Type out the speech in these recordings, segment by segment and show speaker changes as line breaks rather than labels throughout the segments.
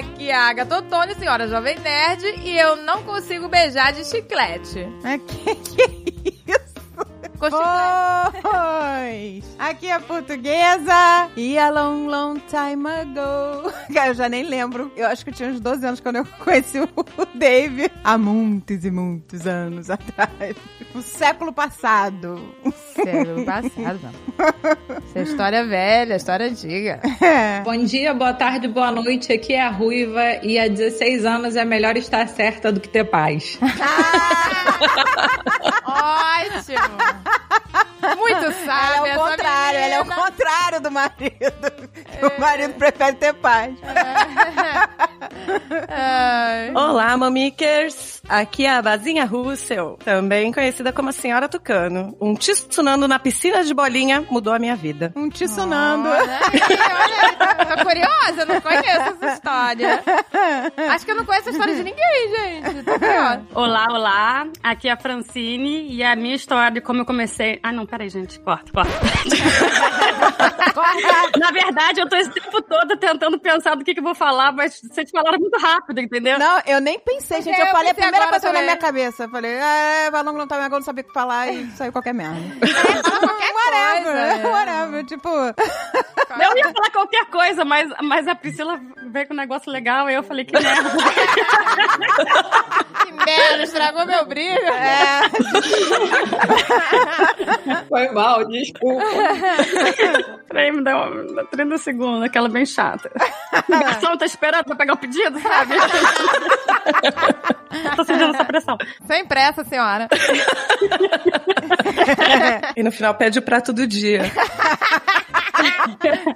Braga Totônio, senhora Jovem Nerd, e eu não consigo beijar de chiclete.
É, que, que isso?
Com chiclete.
Pois. Aqui é portuguesa e a long, long time ago. Cara, eu já nem lembro. Eu acho que eu tinha uns 12 anos quando eu conheci o Dave. Há muitos e muitos anos atrás. Um século passado.
Século passado, não. Isso é história velha, história antiga.
É.
Bom dia, boa tarde, boa noite. Aqui é a Ruiva e há 16 anos é melhor estar certa do que ter paz.
Ótimo! Muito
Ela
sábia,
é
essa
o contrário, ela é o
menina.
contrário do marido. Que O marido prefere ter paz.
Ai.
Olá, mamikers! Aqui é a Bazinha Russell, também conhecida como a Senhora Tucano. Um tsunando na piscina de bolinha mudou a minha vida.
Um tsunando.
Olha aí, olha aí. Tô curiosa, não conheço essa história. Acho que eu não conheço a história de ninguém, gente. Tô curiosa.
Olá, olá. Aqui é a Francine e a minha história de como eu comecei. Ah, não, peraí, gente. Corta, corta. Na verdade, eu tô esse tempo todo tentando pensar do que, que eu vou falar, mas vocês falaram muito rápido, entendeu?
Não, eu nem pensei, gente.
É,
Eu
eu
falei a
pensei
primeira
agora
coisa na
também.
minha cabeça. Eu falei, é, balão não tá agora, não sabia o que falar e saiu qualquer merda.
qualquer
whatever,
coisa, é.
whatever. Tipo,
Eu ia falar qualquer coisa, mas, mas a Priscila veio com um negócio legal e eu falei que merda.
Que merda, estragou meu brilho.
é,
Foi mal, desculpa.
Peraí, me dá uma- 30 segundos, aquela bem chata. O garçom tá esperando pra pegar o pedido, sabe? tô sentindo essa pressão.
Sem pressa, senhora.
E no final pede o prato do dia.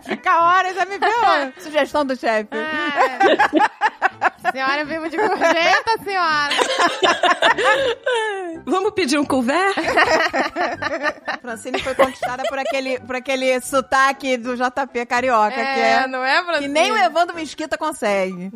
fica horas, já me viu? Sugestão do chefe.
É. Ai. É. Senhora, eu vivo de gorjeta, senhora.
Vamos pedir um couvert?
Francine foi conquistada por aquele, por aquele sotaque do JP carioca, que é.
não é, Brasil?
Que nem o Evandro Mesquita consegue.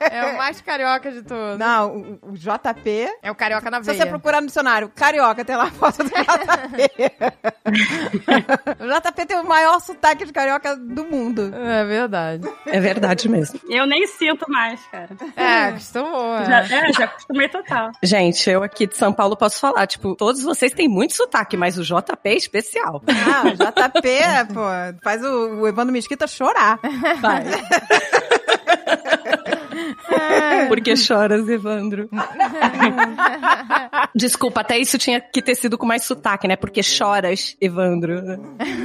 É o mais carioca de todos.
Não, o, o JP.
É o carioca na
Se
veia.
você procurar no dicionário, carioca, tem lá a foto do JP. o JP tem o maior sotaque de carioca do mundo.
É verdade.
É verdade mesmo.
Eu nem sinto mais, cara.
É, acostumou. é.
Já, é, já acostumei total.
Gente, eu aqui de São Paulo posso falar, tipo, todos vocês têm muito sotaque, mas o JP é especial.
Ah, o JP, pô, faz o, o Evandro Mesquita chorar.
Vai. Porque choras, Evandro? Desculpa, até isso tinha que ter sido com mais sotaque, né? Porque choras, Evandro.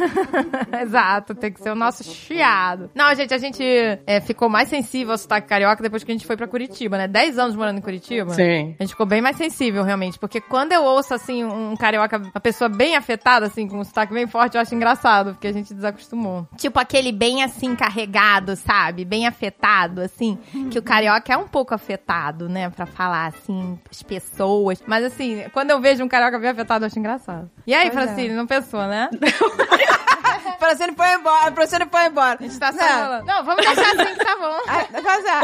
Exato, tem que ser o nosso chiado. Não, gente, a gente é, ficou mais sensível ao sotaque carioca depois que a gente foi pra Curitiba, né? 10 anos morando em Curitiba.
Sim.
A gente ficou bem mais sensível, realmente. Porque quando eu ouço, assim, um carioca, uma pessoa bem afetada, assim, com um sotaque bem forte, eu acho engraçado, porque a gente desacostumou. Tipo aquele bem, assim, carregado, sabe? Bem afetado, assim. que o carioca é um pouco afetado, né? Pra falar, assim, as pessoas. Mas, assim, quando eu vejo um carioca bem afetado, eu acho engraçado. E aí,
Pois é.
Francine, não pensou, né?
Francine foi embora, Francine foi embora.
A gente tá só
Não.
falando. Não, vamos deixar assim que tá bom.
Ah, pois é.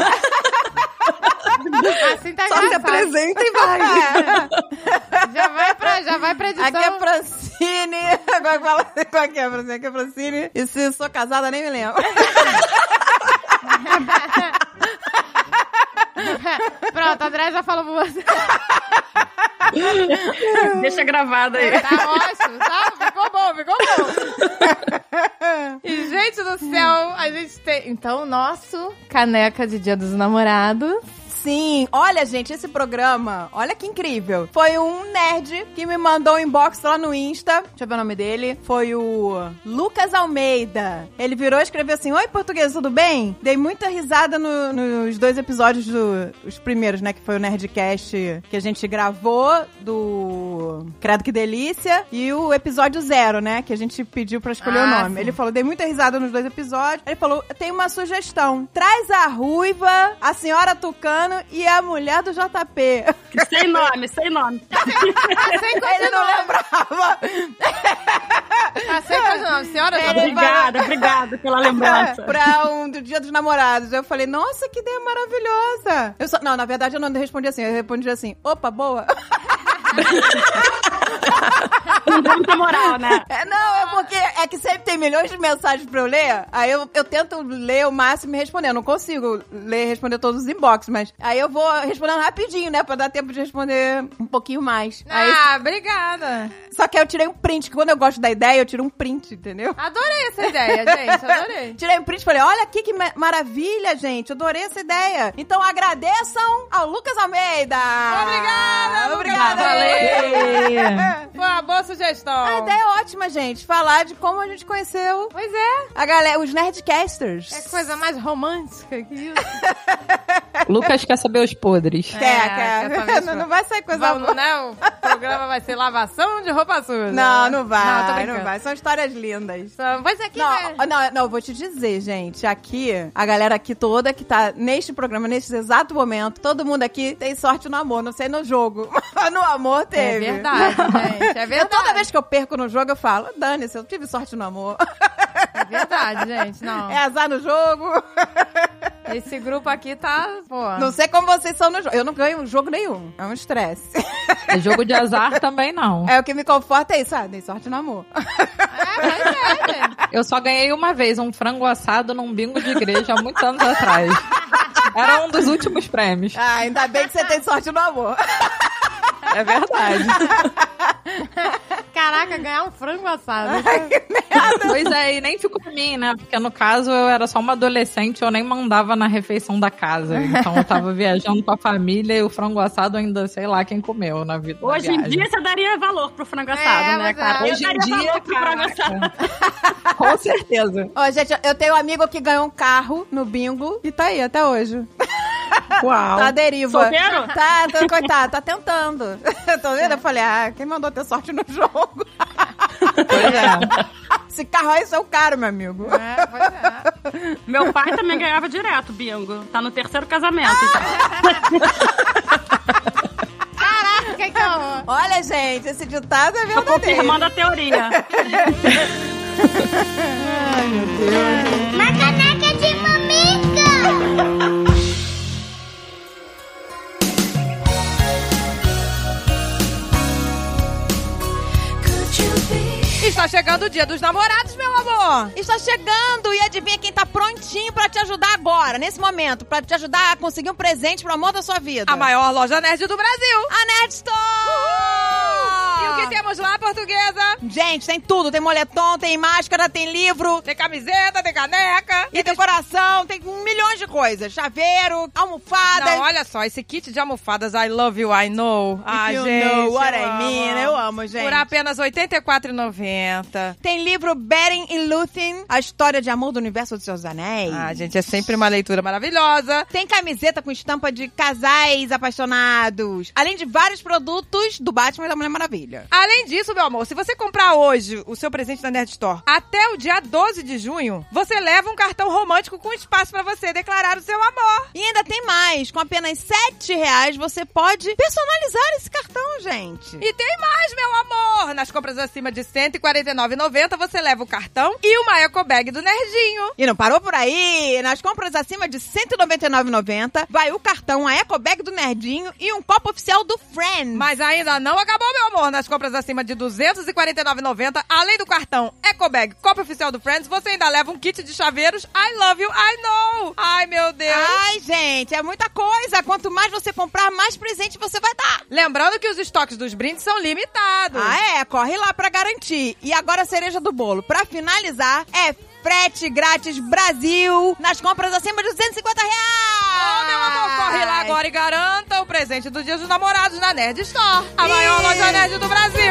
Assim tá
Só se
engraçado.
apresenta e vai.
Já vai pra, já vai pra edição.
É. Aqui é Francine. Agora fala assim, qual que é, Francine? Aqui é Francine. E se sou casada, nem me lembro.
Pronto, André já falou pra você. Tá
Deixa gravado aí.
ótimo, tá? Ficou bom, ficou bom. E, gente do céu, a gente tem... Então, nosso caneca de Dia dos Namorados.
Sim, olha, gente, esse programa, olha que incrível. Foi um nerd que me mandou um inbox lá no Insta. Deixa eu ver o nome dele. Foi o Lucas Almeida. Ele virou e escreveu assim: Oi, português, tudo bem? Dei muita risada no- nos dois episódios do. Os primeiros, né? Que foi o Nerdcast que a gente gravou do Credo que Delícia e o episódio zero, né? Que a gente pediu pra escolher o
Ah,
nome.
sim.
Ele falou, dei muita risada nos dois episódios. Ele falou, tem uma sugestão. Traz a Ruiva, a senhora Tucano e a mulher do JP.
Sem nome, sem nome.
Tá sem
Ah, Ele não
codinome.
lembrava.
Tá sem codinome.
É.
Senhora, já tá-
Obrigada, obrigada pela lembrança.
pra um do Dia dos Namorados. Eu falei, nossa, que ideia maravilhosa. Eu só, não, na verdade eu não respondi assim. Eu respondi assim, opa, boa.
Não dá muita moral, né?
É, não, é porque é que sempre tem milhões de mensagens pra eu ler. Aí eu, eu tento ler o máximo e responder. Eu não consigo ler e responder todos os inbox, mas aí eu vou respondendo rapidinho, né? Pra dar tempo de responder um pouquinho mais. Aí,
Ah, obrigada.
só que aí eu tirei um print, que quando eu gosto da ideia, eu tiro um print, entendeu?
Adorei essa ideia, gente. Adorei.
Tirei um print e falei, olha aqui que ma- maravilha, gente. Adorei essa ideia. Então agradeçam ao Lucas Almeida.
Obrigada,
Ah, Obrigada.
Valeu!
Foi uma boa sugestão.
A ideia é ótima, gente. Falar de como a gente conheceu
Pois é.
a galera, os Nerdcasters.
É coisa mais romântica que isso. né?
Lucas quer saber os podres.
Quer,
É,
quer.
dessa vez
Não,
foi.
não vai sair coisa
Vamos,
boa.
né? O programa vai ser lavação de roupa suja.
Não, não
Não, tô
vai. Não,
brincando.
vai. São histórias lindas.
Só- Pois é que...
Não, ah, não, não, eu vou te dizer, gente. Aqui, a galera aqui toda que tá neste programa, neste exato momento, todo mundo aqui tem sorte no amor, não sei no jogo, mas no amor
É
teve.
verdade, gente. É
Eu,
verdade.
toda vez que eu perco no jogo, eu falo, dane-se, eu tive sorte no amor.
É verdade, gente. Não.
É azar no jogo.
Esse grupo aqui tá... Pô.
Não sei como vocês são no jogo. Eu não ganho jogo nenhum. É um estresse.
É jogo de azar também não.
É o que me conforta é isso. Ah, dei sorte no amor.
É, pois é, gente.
Eu só ganhei uma vez um frango assado num bingo de igreja há muitos anos atrás. Era um dos últimos prêmios.
Ah, ainda bem que você tem sorte no amor.
É verdade.
Caraca, ganhar um frango assado.
Pois é, e nem ficou pra mim, né? Porque no caso eu era só uma adolescente, eu nem mandava na refeição da casa. Então eu tava viajando com a família e o frango assado ainda, sei lá, quem comeu na vida. na
Hoje em
viagem.
dia você daria valor pro frango
É,
assado, né,
mas
cara?
é.
Eu
Hoje em
daria
dia,
valor pro frango assado.
caraca. com certeza.
Ó, gente, eu tenho um amigo que ganhou um carro no bingo e tá aí até hoje. Tá à
Uau.
deriva.
Solteiro?
Tá, tá, coitado, tá tentando. Tô vendo? Eu falei, ah, quem mandou ter sorte no jogo?
Pois é.
Esse carro aí é o caro, meu amigo.
É, pois é.
Meu pai também ganhava direto, bingo. Tá no terceiro casamento. Então,
Caraca, então...
Olha, gente, esse ditado é
Tô
verdadeiro.
confirmando a teoria.
Macaneca de mamica!
Está chegando o dia dos namorados, meu amor.
Está chegando e adivinha quem tá prontinho pra te ajudar agora, nesse momento, pra te ajudar a conseguir um presente pro amor da sua vida.
Ah,
A maior loja nerd do Brasil.
A Nerd Store!
E o que temos lá, portuguesa?
é? Gente, tem tudo. Tem moletom, tem máscara, tem livro,
Tem camiseta, tem caneca.
tem decoração, tem milhões de coisas. Chaveiro, almofada.
Não, olha só, esse kit de almofadas I Love You, I Know. Ah,
you
gente,
know what
eu
I mean.
amo.
Eu amo, gente.
Por apenas R$ 84,90.
Tem livro Beren e Lúthien, a história de amor do universo dos seus anéis.
Ah, gente, é sempre uma leitura maravilhosa.
Tem camiseta com estampa de casais apaixonados. Além de vários produtos do Batman e da Mulher Maravilha.
Além disso, meu amor, se você comprar hoje o seu presente na Nerd Store até o dia 12 de junho, você leva um cartão romântico com espaço pra você declarar o seu amor.
E ainda tem mais. Com apenas 7 reais, você pode personalizar esse cartão, gente.
E tem mais, meu amor! Nas compras acima de R$ 149,90, você leva o cartão e uma eco bag do Nerdinho.
E não parou por aí! Nas compras acima de R$ 199,90 vai o cartão, a ecobag do Nerdinho e um copo oficial do Friends.
Mas ainda não acabou, meu amor. Nas compras acima de R$ 249,90, além do cartão Ecobag, copo oficial do Friends, você ainda leva um kit de chaveiros I Love You, I Know. Ah, Ai, meu Deus.
Ai, gente, é muita coisa! Quanto mais você comprar, mais presente você vai dar!
Lembrando que os estoques dos brindes são limitados.
Ah, é? Corre lá pra garantir. E agora a cereja do bolo. Pra finalizar, é frete grátis Brasil nas compras acima de R$ 250 reais!
Ô, meu amor, corre lá agora e garanta o presente do Dia dos Namorados na Nerd Store, a maior loja nerd do Brasil.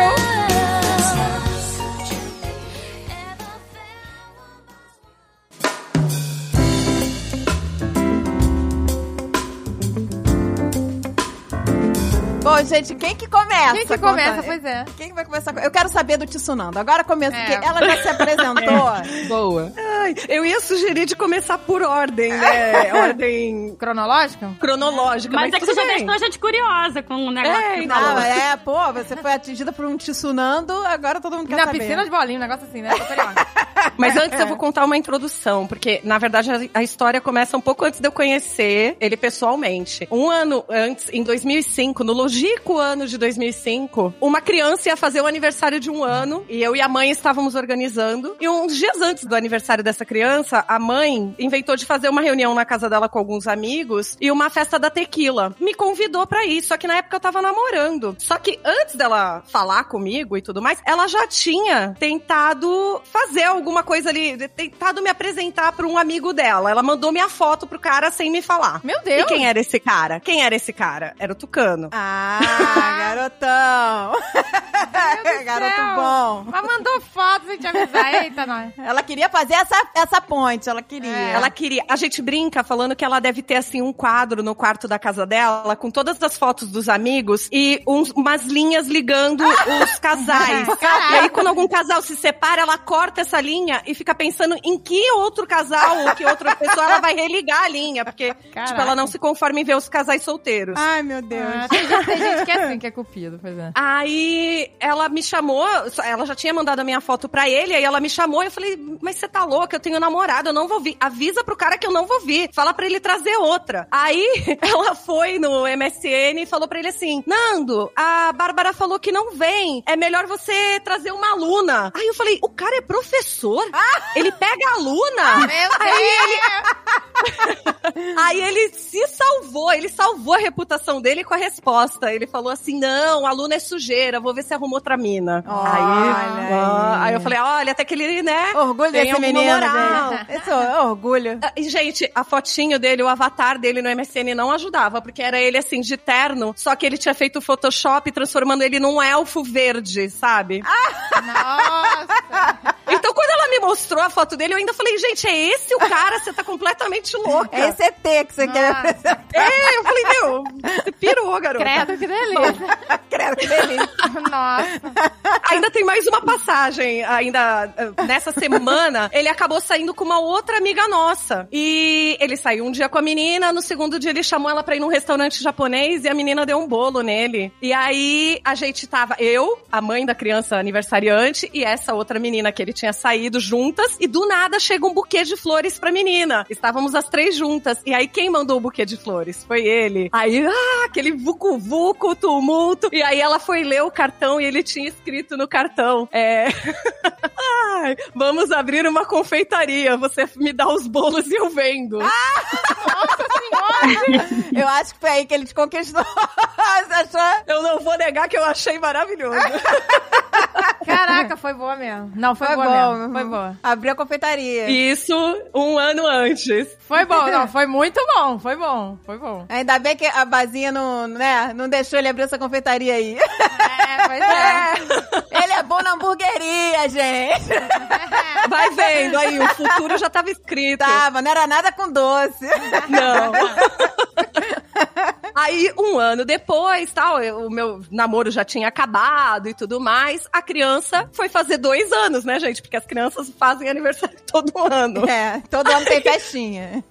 Bom, gente, quem que começa?
Quem que começa?
Conta-
Pois é.
Quem que vai começar? com- Eu quero saber do Tsunando. Agora começa,
É.
porque ela já se apresentou.
Boa.
Ai, tá. eu ia sugerir de começar por ordem, né? ordem
Cronológica?
cronológica, mas,
Mas é que você
tudo
já
bem.
deixou a gente curiosa com o negócio.
É,
que você
então,
falou.
Não, é, pô, você foi atingida por um tsunando, agora todo mundo quer
Na
saber.
piscina de bolinha, um negócio assim, né? Tô curiosa.
Mas
É.
antes eu vou contar uma introdução, porque na verdade a- a história começa um pouco antes de eu conhecer ele pessoalmente. Um ano antes, em 2005, no longínquo ano de 2005, uma criança ia fazer o aniversário de um ano e eu e a mãe estávamos organizando. E uns dias antes do aniversário dessa criança, a mãe inventou de fazer uma reunião na casa dela com alguns amigos e uma festa da tequila. Me convidou pra ir, só que na época eu tava namorando. Só que antes dela falar comigo e tudo mais, ela já tinha tentado fazer alguma coisa ali, de- tentado me apresentar pra um amigo dela. Ela mandou minha foto pro cara sem me falar.
Meu Deus!
E quem era esse cara? Quem era esse cara? Era o Tucano.
Ah, garotão! Garoto bom!
Mas mandou foto sem te avisar. Eita, nós.
Ela queria fazer essa, essa ponte, ela queria.
Ela queria. A gente brinca falando que ela deve ter, assim, um quadro no quarto da casa dela com todas as fotos dos amigos e uns- umas linhas ligando os casais.
Caraca.
E aí, quando algum casal se separa, ela corta essa linha e fica pensando em que outro casal ou que outra pessoa ela vai religar a linha, porque, tipo, ela não se conforma em ver os casais solteiros.
Ai, meu Deus.
Ah, tem, gente, tem gente que é assim, que é cupido. Pois é.
Aí ela me chamou, só- ela já tinha mandado a minha foto pra ele, aí ela me chamou e eu falei: Mas você tá louca? Eu tenho namorado, eu não vou vir. Avisa pro cara que eu não vou vir. Fala pra ele trazer outra. Aí ela foi no MSN e falou pra ele assim: Nando, a Bárbara falou que não vem. É melhor você trazer uma aluna. Aí eu falei: O cara é professor? Ele pega aluna?
Meu
Aí ele se salvou, ele salvou a reputação dele com a resposta. Ele falou assim: não, a aluna é sujeira, vou ver se arruma outra mina.
Olha
aí, ó, aí eu falei, olha, até que ele, né?
Orgulho
Tem
desse
alguma
menino,
moral.
gente. Esse é orgulho.
Ah, E, gente, a fotinho dele, o avatar dele no MSN não ajudava, porque era ele assim, de terno, só que ele tinha feito o Photoshop transformando ele num elfo verde, sabe?
Nossa!
Então, quando ela me mostrou a foto dele, eu ainda falei, gente, é esse o cara? Você tá completamente louca.
É esse ET que você quer.
Nossa.
É, eu falei, meu, você pirou, garota.
Credo, que delícia.
Credo, que delícia.
Nossa.
Ainda tem mais uma passagem, ainda eh, nessa semana, ele acabou saindo com uma outra amiga nossa. E ele saiu um dia com a menina, no segundo dia ele chamou ela pra ir num restaurante japonês e a menina deu um bolo nele. E aí a gente tava, eu, a mãe da criança aniversariante e essa outra menina que ele tinha saído juntas, e do nada chega um buquê de flores pra menina. Estávamos as três juntas. E aí quem mandou o buquê de flores? Foi ele. Aí, ah, aquele vucu-vucu, tumulto. E aí ela foi ler o cartão e ele tinha escrito no cartão: é. Ai, vamos abrir uma confeitaria. Você me dá os bolos e eu vendo.
Eu acho que foi aí que ele te conquistou. Você achou?
Eu não vou negar que eu achei maravilhoso.
Caraca, foi boa mesmo. Não, foi,
Foi
boa
bom. uhum.
mesmo. Foi boa.
Abriu a confeitaria.
Isso um ano antes.
Foi bom, não. Foi muito bom. Foi bom. Foi bom.
Ainda bem que a Bazinha não, né, não deixou ele abrir essa confeitaria aí.
É, pois é.
É. Ele é bom na hamburgueria, gente.
Vai vendo aí, o futuro já estava escrito.
Tava, não era nada com doce.
Não. Aí, um ano depois, tal, eu- o meu namoro já tinha acabado e tudo mais. A criança foi fazer dois anos, né, gente? Porque as crianças fazem aniversário todo ano.
É, todo ano tem festinha.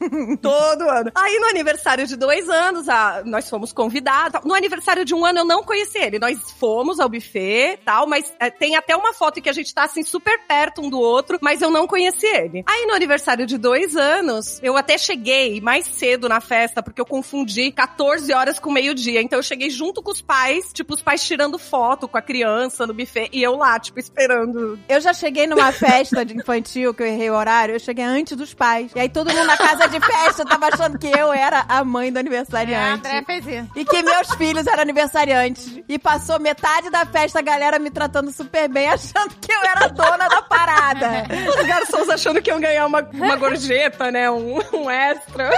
Todo ano. Aí no aniversário de dois anos, a- nós fomos convidados. No aniversário de um ano eu não conheci ele. Nós fomos ao buffet tal, mas é, tem até uma foto que a gente tá assim super perto um do outro, mas eu não conheci ele. Aí no aniversário de dois anos, eu até cheguei mais cedo na festa, porque eu confundi 14 horas com meio-dia. Então eu cheguei junto com os pais, tipo, os pais tirando foto com a criança no buffet e eu lá, tipo, esperando.
Eu já cheguei numa festa de infantil, que eu errei o horário, eu cheguei antes dos pais. E aí todo mundo na casa de festa tava achando que eu era a mãe do
A
aniversariante.
André fez isso.
E que meus filhos eram aniversariantes. E passou metade da festa a galera me tratando super bem, achando que eu era a dona da parada.
Os garçons achando que iam ganhar uma, uma gorjeta, né? Um, um extra.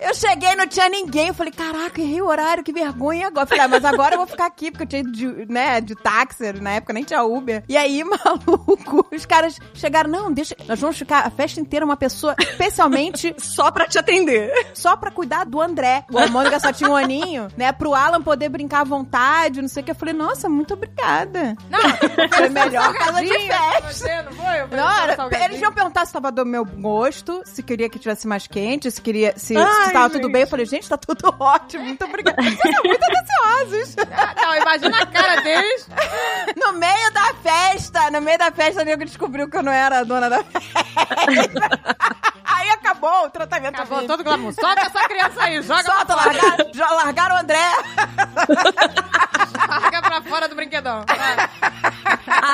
Eu cheguei, não tinha ninguém. Eu falei, caraca, errei o horário, que vergonha agora. Eu Falei, ah, mas agora eu vou ficar aqui, porque eu tinha ido de, né, de táxi, na época nem tinha Uber. E aí, maluco, os caras chegaram, não, deixa, nós vamos ficar a festa inteira uma pessoa, especialmente
Só pra te atender.
só pra cuidar do André. O Mônica só tinha um aninho, né, pro Alan poder brincar à vontade, não sei o que. Eu falei, nossa, muito obrigada.
Não,
Foi a melhor casa de festa.
Você não foi? Eu
Não, era-
salgadinho.
eles iam perguntar se tava do meu gosto, se queria que tivesse mais quente, se queria se, se
Ai,
tava tudo
gente.
bem. Eu falei, gente, tá tudo ótimo, muito obrigada. Vocês são muito atenciosos.
Ah, Não, imagina a cara deles.
No meio da festa, no meio da festa, o nego descobriu que eu não era a dona da festa. Aí acabou o tratamento.
Acabou
físico.
todo o glamour. Solta essa criança aí, joga pra
Solta,
fora.
largaram, já largaram o André.
Larga pra fora do brinquedão. Vai.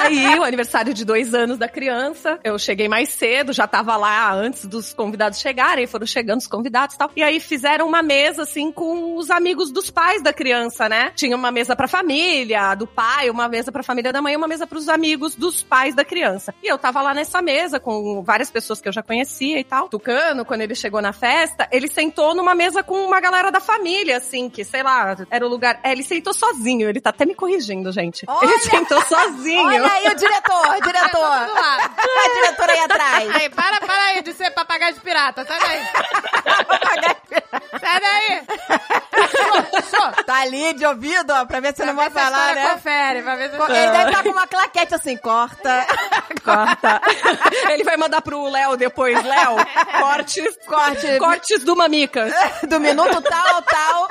Aí, o aniversário de dois anos da criança, eu cheguei mais cedo, já tava lá antes dos convidados chegarem, foram chegando os convidados e tal. E aí fizeram uma mesa, assim, com os amigos dos pais da criança, né? Tinha uma mesa pra família, do pai, uma mesa pra família da mãe, uma mesa pros amigos dos pais da criança. E eu tava lá nessa mesa com várias pessoas que eu já conhecia e tal. Tucano, quando ele chegou na festa, ele sentou numa mesa com uma galera da família, assim, que sei lá, era o lugar. É, ele sentou sozinho, ele tá até me corrigindo, gente.
Olha!
Ele sentou sozinho.
Olha aí o diretor,
Tá
diretor.
todo lado.
A diretora aí atrás.
Aí, para, para aí de ser papagaio de pirata. Sai daí. Sai daí.
Tá ali de ouvido, ó, pra ver se você não
Pra
vai
ver se a
falar,
história
né?
Confere, vai ver se...
Ele deve estar com uma claquete assim, corta.
É.
tá.
Corta. Ele vai mandar pro Léo depois. Léo, cortes,
Corte.
cortes do Mamicas.
Do minuto tal, tal.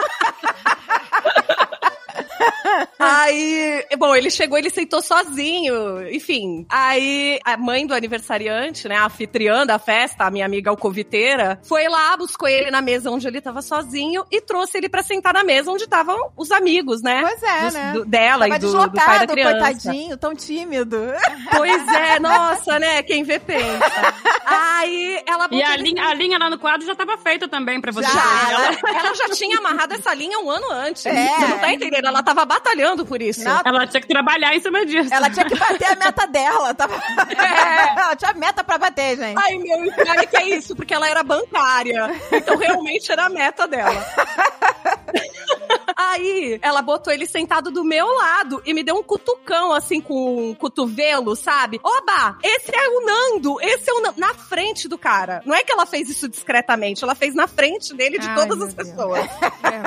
Aí, bom, ele chegou, ele sentou sozinho, enfim. Aí, a mãe do aniversariante, né, a anfitriã da festa, a minha amiga alcoviteira, foi lá, buscou ele na mesa onde ele tava sozinho e trouxe ele pra sentar na mesa onde estavam os amigos, né?
Pois é,
Dos-
né?
do- dela
Tava
e do, do pai da
deslocado,
criança.
coitadinho, tão tímido.
Pois é, nossa, né? Quem vê pensa. Aí, ela
E
botou
a
ele
linha, a linha lá no quadro já tava feita também pra você.
Já,
ela,
Ela já tinha amarrado essa linha um ano antes.
É.
Você não tá entendendo? Ela tava batalhando por isso.
Não.
ela tinha que trabalhar em cima disso.
Ela tinha que bater a meta dela. Tava...
É.
Ela tinha meta pra bater, gente.
Ai, meu, e pior é que é isso, porque ela era bancária. Então realmente era a meta dela. Aí, ela botou ele sentado do meu lado e me deu um cutucão, assim, com um cotovelo, sabe? Oba, esse é o Nando, esse é o Nando. Na frente do cara. Não é que ela fez isso discretamente, ela fez na frente dele de
Ai,
todas
meu
as
Deus. É,
pessoas.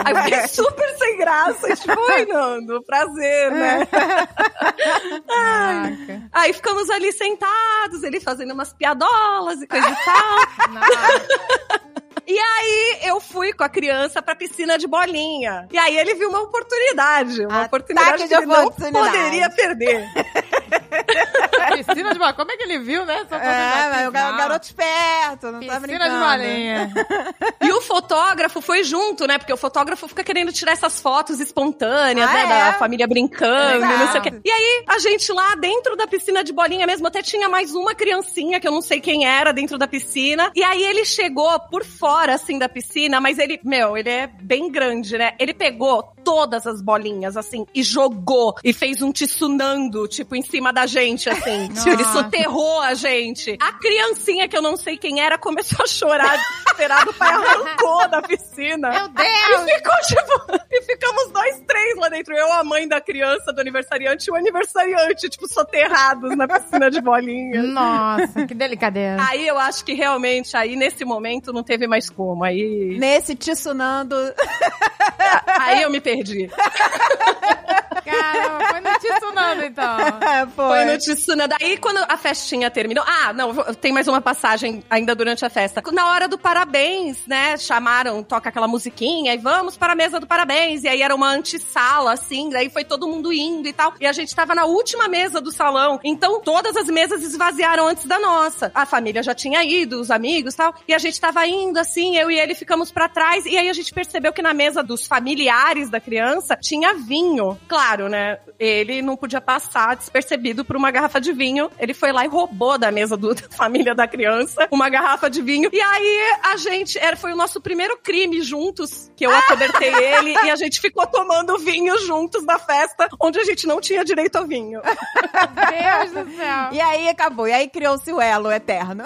Aí eu fiquei super sem graça. Tipo, oi, Nando, prazer, né?
É. Caraca.
Aí ficamos ali sentados, ele fazendo umas piadolas e coisa e tal.
Não.
E aí eu fui com a criança pra piscina de bolinha. E aí ele viu uma oportunidade, uma
Ataque
oportunidade
de
que ele não
oportunidade.
poderia perder.
Piscina de bolinha. Como é que ele viu, né? Só
É,
pra jogar
mas o
piscina.
gar- garoto esperto, não tá
Piscina
brincando.
de bolinha.
E o fotógrafo foi junto, né? Porque o fotógrafo fica querendo tirar essas fotos espontâneas,
Ah,
né?
é?
Da família brincando,
Exato.
não sei o quê. E aí, a gente lá dentro da piscina de bolinha mesmo, até tinha mais uma criancinha que eu não sei quem era dentro da piscina. E aí ele chegou por fora, assim, da piscina, mas ele, meu, ele é bem grande, né? Ele pegou todas as bolinhas, assim, e jogou. E fez um tsunando, tipo, em cima da gente, assim. ele
Nossa.
soterrou a gente. A criancinha, que eu não sei quem era, começou a chorar desesperada. O pai arrancou da piscina.
Meu Deus!
E ficou, tipo, e ficamos nós três lá dentro. Eu, a mãe da criança, do aniversariante, e o aniversariante, tipo, soterrados na piscina de bolinha.
Nossa, que delicadeza.
Aí eu acho que realmente, aí nesse momento, não teve mais como. Aí,
Nesse tissunando.
aí eu me perdi.
Caramba, foi no tsunami, então.
É,
Ah, Foi no Tsuna. Daí, quando a festinha terminou. Ah, não, vou- tem mais uma passagem ainda durante a festa. Na hora do parabéns, né? Chamaram, toca aquela musiquinha e vamos para a mesa do parabéns. E aí era uma antessala, assim. Daí foi todo mundo indo e tal. E a gente tava na última mesa do salão. Então, todas as mesas esvaziaram antes da nossa. A família já tinha ido, os amigos e tal. E a gente tava indo, assim. Eu e ele ficamos para trás. E aí a gente percebeu que na mesa dos familiares da criança tinha vinho. Claro, né? Ele não podia passar despercebido por uma garrafa de vinho. Ele foi lá e roubou da mesa do- da família da criança uma garrafa de vinho. E aí a gente, era, foi o nosso primeiro crime juntos, que eu acobertei ele e a gente ficou tomando vinho juntos na festa, onde a gente não tinha direito ao vinho.
Deus do céu.
E aí acabou. E aí criou-se o elo eterno.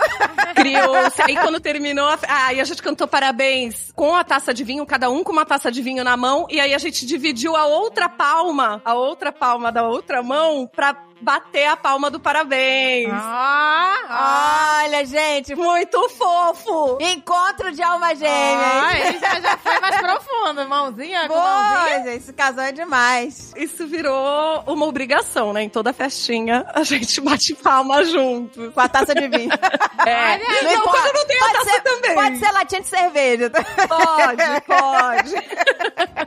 Criou-se. Aí quando terminou, a... fe- ah, e a gente cantou parabéns com a taça de vinho, cada um com uma taça de vinho na mão. E aí a gente dividiu a outra palma, a outra palma da outra mão, pra bater a palma do parabéns.
Ah, ah,
Olha, gente.
Muito fofo!
Encontro de alma
ah,
gêmea.
ele já, já foi mais profundo. Mãozinha com mãozinha.
Pois, esse casal é demais.
Isso virou uma obrigação, né? Em toda festinha, a gente bate palma junto.
Com a taça de vinho.
É.
Olha aí.
Não,
importa.
quando não tem a
Pode
taça
ser-
também.
Pode ser latinha de cerveja. tá?
Pode, pode.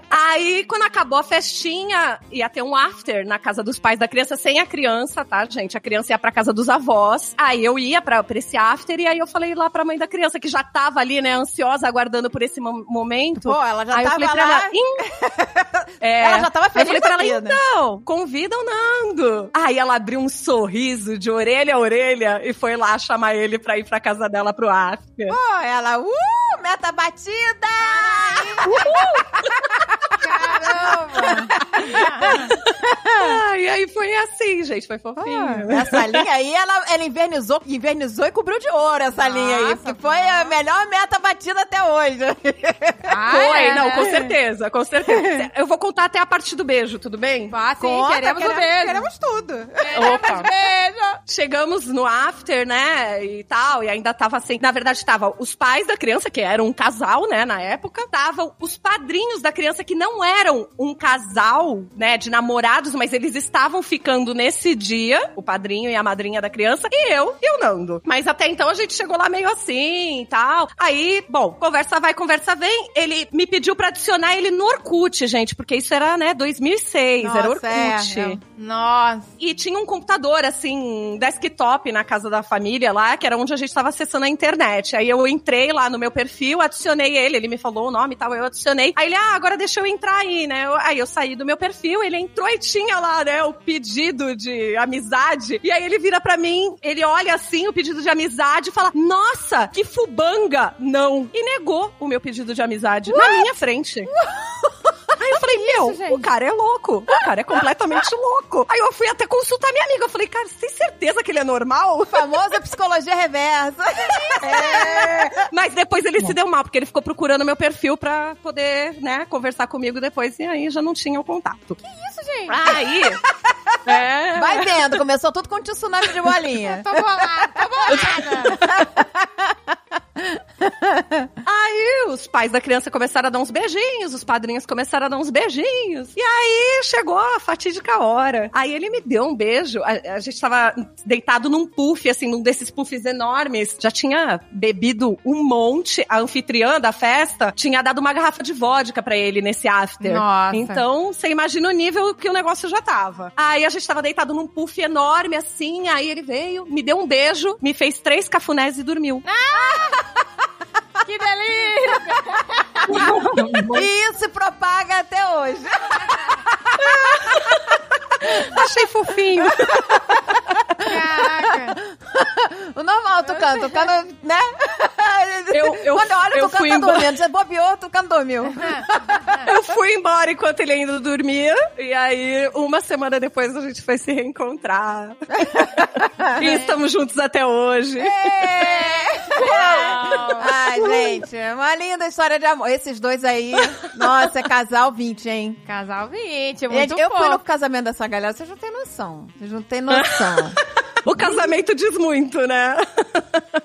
Aí, quando acabou a festinha, ia ter um after na casa dos pais da criança, sem a criança, tá, gente? A criança ia pra casa dos avós. Aí eu ia pra, pra esse after, e aí eu falei lá pra mãe da criança, que já tava ali, né, ansiosa, aguardando por esse mo- momento.
Pô, ela já
aí eu
tava
falei pra
lá.
ela, "Ih, é.
Ela já tava
Aí eu
feliz
falei pra ela,
da vida.
então, convida o Nando. Aí ela abriu um sorriso de orelha a orelha e foi lá chamar ele pra ir pra casa dela pro after.
Pô, ela, uh, meta batida!
Caramba.
Ah, e aí foi assim, gente, foi fofinho.
Essa linha aí, ela, ela invernizou, invernizou e cobriu de ouro essa linha aí.
Nossa,
Que foi a melhor meta batida até hoje.
Ah,
Foi,
é,
não,
né?
com certeza, com certeza. Eu vou contar até a parte do beijo, tudo bem?
Ah, sim,
Conta,
queremos o beijo.
Queremos tudo.
Opa.
Beijo.
Chegamos no after, né, e tal, e ainda tava assim, na verdade tava os pais da criança, que eram um casal, né, na época, estavam os padrinhos da criança, que não eram um casal, né, de namorados, mas eles estavam ficando nesse dia, o padrinho e a madrinha da criança, e eu e o Nando. Mas até então a gente chegou lá meio assim, e tal. Aí, bom, conversa vai, conversa vem, ele me pediu pra adicionar ele no Orkut, gente, porque isso era, né, 2006, era
Nossa,
Orkut.
é, é.
Nossa.
E tinha um computador, assim, um desktop na casa da família lá, que era onde a gente tava acessando a internet. Aí eu entrei lá no meu perfil, adicionei ele, ele me falou o nome e tal, eu adicionei. Aí ele, ah, agora deixa eu entrar aí, né? Eu- Aí eu saí do meu perfil, ele entrou e tinha lá, né, o pedido de amizade. E aí ele vira pra mim, ele olha assim o pedido de amizade e fala, nossa, que fubanga! Não. E negou o meu pedido de amizade na minha frente. Aí eu falei, meu,
gente?
o cara é louco. O cara é completamente louco. Aí eu fui até consultar minha amiga. Eu falei, cara, você tem certeza que ele é normal?
Famosa psicologia reversa.
Mas depois ele se deu mal, porque ele ficou procurando meu perfil pra poder, né, conversar comigo depois. E aí já não tinha o contato. Que isso,
gente?
Aí. é.
Vai vendo, começou tudo com um tsunami de bolinha.
Tô bolada, tô bolada.
Aí os pais da criança começaram a dar uns beijinhos, os padrinhos começaram a dar uns beijinhos. E aí chegou a fatídica hora. Aí ele me deu um beijo. A, a gente tava deitado num puff, assim, num desses puffs enormes. Já tinha bebido um monte. A anfitriã da festa tinha dado uma garrafa de vodka pra ele nesse after.
Nossa.
Então, você imagina o nível que o negócio já tava. Aí a gente tava deitado num puff enorme, assim. Aí ele veio, me deu um beijo, me fez três cafunés e dormiu.
Que delícia.
E isso se propaga até hoje.
Achei fofinho.
Caraca.
O normal, Tucano. Tucano, né?
Eu- eu-
Quando olha,
eu
o Tucano
fui
tá
embora.
dormindo. Você bobeou, o Tucano dormiu.
Eu fui embora enquanto ele ainda dormia. E aí, uma semana depois, a gente foi se reencontrar. e estamos juntos até hoje.
É! Ai, gente, é uma linda história de amor. Esses dois aí, nossa, é casal 20, hein?
Casal 20, muito
eu fui
fofo.
no casamento dessa galera, vocês não têm noção. Vocês não têm noção.
O casamento diz muito, né?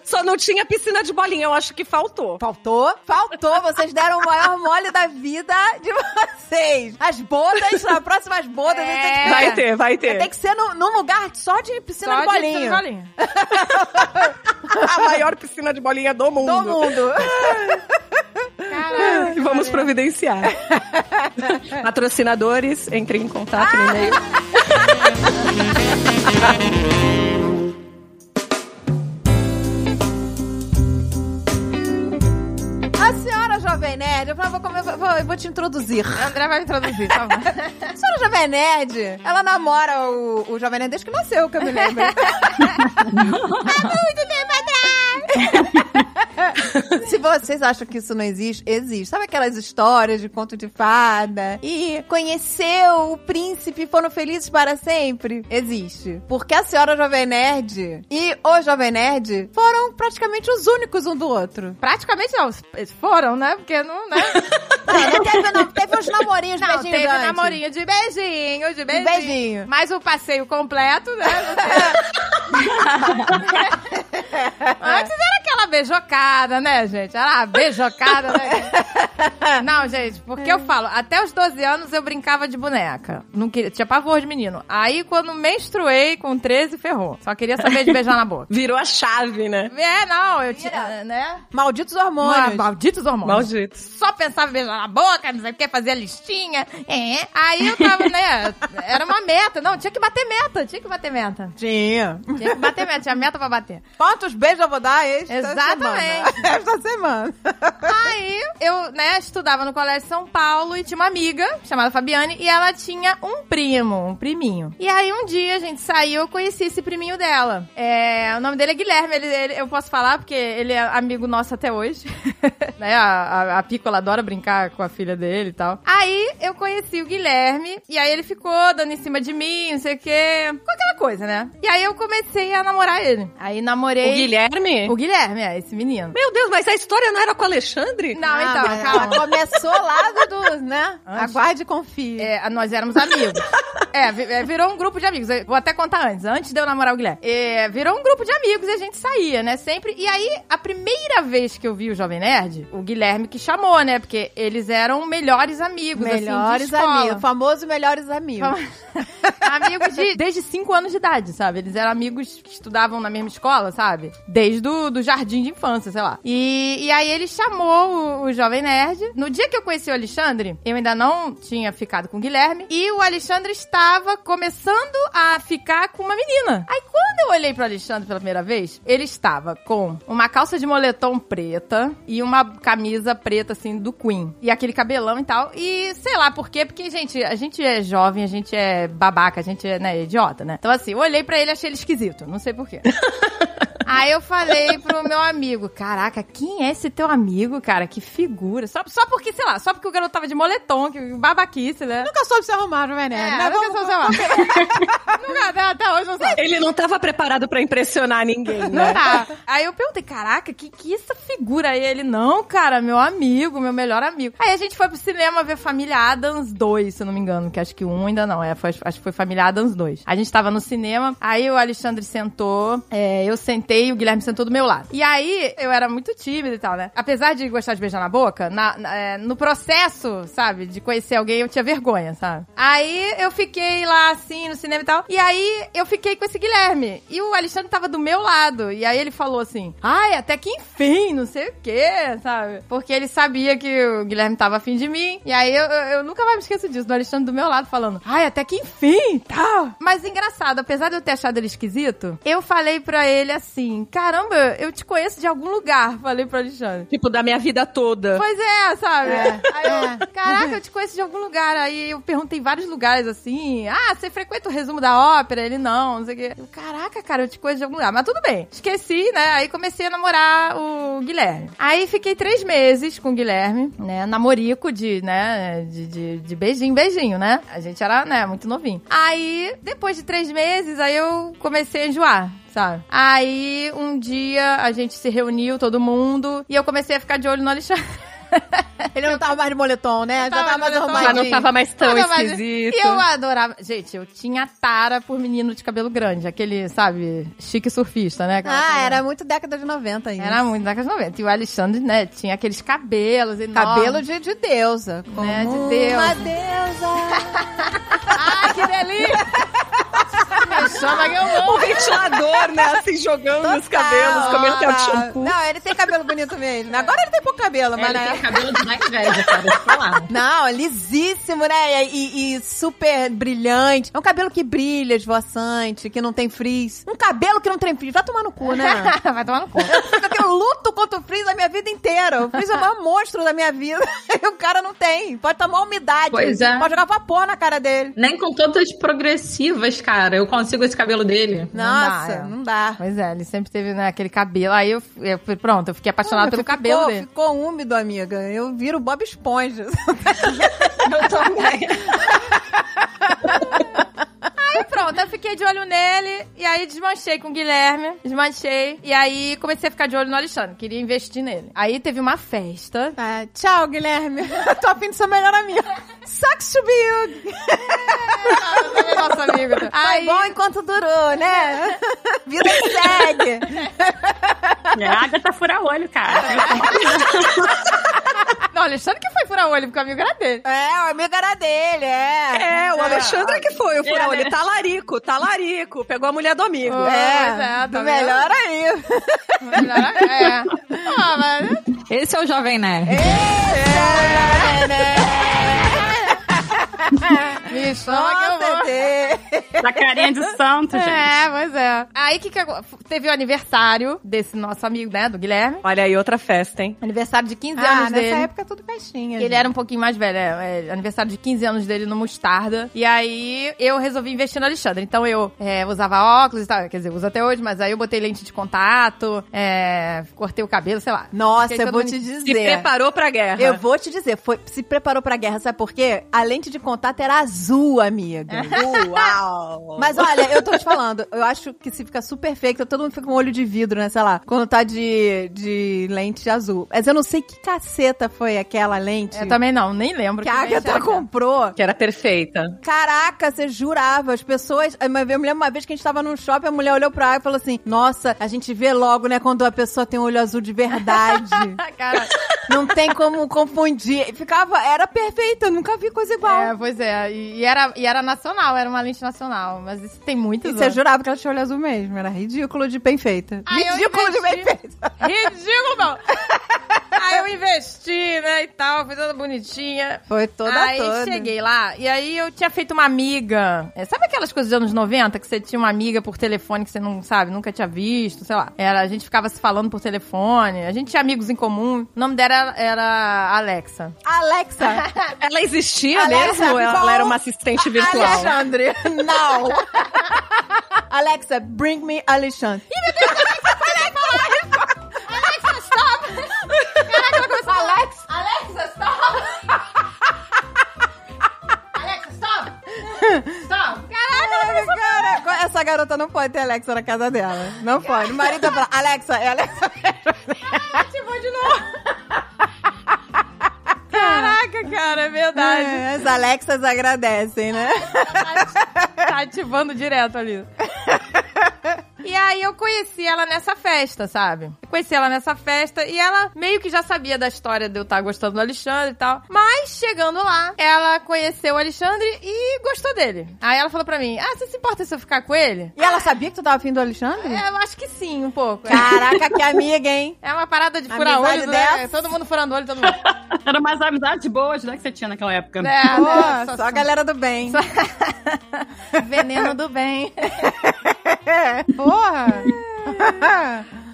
Só não tinha piscina de bolinha, eu acho que faltou.
Faltou? Faltou. Vocês deram o maior mole da vida de vocês. As bodas, na próxima as bodas, a gente tem que
É.
Vai ter, vai ter.
Tem que ser num, num lugar só de piscina
Só
de
de
bolinho.
piscina de bolinha.
A maior piscina de bolinha do mundo.
Todo mundo.
Caraca.
E vamos
olha.
providenciar. Patrocinadores, entrem em contato no e-mail.
A senhora Jovem Nerd Eu falei, ah, vou, comer- vou- vou te introduzir.
A André vai me introduzir, tá bom?
A senhora é Jovem Nerd, ela namora o, o Jovem Nerd desde que nasceu, que eu me lembro. É
Muito tempo atrás!
Se vocês acham que isso não existe, existe. Sabe aquelas histórias de conto de fada? E conheceu o príncipe e foram felizes para sempre? Existe. Porque a senhora é Jovem Nerd e o Jovem Nerd foram praticamente os únicos um do outro.
Praticamente não. Eles foram, né? Porque não, né?
Não, não teve, não. Teve uns namorinhos, um
Não,
beijinhos
teve um
antes.
namorinho de beijinho, de beijinho.
Um beijinho.
Mas o passeio completo, né? não teve. Antes era aquela beijocada, né, gente? Era a beijocada, né? gente? Não, gente, porque
É.
eu falo, até os 12 anos eu brincava de boneca. Não queria, tinha pavor de menino. Aí quando menstruei com 13, ferrou. Só queria saber de beijar na boca.
Virou a chave, né?
É, não, eu tinha, né?
Malditos
Ah,
hormônios.
malditos hormônios.
Maldito.
Só pensava em beijar na boca, não sei o que, fazer a listinha. É. Aí eu tava, né? Era uma meta. Não, tinha que bater meta, tinha que bater meta.
Tinha.
Tinha que bater meta, tinha meta pra bater.
Quantos beijos eu vou dar esta
Exatamente.
semana? Esta semana.
Aí eu, né, estudava no Colégio São Paulo e tinha uma amiga chamada Fabiane e ela tinha um primo, um priminho. E aí um dia a gente saiu, eu conheci esse priminho dela. É, o nome dele é Guilherme, ele, ele- eu posso falar porque ele é amigo nosso até hoje. né, a, a, a Piccola adora brincar com a filha dele e tal. Aí eu conheci o Guilherme e aí ele ficou dando em cima de mim, não sei o quê. Com aquela coisa, né? E aí eu comecei a namorar ele. Aí namorei...
O Guilherme?
O Guilherme, é, esse menino.
Meu Deus, mas a história não era com o Alexandre?
Não, então,
mas
calma.
ela começou lá do, do né?
Antes.
Aguarde e confie.
É, nós éramos amigos. é, vi- é, virou um grupo de amigos. Eu vou até contar antes, antes de eu namorar o Guilherme. É, virou um grupo de amigos e a gente saía, né? Sempre. E aí, a primeira vez que eu vi o Jovem Nerd, o Guilherme que chamou, né? Porque eles eram melhores amigos,
Melhores
assim, de escola.
amigos. Famoso melhores amigos.
amigos de, desde 5 anos de idade, sabe? Eles eram amigos que estudavam na mesma escola, sabe? Desde o do jardim de infância, sei lá. E, e aí ele chamou o, o Jovem Nerd. No dia que eu conheci o Alexandre, eu ainda não tinha ficado com o Guilherme. E o Alexandre estava começando a ficar com uma menina. Aí quando eu olhei pro Alexandre pela primeira vez, ele estava com uma calça de moletom preta e uma camisa preta, assim, do Queen. E aquele cabelão e tal. E sei lá por quê, porque, gente, a gente é jovem, a gente é babaca, a gente é, né, idiota, né? Então, assim, eu olhei pra ele e achei ele esquisito. Não sei por quê. Aí eu falei pro meu amigo, caraca, quem é esse teu amigo, cara? Que figura. Só, só porque, sei lá, só porque o garoto tava de moletom, que babaquice, né?
Nunca soube se arrumar, não é, né?
É,
Mas
nunca
vamos-
soube, sei lá. Nunca, né, até hoje não sabe.
Ele não tava preparado pra impressionar ninguém,
Não
né?
dá. Aí eu perguntei, caraca, que que essa figura aí? Ele, não, cara, meu amigo, meu melhor amigo. Aí a gente foi pro cinema ver Família Adams 2, se eu não me engano, que acho que um ainda não, é, foi- acho que foi Família Adams 2. A gente tava no cinema, aí o Alexandre sentou, é, eu sentei e o Guilherme sentou do meu lado. E aí, eu era muito tímida e tal, né? Apesar de gostar de beijar na boca, na- na- é, no processo, sabe, de conhecer alguém, eu tinha vergonha, sabe? Aí eu fiquei lá assim no cinema e tal. E aí eu fiquei com esse Guilherme. E o Alexandre tava do meu lado. E aí ele falou assim: ai, até que enfim, não sei o quê, sabe? Porque ele sabia que o Guilherme tava afim de mim. E aí eu, eu- eu nunca mais me esqueço disso, do Alexandre do meu lado falando: ai, até que enfim, tal. Mas engraçado, apesar de eu ter achado ele esquisito, eu falei pra ele assim: caramba, eu te conheço de algum lugar. Falei pro Alexandre.
Tipo, da minha vida toda.
Pois é, sabe? Aí eu, caraca, eu te conheço de algum lugar. Aí eu perguntei em vários lugares assim: ah, você frequenta o resumo da ópera? Ele não, não sei o quê. Eu, caraca, cara, eu te conheço de algum lugar. Mas tudo bem, esqueci, né? Aí comecei a namorar o Guilherme. Aí fiquei três meses com o Guilherme, né? Namorico de, né? De, de, de beijinho, beijinho, né? A gente era, né, muito novinho. Aí, depois de três meses, aí eu comecei a enjoar sabe? Aí, um dia, a gente se reuniu, todo mundo, e eu comecei a ficar de olho no Alexandre.
Ele não tava mais de moletom, né? Já
tava
tava mais
de moletom.
Já
arrumadinho.
não tava mais tão
Nada mais-
esquisito.
E assim, eu adorava. Gente, eu tinha tara por menino de cabelo grande, aquele, sabe, chique surfista, né? Aquela
Ah,
coisa.
era muito década de 90 ainda.
Era muito na casa 90. E o Alexandre, né, tinha aqueles cabelos enormes.
cabelo de, de deusa.
Né, de
Como
deusa.
Uma deusa. um
Ai, que delícia! Me chama que eu amo.
ventilador, né? Assim, jogando os cabelos,
um
comercial de shampoo.
Não, ele tem cabelo bonito mesmo. Agora ele tem pouco cabelo, mas né?
Ele
na
tem cabelo de Black Vegas, cara, deixa eu falar.
Não, lisíssimo, né? E, e- e super brilhante. É um cabelo que brilha, esvoaçante, que não tem frizz. Um cabelo que não tem frizz. Vai tomar no cu, né?
Vai tomar no cu.
Eu tenho luto contra o frizz a minha vida inteira. O frizz é o maior monstro da minha vida. E o cara não tem. Pode tomar umidade.
Pois é.
Pode jogar vapor na cara dele.
Nem com todas as progressivas, cara, eu consigo esse cabelo dele.
Nossa,
dá, é.
não dá.
Pois é, ele sempre teve né, aquele cabelo. Aí eu, eu fui- pronto, eu fiquei apaixonada
Não,
pelo
ficou-
cabelo dele.
Ficou úmido, amiga. Eu viro Bob Esponja.
Eu também.
Aí pronto, eu fiquei de olho nele. E aí desmanchei com o Guilherme. Desmanchei. E aí comecei a ficar de olho no Alexandre. Queria investir nele. Aí teve uma festa.
Ah, tchau, Guilherme. Tô afim de ser melhor amiga. Sucks to be you.
É, Nosso amigo. né?
Foi
Aí,
bom enquanto durou, né? Vida que segue.
É, a Agatha fura olho, cara.
não, o Alexandre que foi furar olho, porque o amigo era dele.
É, o amigo era dele, é.
É, o Alexandre que foi, o furão. Ele tá talarico, talarico. Pegou a mulher do amigo.
Ah. pois é, tá
do
vendo?
melhor aí.
Melhor é. Ah, mas...
Esse é o Jovem Nerd.
Me chama que eu vou. Ah,
Da carinha de santo, gente.
É, pois é. Aí que, que agora- teve o aniversário desse nosso amigo, né, do Guilherme.
Olha aí, outra festa, hein?
Aniversário de 15
Ah,
anos
nessa
dele.
época tudo festinha.
Ele era um pouquinho mais velho, é, é, aniversário de 15 anos dele no Mostarda. E aí eu resolvi investir no Alexandre. Então eu é, usava óculos e tal, quer dizer, uso até hoje, mas aí eu botei lente de contato, é, cortei o cabelo, sei lá.
Nossa,
Fiquei
eu vou
todo
te
Se
dizer.
preparou pra guerra.
Eu vou te dizer, foi, se preparou pra guerra, sabe por quê? A lente de contato era azul, amiga.
É.
Uau!
Mas olha, eu tô te falando, eu acho que se fica super feio, todo mundo fica com olho de vidro, né, sei lá, quando tá de, de lente azul. Mas eu não sei que caceta foi aquela lente
Eu também não, nem lembro.
que tá a
lente
Agatha
era.
comprou.
Que era perfeita.
Caraca, você jurava. As pessoas. Eu me lembro uma vez que a gente tava num shopping, a mulher olhou pra água e falou assim: Nossa, a gente vê logo, né, quando a pessoa tem um olho azul de verdade.
Ah, cara.
Não tem como confundir. E Ficava. Era perfeita, eu nunca vi coisa igual.
É, pois é. E, e era, e era nacional, era uma lente nacional. Mas isso tem
E
muitos
você
anos.
jurava que ela tinha olho azul mesmo. Era ridículo de bem feita.
Ai, eu
ridículo de bem
investi.
feita.
Ridículo, não. Aí eu investi, né, e tal, fui toda bonitinha.
Foi toda
aí
toda.
cheguei lá, e aí eu tinha feito uma amiga. É, sabe aquelas coisas dos anos 90 que você tinha uma amiga por telefone que você não sabe, nunca tinha visto, sei lá. Era, a gente ficava se falando por telefone, a gente tinha amigos em comum. O nome dela era, era Alexa.
Alexa.
Ela existia
Alexa,
mesmo?
ficou
Ou Ela era uma assistente virtual.
Alexandre. Não. Alexa, bring me Alexandre.
Alexa, stop! Caraca, ela começou a falar. Alexa, Alexa, stop! Alexa, stop! Stop! Caraca,
Ai, Cara, essa garota não pode ter Alexa na casa dela. Não pode. O marido fala, Alexa, é Alexa.
ela ativou de novo. Caraca, cara, é verdade.
As Alexas agradecem, né?
tá ativando direto ali. E aí eu conheci ela nessa festa, sabe? Eu conheci ela nessa festa e ela meio que já sabia da história de eu estar gostando do Alexandre e tal. Mas chegando lá, ela conheceu o Alexandre e gostou dele. Aí ela falou pra mim: "Ah, você se importa se eu ficar com ele?"
E ela sabia que tu tava afim do Alexandre?
É, eu acho que sim, um pouco.
Caraca, que amiga, hein?
É uma parada de furar
Amizade
olho, né?
dessa.
Todo mundo furando olho, todo mundo.
Era umas amizades boas, né, que você tinha naquela época.
É, né?
Pô,
Só-
só a galera do bem.
Veneno do bem.
Porra!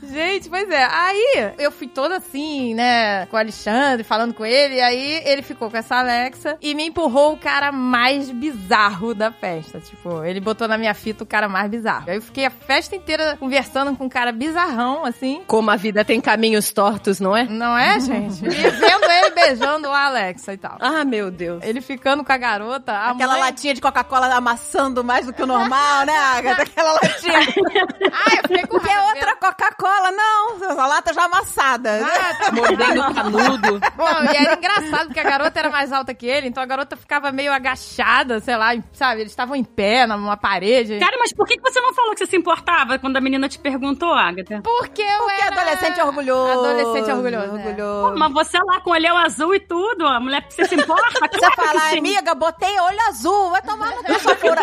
Gente, pois é. Aí eu fui toda assim, né, com o Alexandre, falando com ele. E aí ele ficou com essa Alexa e me empurrou o cara mais bizarro da festa. Tipo, ele botou na minha fita o cara mais bizarro. Aí eu fiquei a festa inteira conversando com um cara bizarrão, assim.
Como a vida tem caminhos tortos, não é?
Não é, gente? E vendo ele beijando a Alexa e tal.
Ah, meu Deus.
Ele ficando com a garota, a
Aquela
mãe...
latinha de Coca-Cola amassando mais do que o normal, né, Agatha? Aquela latinha.
Ah, eu fiquei com
Porque é
raiva.
outra Coca-Cola, não. Essa lata já amassada.
Ah, tá
Mordendo o canudo.
Não, e era engraçado porque a garota era mais alta que ele, então a garota ficava meio agachada, sei lá, sabe? Eles estavam em pé numa parede.
Cara, mas por que que você não falou que você se importava quando a menina te perguntou, Agatha?
Porque eu
Porque
era...
adolescente orgulhoso.
Adolescente orgulhoso. é.
Pô,
orgulhoso.
mas você lá com olhão azul e tudo, a mulher, você se importa?
Você
Claro que
falar,
sim.
amiga, botei olho azul, vai tomar no cu, sua fura.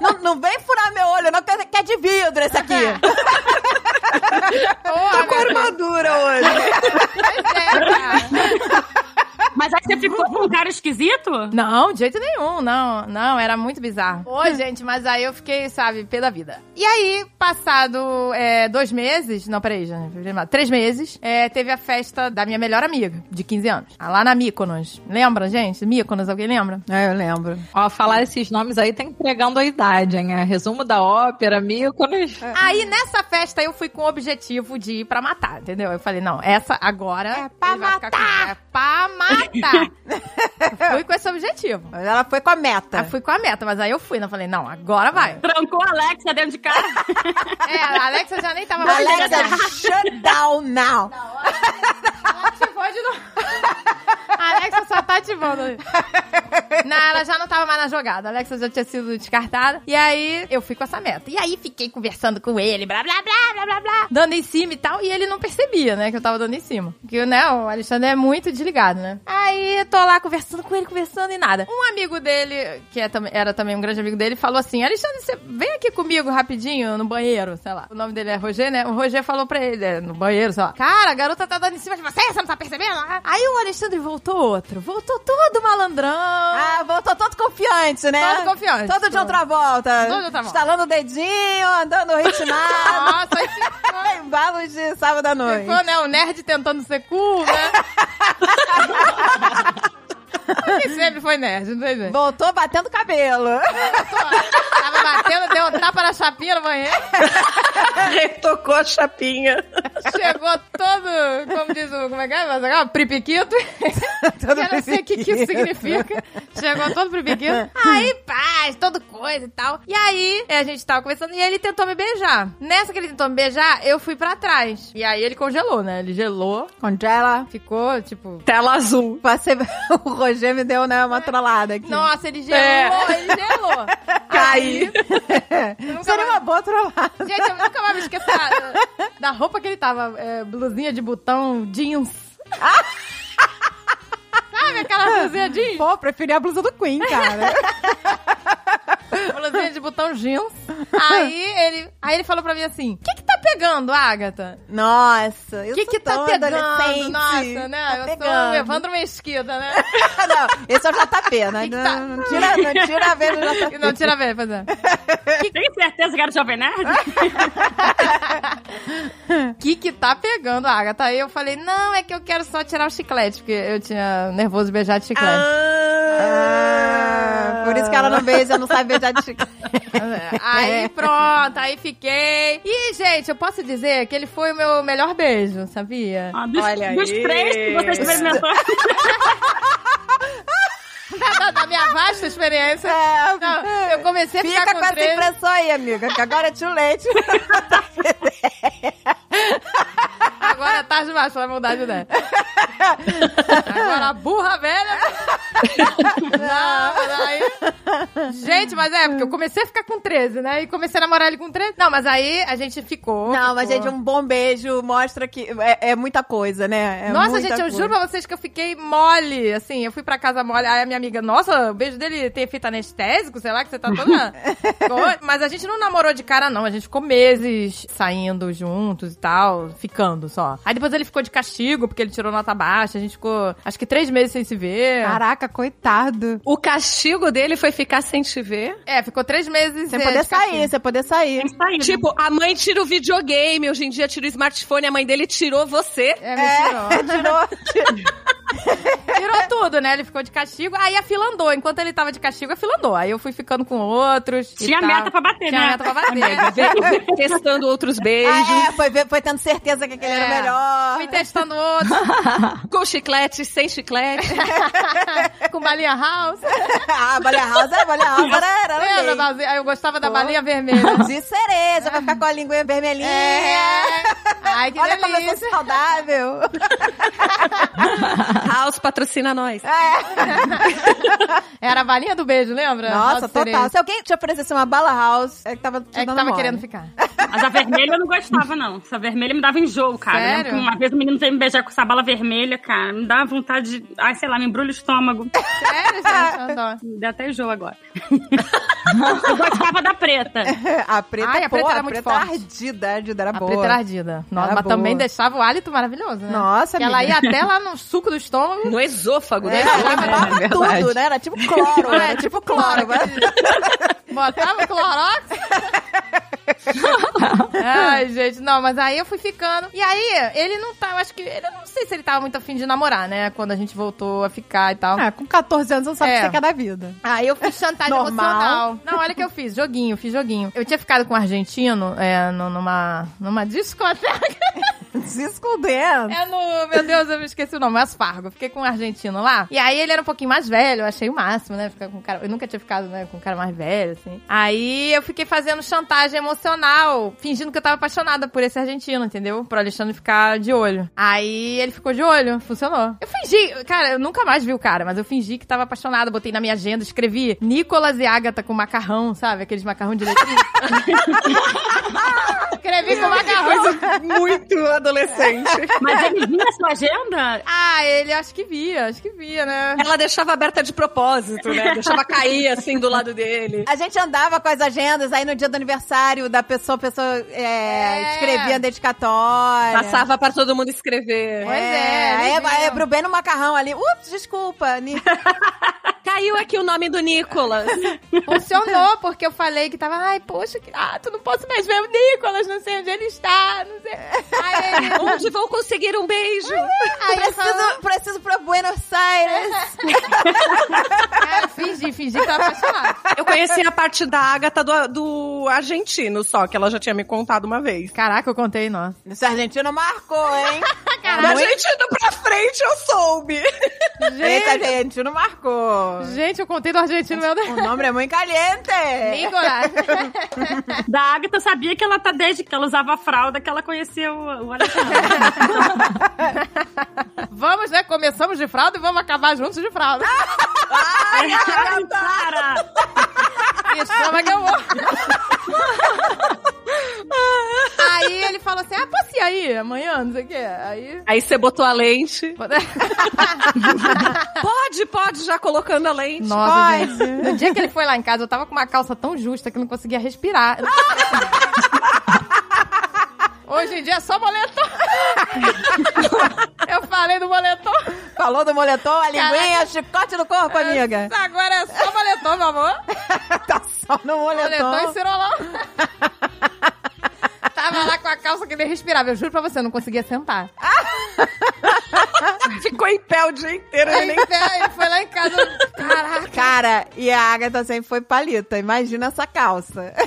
não, não vem furar meu olho, não, que é de vidro.
é,
ela?
um
Não, de jeito nenhum, não, não, era muito bizarro. Ô, gente, mas aí eu fiquei, sabe, pé da vida. E aí, passado é, dois meses, não, peraí, já, três meses, é, teve a festa da minha melhor amiga, de 15 anos, Ah, lá na Mykonos. Lembra, gente? Mykonos, alguém lembra?
É, eu lembro.
Ó, falar esses nomes aí tá entregando a idade, hein? É resumo da ópera, Míconos.
Aí, nessa festa, eu fui com o objetivo de ir pra matar, entendeu? Eu falei, não, essa agora... É
pra
matar! É pra matar! É. Eu fui com esse objetivo.
Mas ela Ah, foi com a meta.
Eu fui com a meta, mas aí eu fui, né? Eu falei, não, agora vai.
Trancou a Alexa dentro de casa.
É, a Alexa já nem tava mais...
Alexa, shut down now.
Ela ativou de novo. A Alexa só tá ativando. Não, ela já não tava mais na jogada. A Alexa já tinha sido descartada. E aí eu fui com essa meta. E aí fiquei conversando com ele, blá blá blá blá blá blá. Dando em cima e tal. E ele não percebia, né? Que eu tava dando em cima. Porque, né, o Alexandre é muito desligado, né? Aí tô lá conversando com ele, conversando e nada. Um amigo dele, que é tam- era também um grande amigo dele, falou assim: Alexandre, você vem aqui comigo rapidinho no banheiro, sei lá. O nome dele é Roger, né? O Roger falou pra ele, é, no banheiro, sei lá. Cara, a garota tá dando em cima de você, você não tá percebendo? Ah. Aí o Alexandre voltou outro. Voltou todo malandrão.
Ah, voltou todo confiante, né?
Todo confiante.
Todo de outra volta.
Todo de outra volta.
Estalando o dedinho, andando ritmado.
Nossa, aí ficou,
Embalos de sábado à noite.
ficou, né? O nerd tentando ser cool, né? Porque sempre foi nerd, não tem jeito.
Voltou batendo cabelo.
Tava batendo, deu um tapa na chapinha no banheiro.
Retocou a chapinha.
Chegou todo, como diz o, como é que é? Mas agora, pripiquito.
Todo
Eu não sei o que, que isso significa. Chegou todo pripiquito. Aí, paz, todo coisa e tal. E aí, é, a gente tava conversando e ele tentou me beijar. Nessa que ele tentou me beijar, eu fui pra trás. E aí ele congelou, né? Ele gelou,
Congela.
ficou, tipo...
Tela azul.
Passei... O Roger me deu né, uma trollada aqui.
Nossa, ele gelou, ele gelou.
Cai.
Eu nunca
Seria
mais-
uma boa trollada.
Gente, eu nunca mais me esqueço da, da roupa que ele tava. é, blusinha de botão, jeans. Sabe aquela blusinha jeans?
Pô, preferi a blusa do Queen, cara.
Blusinha de botão jeans. Aí ele, aí ele falou pra mim assim, o que que tá pegando, Agatha?
Nossa, eu
O que
sou
que tá
tão
pegando?
adolescente.
Nossa, né?
Tá
eu sou
pegando.
o Evandro Mesquita, né?
não, esse é o JP, né?
Que que
não,
tá-
não tira, não tira a vez do JP.
E não tira a ver, pois é.
Tem certeza que era Jovem Nerd?
O que que tá pegando, Agatha? Aí eu falei, não, é que eu quero só tirar o chiclete, porque eu tinha nervoso de beijar de chiclete.
É.
Ah, por isso que ela não beija, não sabe beijar de chique.
É.
É.
Aí pronto, aí fiquei. E, gente, eu posso dizer que ele foi o meu melhor beijo, sabia?
Ah, dos,
Olha
dos
aí.
três que você experimentou.
Da, da- da minha vasta experiência.
É,
Não, eu comecei a
Fica
ficar
com,
com,
essa
três.
impressão aí, amiga, que agora é tio leite.
Agora é tarde demais pra mudar de ideia. Agora a burra velha. Não, mas aí... Gente, mas é, porque eu comecei a ficar com 13, né? E comecei a namorar ele com 13. Não, mas aí a gente ficou.
Não, mas,
ficou.
gente, um bom beijo mostra que é, é muita coisa, né? É
nossa,
muita
gente, eu
coisa.
juro pra vocês que eu fiquei mole. Assim, eu fui pra casa mole. Aí a minha amiga, nossa, o beijo dele tem efeito anestésico, sei lá, que você tá toda. Co- Mas a gente não namorou de cara, não. A gente ficou meses saindo juntos e tal, ficando só. Aí depois ele ficou de castigo, porque ele tirou nota baixa. A gente ficou, acho que três meses sem se ver.
Caraca, coitado.
O castigo dele foi ficar sem te ver.
É, ficou três meses
Sem
é,
poder
de castigo.
sair, sem poder sair.
Tipo, a mãe tira o videogame, hoje em dia tira o smartphone, a mãe dele tirou você.
É, me tirou.
Ah,
tirou tudo, né? Ele ficou de castigo. Aí a fila andou. Enquanto ele tava de castigo, a fila andou. Aí eu fui ficando com outros. e
Tinha
tal.
meta pra bater,
Tinha
né?
meta pra bater.
Testando outros beijos.
Ah, é, foi, ver- foi tendo certeza que aquele
É.
era melhor.
Fui testando outro
Com chiclete, sem chiclete.
com balinha house.
ah, Balea House, a Balea House era, era
Lembra?
bem.
a balinha- Eu gostava da balinha vermelha.
De cereja, vai ficar com a linguinha vermelhinha.
É. Ai, que
Olha como eu
delícia.
sou saudável.
House patrocina nós.
É.
Era a balinha do beijo, lembra?
Nossa,
Nossa,
total.
cereja.
Se alguém te oferecesse uma bala house, é que tava te
É que
dando
tava
mole.
querendo ficar.
Mas a vermelha eu não gostava, não. Essa vermelha me dava enjoo, cara. Eu lembro
Sério?
que Uma vez o menino veio me beijar com essa bala vermelha, cara. Me dava vontade de. Ai, sei lá, me embrulha o estômago.
Sério, gente? eu adoro.
Me Deu até enjoo agora. Eu gostava da preta.
A preta,
Ai, a
pô,
preta era
a
muito
preta era
forte.
ardida, a ardida era
A
boa.
preta era ardida. Nossa,
Era
mas
boa.
também deixava o hálito maravilhoso, né?
Nossa,
Que ela
menina.
ia até lá no suco do estômago.
No esôfago,
É,
né?
ela babava
É verdade.
tudo, né? Era tipo cloro, era tipo cloro. mas-
Botava o Clorox. Ai, gente, não, mas aí eu fui ficando. E aí, ele não tá, eu acho que, ele, eu não sei se ele tava muito afim de namorar, né? Quando a gente voltou a ficar e tal.
Ah, com 14 anos, você não sabe o
É.
que você quer da vida.
Aí eu fiz chantagem
Normal.
emocional. Não, olha o que eu fiz. Joguinho, fiz joguinho. Eu tinha ficado com um argentino é, no- numa, numa discoteca.
Se escondendo.
É no. Meu Deus, eu me esqueci o nome, mas Fargo. Fiquei com um argentino lá. E aí ele era um pouquinho mais velho, eu achei o máximo, né? Ficar com um cara. Eu nunca tinha ficado, né, com um cara mais velho, assim. Aí eu fiquei fazendo chantagem emocional, fingindo que eu tava apaixonada por esse argentino, entendeu? Pro Alexandre ficar de olho. Aí ele ficou de olho, funcionou. Eu fingi, cara, eu nunca mais vi o cara, mas eu fingi que tava apaixonada, botei na minha agenda, escrevi Nicolas e Agatha com macarrão, sabe? Aqueles macarrão de letrinha. escrevi com macarrão.
Muito adolescente.
Mas ele vinha a sua agenda?
Ah, ele acho que via, acho que via, né?
Ela deixava aberta de propósito, né? Deixava cair, assim, do lado dele.
A gente andava com as agendas, aí no dia do aniversário da pessoa, a pessoa é, escrevia a dedicatória.
Passava pra todo mundo escrever.
Pois é,
É, é,
ele
é,
viu.
pro bem no macarrão ali. Ups, desculpa. Ni-
Caiu aqui o nome do Nicolas.
Funcionou, porque eu falei que tava, ai, poxa, que, ah, tu não posso mais ver o Nicolas, não sei onde ele está, não sei. Aí ele,
Onde vão conseguir um beijo?
aí ele falou,
Preciso, preciso pra Buenos Aires.
é, fingi, fingi que tava apaixonada.
Eu conheci a parte da Agatha do, do argentino só, que ela já tinha me contado uma vez.
Caraca, eu contei, nossa.
Esse argentino marcou, hein?
Da argentino pra frente eu soube.
Esse
Gente,
argentino marcou.
gente, eu contei do argentino, meu Deus.
O nome é muito caliente.
Nicolas.
Da Agatha eu sabia que ela tá desde que ela usava a fralda que ela conhecia o, o Alexandre.
Vamos, né? Começamos de fralda e vamos acabar juntos de fralda.
Ai, para!
Isso, chama que eu vou. Aí ele falou assim: ah, posso ir aí amanhã, não sei o quê. Aí.
Aí você botou a lente. Pode, pode, já colocando a lente.
Nossa, gente. No dia que ele foi lá em casa, eu tava com uma calça tão justa que eu não conseguia respirar. Hoje em dia é só moletom. Eu falei do moletom.
Falou do moletom, a linguinha,
Caraca.
chicote no corpo, amiga.
Agora é só moletom, meu amor.
Tá só no moletom.
Moletom e cirolão. Tava lá com a calça que nem respirava. Eu juro pra você, eu não conseguia sentar.
Ficou em pé o dia inteiro.
Aí
Ele nem...
ele foi lá em casa. eu- Caraca.
Cara, e a Agatha sempre foi palita. Imagina essa calça.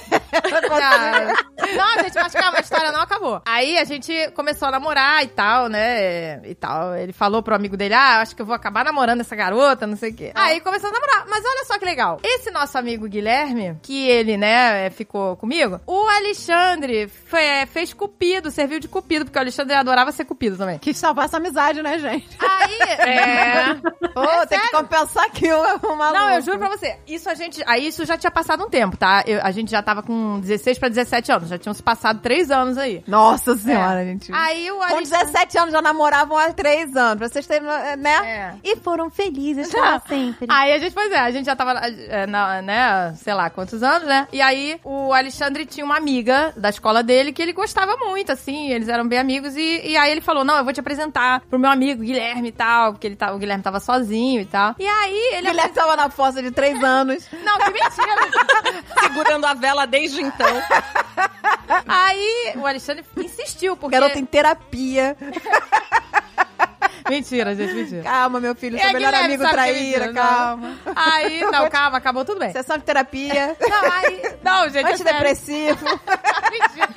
Cara. Não, gente, mas calma, a história não acabou. Aí a gente começou a namorar e tal, né? E tal. Ele falou pro amigo dele: Ah, acho que eu vou acabar namorando essa garota, não sei o quê. Aí começou a namorar. Mas olha só que legal. Esse nosso amigo Guilherme, que ele, né, ficou comigo, o Alexandre fe- fez cupido, serviu de cupido, porque o Alexandre adorava ser cupido também.
Quis salvar essa amizade, né, gente?
Aí. é,
Pô, tem que compensar aqui o, o maluco.
Não, eu juro pra você. Isso a gente. Aí isso já tinha passado um tempo, tá? Eu- a gente já tava com 16 pra 17 anos. Já tinham se passado 3 anos aí.
Nossa senhora,
É.
gente.
Aí o
Com
Alexandre.
17 anos já namoravam há 3 anos, pra vocês terem, né?
É.
E foram felizes pra sempre.
Aí a gente, pois é, a gente já tava, é, na- né, sei lá quantos anos, né? E aí o Alexandre tinha uma amiga da escola dele que ele gostava muito, assim, eles eram bem amigos. E, e aí ele falou: Não, eu vou te apresentar pro meu amigo Guilherme e tal, porque ele tava, o Guilherme tava sozinho e tal. E aí ele.
Ele estava na força de 3 anos.
Não, que mentira!
Segurando a vela desde então.
aí o Alexandre insistiu,
O
porque.
garoto em terapia.
Mentira, gente, mentira.
Calma, meu filho, seu
É,
melhor
Guilherme,
amigo
sabe que é
traíra,
mentira,
calma.
não. Aí, não, calma, acabou tudo bem.
Sessão de terapia.
Não, aí, não, gente, é sério.
Antidepressivo.
Mentira.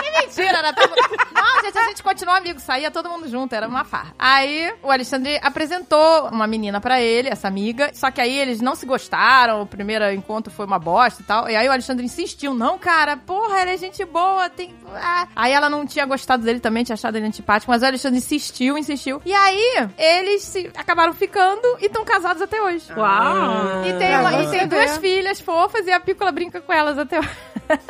Que mentira, era todo... Não, gente, a gente continuou amigo, saía todo mundo junto, era uma farra. Aí o Alexandre apresentou uma menina pra ele, essa amiga, só que aí eles não se gostaram, o primeiro encontro foi uma bosta e tal. E aí o Alexandre insistiu, não, cara, porra, ela é gente boa, tem... ah." Aí ela não tinha gostado dele também, tinha achado ele antipático, mas o Alexandre insistiu, insistiu. E aí eles se... acabaram ficando e estão casados até hoje.
Uau!
Ah.
E tem,
Pra
uma- e
você
tem duas
ver.
filhas fofas e a Pícola brinca com elas até hoje.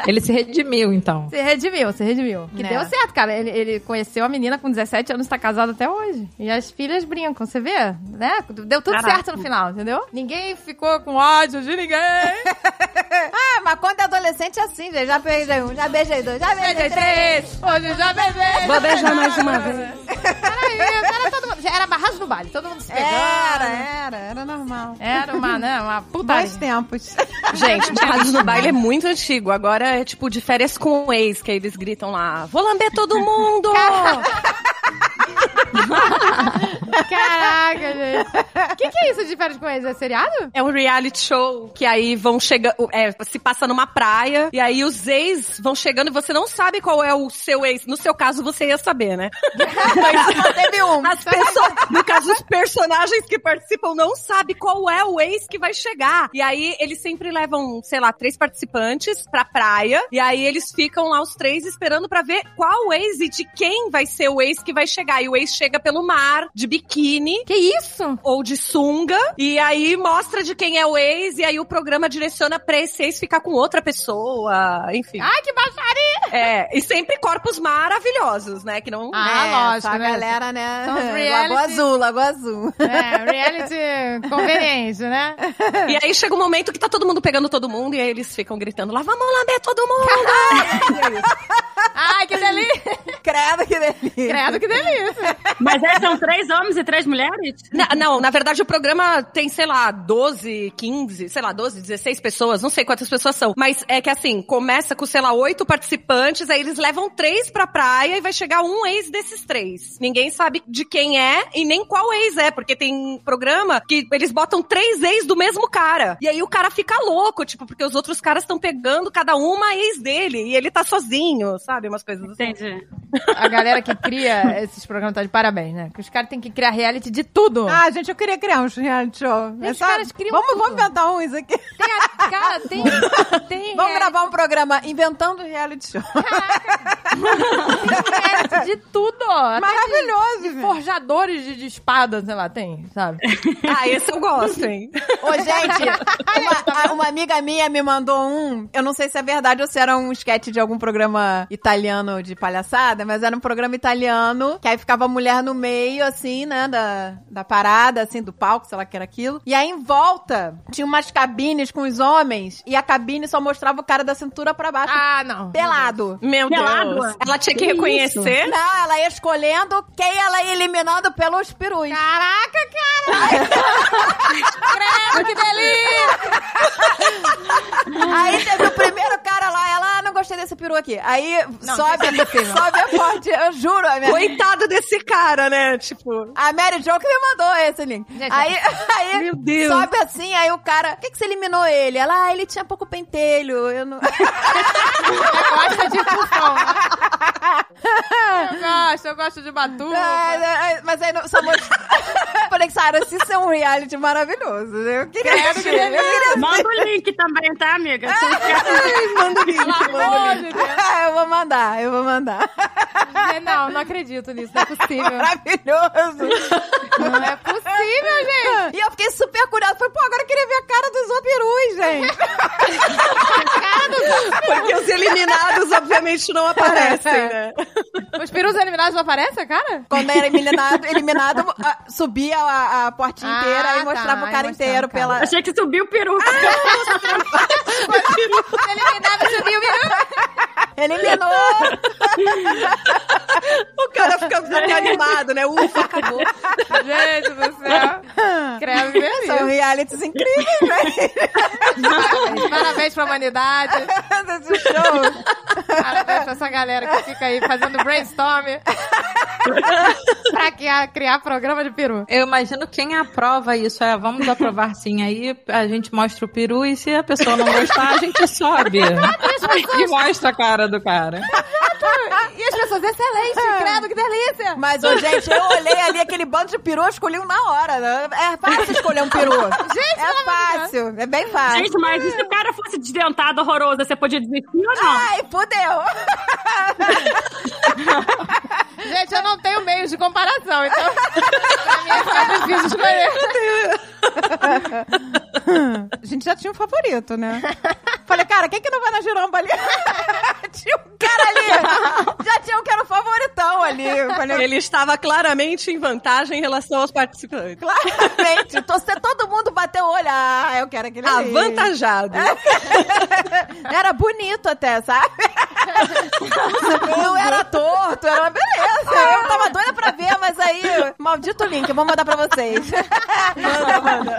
Ele se redimiu, então.
Se redimiu, se redimiu. Que
É.
Né.
deu certo, cara. Ele, ele conheceu a menina com 17 anos, tá casado até hoje. E as filhas brincam, você vê? Né? Deu tudo
Caraca.
certo no final, entendeu? Ninguém ficou com ódio de ninguém.
Ah, mas quando é adolescente é assim, gente. Já beijei um, já beijei dois, já beijei três.
Hoje já beijei.
Vou beijar mais uma vez.
Peraí, era todo mundo. já Era barragem do baile, todo mundo se pegando.
Era,
é.
era, era normal.
Era uma, né? Uma putaria.
Dois tempos.
Gente, Barragem do Baile é muito antigo. Agora é tipo de férias com o ex, que aí eles gritam lá: Vou lamber todo mundo!
Caraca, gente. O que, que é isso de férias com eles? É seriado?
É um reality show que aí vão chegando. É, se passa numa praia e aí os ex vão chegando e você não sabe qual é o seu ex. No seu caso, você ia saber, né?
Só teve um.
As pessoas, no caso, os personagens que participam não sabem qual é o ex que vai chegar. E aí eles sempre levam, sei lá, três participantes pra praia. E aí eles ficam lá os três esperando pra ver qual ex e de quem vai ser o ex que vai chegar. E o ex chega pelo mar, de biquíni,
Que isso?
ou de sunga, e aí mostra de quem é o ex, e aí o programa direciona pra esse ex ficar com outra pessoa, enfim.
Ai, que baixaria!
É, e sempre corpos maravilhosos, né, que não...
Ah, lógico,
essa
né?
É, galera, né?
São os
Lagoa
reality-
Azul, Lagoa Azul.
É, reality conveniente, né?
E aí chega um momento que tá todo mundo pegando todo mundo, e aí eles ficam gritando lá, vamos lamber todo mundo!
Ai, que delícia!
Credo que delícia.
Credo, que delícia!
Mas aí são três homens e três mulheres?
Na- não, na verdade o programa tem, sei lá, 12, 15, sei lá, 12, 16 pessoas, não sei quantas pessoas são. Mas é que assim, começa com, sei lá, oito participantes, aí eles levam três pra praia e vai chegar um ex desses três. Ninguém sabe de quem é e nem qual ex é, porque tem programa que eles botam três ex do mesmo cara. E aí o cara fica louco, tipo, porque os outros caras estão pegando cada uma ex dele e ele tá sozinho, sabe? Umas coisas assim.
Entendi.
A galera que cria esses programas tá de parabéns, né? Que os caras têm que criar reality de tudo.
Ah, gente, eu queria criar uns reality show. É
Gente, os caras criam
vamos,
tudo.
vamos inventar uns aqui.
Tem a- cara, tem. tem é,
Vamos
reality-
gravar um programa inventando reality show.
reality de tudo. até
Maravilhoso,
de
gente.
Forjadores de, de espadas, sei lá, tem, sabe?
Ah, esse eu gosto, hein?
Ô, gente, uma, a- uma amiga minha me mandou um. Eu não sei se é verdade ou se era um sketch de algum programa italiano de palhaçada, mas era um programa italiano que aí ficava a mulher no meio, assim, né, da, da parada, assim, do palco, sei lá que era aquilo. E aí em volta tinha umas cabines com os homens e a cabine só mostrava o cara da cintura pra baixo.
Ah, não.
Pelado.
Meu
Pelado?
Deus. Ela tinha que, reconhecer.
Não, ela ia escolhendo quem ela ia eliminando pelos perus.
Caraca, cara! Credo, que delícia!
Aí teve o primeiro cara lá, ela, ah, não gostei desse peru aqui. Aí sobe, sobe a forte, eu juro. A, minha-
Coitado desse cara, né? Tipo.
a Mary Jo que me mandou esse link.
Gente,
Aí, aí
Meu Deus.
sobe assim, aí o cara, por que, que você eliminou ele? Ela, ah, ele tinha pouco pentelho, eu não...
Gosta de função. Eu gosto, eu gosto de batuta.
Ai, ai, Mas aí não, só mostrou... Falei, Sara, se isso é um reality maravilhoso, né? Eu queria...
Credo, que delícia.
Manda o link também, tá, amiga? Se você quer-
Manda o link,
Pelo
manda o
amor
link.
de Deus.
Eu vou mandar, eu vou mandar.
Não, não acredito nisso, não é possível.
Maravilhoso.
Não é possível, gente.
E eu fiquei super curiosa. Falei, pô, agora eu queria ver a cara dos operus, gente.
Porque os eliminados, obviamente, não aparecem, né?
Os perus eliminados não aparecem, cara?
Quando era eliminado, eliminado ah, subia a, a portinha
Ah,
inteira e
tá.
mostrava
Aí
o cara
mostrava
inteiro
o cara.
pela...
Achei que subiu o peru.
Ah,
Eliminado subiu o
Eliminou!
O cara fica super animado, né? Ufa, acabou.
Gente do céu. Credo, que
São
delícia.
realities incríveis, né?
Parabéns. Parabéns pra humanidade.
Esse show.
Parabéns pra essa galera que fica aí fazendo brainstorm pra criar, criar programa de peru.
Eu imagino quem aprova isso é vamos aprovar sim. Aí a gente mostra o peru e se a pessoa não gostar, a gente sobe. e mostra a cara do cara.
Ah,
E as pessoas, excelente, credo, que delícia.
É. Mas, ô, gente, eu olhei ali aquele bando de peru, eu escolhi um na hora. né? É fácil escolher um peru. Gente, é fácil. É bem fácil.
Gente, mas e se o cara fosse desdentado, horroroso, você podia dizer sim ou não?
Ai, fudeu!
Gente, eu não tenho meios de comparação, então pra mim é só difícil escolher.
a gente já tinha um favorito, né? Falei, cara, quem que não vai na giromba ali? tinha um cara ali! Já tinha um que era o favoritão ali. Eu Falei,
Ele estava claramente em vantagem em relação aos participantes.
claramente, tô, se todo mundo bateu o olho, ah, eu quero aquele ali.
Avantajado.
Era bonito até, sabe? Não era torto, era uma beleza. Eu tava doida pra ver, mas aí, maldito link, eu vou mandar pra vocês.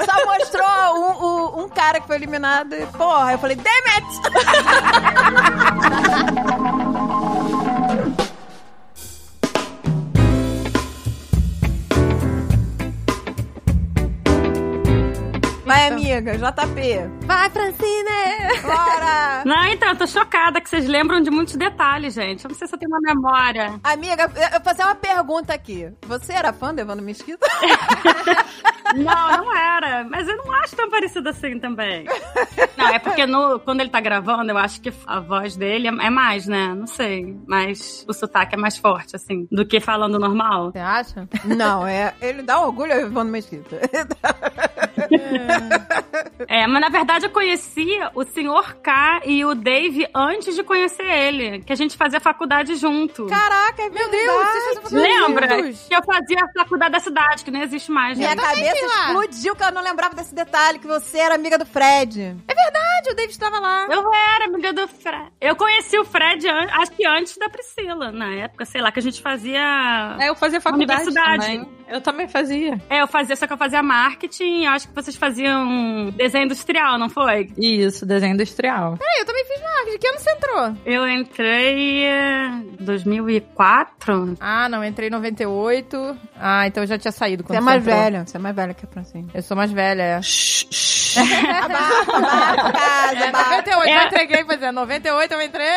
Só mostrou um, um- um cara que foi eliminado e, porra, eu falei, damn it! Vai, amiga, JP.
Vai, Francine!
Bora!
Não, então, eu tô chocada que vocês lembram de muitos detalhes, gente. Eu não sei se eu tenho uma memória.
Amiga, eu vou fazer uma pergunta aqui. Você era fã do Evandro Mesquita?
Não, não era. Mas eu não acho tão parecido assim também. Não, é porque no- quando ele tá gravando, eu acho que a voz dele é, é mais, né? Não sei. Mas o sotaque é mais forte, assim, do que falando normal.
Você acha?
Não, é. Ele dá orgulho ao Evandro Mesquita.
É, mas na verdade eu conhecia o Sr. K e o Dave antes de conhecer ele, que a gente fazia faculdade junto.
Caraca, é Meu Deus,
um
Lembra? Que eu fazia a faculdade da cidade, que não existe mais, né?
Minha
gente.
cabeça
sei lá.
explodiu que eu não lembrava desse detalhe, que você era amiga do Fred.
Onde o David estava lá?
Eu era amiga do Fred. Eu conheci o Fred, an- acho que antes da Priscila, na época, sei lá, que a gente fazia.
É, eu fazia faculdade
Universidade.
também. Eu também fazia.
É, eu fazia, só que eu fazia marketing, eu acho que vocês faziam desenho industrial, não foi?
Isso, desenho industrial.
Peraí, eu também fiz marketing. Que ano você entrou?
Eu entrei eh, em 2004.
Ah, não, eu entrei em 98. Ah, então eu já tinha saído
Você
quando
é mais
entrou.
velha. Você é mais velha que a Francine.
Eu sou mais velha, é.
Abafa, abafa, casa,
É,
abafa.
98 eu
É.
entreguei, pois é, 98 eu entrei.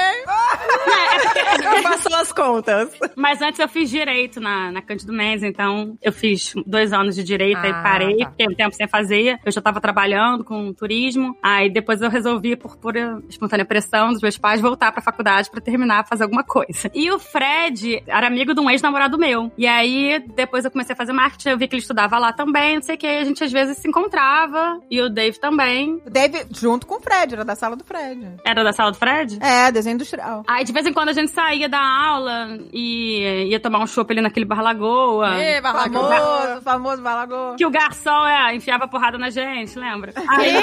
Passou as contas.
Mas antes eu fiz direito na, na Cândido Mendes, então eu fiz dois anos de direito, aí
Ah,
parei,
tá.
fiquei um tempo sem fazer. Eu já tava trabalhando com turismo, aí depois eu resolvi, por pura espontânea pressão dos meus pais, voltar pra faculdade pra terminar, fazer alguma coisa. E o Fred era amigo de um ex-namorado meu. E aí depois eu comecei a fazer marketing, eu vi que ele estudava lá também, não sei o que, a gente às vezes se encontrava, e o Dave também.
O Dave, junto com o Fred, era da sala do Fred.
Era da sala do Fred?
É, desenho industrial.
Aí, de vez em quando, a gente saía da aula e ia tomar um chopp ali naquele Bar Lagoa.
Ê, barragão.
Famoso, famoso Balagô.
Que o garçom é, enfiava porrada na gente, lembra? Aí,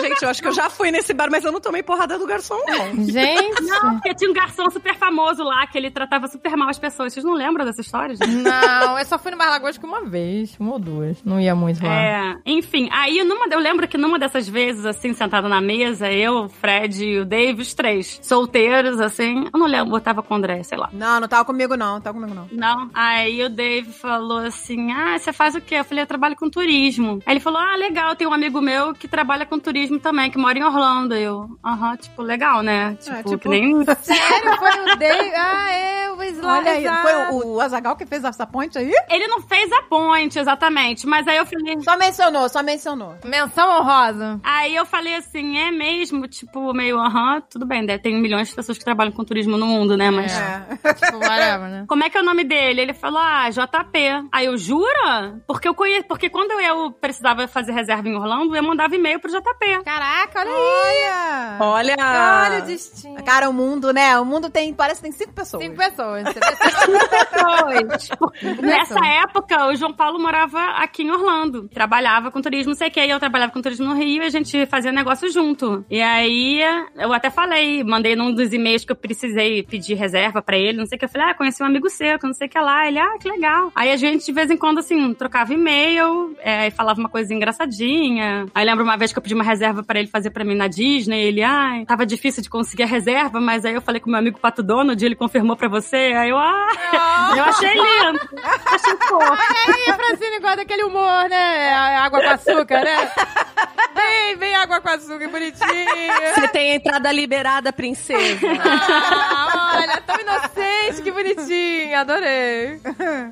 Gente, eu acho que eu já fui nesse bar, mas eu não tomei porrada do garçom, não.
Gente,
não, porque tinha um garçom super famoso lá, que ele tratava super mal as pessoas. Vocês não lembram dessa história, gente?
não, eu só fui no Barlagos que uma vez, uma ou duas. Não ia muito lá.
É, enfim, aí numa, eu lembro que numa dessas vezes, assim, sentado na mesa, eu, o Fred e o Dave, os três, solteiros, assim, eu não lembro, eu tava com o André, sei lá.
Não, não tava comigo, não. Tava comigo, não.
Não. Aí o Dave falou assim: Ah, você faz o quê? Eu falei: Eu trabalho com turismo. Aí ele falou: Ah, legal, tem um amigo meu que trabalha com turismo também, que mora em Orlando. Aí Eu, aham, tipo, legal, né? Tipo,
tipo-
que nem.
Sério, foi o Dave. Ah, é, o Slava.
Olha aí, foi o, o Azagal que fez essa ponte aí?
Ele não fez a ponte, exatamente, mas aí eu falei.
Só mencionou, só mencionou.
Menção honrosa.
Aí eu falei assim, é mesmo? Tipo, meio, aham, tudo bem, né? tem milhões de pessoas que trabalham com turismo no mundo, né? Mas.
É.
Tipo, whatever, né?
Como é que é o nome dele? Ele falou, ah, JP. Aí eu, jura? Porque eu conheço, porque quando eu precisava fazer reserva em Orlando, eu mandava e-mail pro JP.
Caraca, olha aí.
Olha!
Olha!
Olha o destino.
Cara, o mundo, né? O mundo tem. Parece que tem cinco pessoas.
Cinco pessoas. Você vê-
Nessa época, o João Paulo morava aqui em Orlando. Trabalhava com turismo, não sei o que. Eu trabalhava com turismo no Rio e a gente fazia negócio junto. E aí, eu até falei, mandei num dos e-mails que eu precisei pedir reserva pra ele, não sei o que. Eu falei, ah, conheci um amigo seu, que não sei o que lá. Ele, ah, que legal. Aí a gente, de vez em quando, assim, trocava e-mail é, e falava uma coisa engraçadinha. Aí lembro uma vez que eu pedi uma reserva pra ele fazer pra mim na Disney. Ele, ah, tava difícil de conseguir a reserva, mas aí eu falei com meu amigo Pato Donald, ele confirmou pra você. Aí eu, ah, eu achei lindo. Achei fofo.
Olha aí, Francine gosta daquele humor, né? É Água com açúcar, né? Bem, bem água com açúcar, bonitinho.
Você tem a entrada liberada, princesa.
Ah, olha, tão inocente, que bonitinho. Adorei.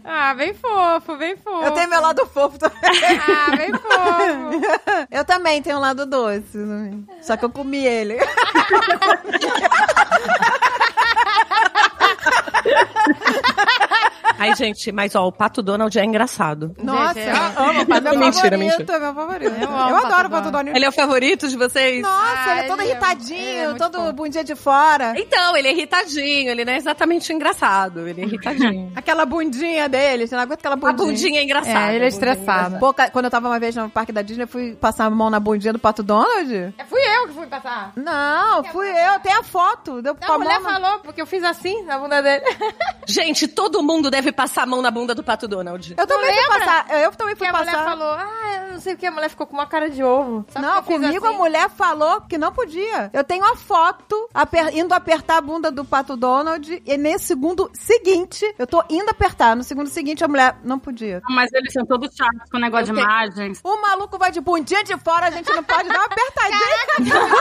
Ah, bem fofo, bem fofo.
Eu tenho meu lado fofo também.
Ah, bem fofo.
Eu também tenho um lado doce. né? Só que eu comi ele.
Ai, gente, mas ó, o Pato Donald é engraçado.
Nossa,
Gente, é-
eu amo o Pato
Mentira,
Donald.
mentira.
favorito, é meu favorito. Eu,
Eu amo o Pato
adoro o Pato
Donald.
Donald.
Ele é o favorito de vocês?
Nossa,
Ah,
ele é todo
ele é- ele é
irritadinho,
muito
todo
fofo.
bundinha de fora.
Então, ele é irritadinho, ele não é exatamente engraçado, ele é irritadinho.
Aquela bundinha dele, você não aguenta aquela
A
bundinha.
bundinha é engraçada.
É, ele é
a bundinha
estressado.
engraçada.
Pouca- quando eu tava uma vez no parque da Disney, eu fui passar a mão na bundinha do Pato Donald.
É, Fui eu que fui passar.
Não, fui eu, tem a foto. Deu
Não,
com
a
a
mulher
mão na-
falou, porque eu fiz assim na bunda dele.
Gente, todo mundo deve passar a mão na bunda do Pato Donald.
Eu também fui
lembra?
passar. Eu também
Porque
fui
a mulher
passar.
falou, ah, eu não sei o que, a mulher ficou com uma cara de ovo. Só
Não,
porque eu fiz
comigo
assim.
a mulher falou que não podia. Eu tenho a foto aper- indo apertar a bunda do Pato Donald e nesse segundo seguinte, eu tô indo apertar. No segundo seguinte, a mulher não podia.
Mas eles são todos chatos com o negócio de imagens.
O maluco vai de bundinha de fora, a gente não pode dar uma apertadinha.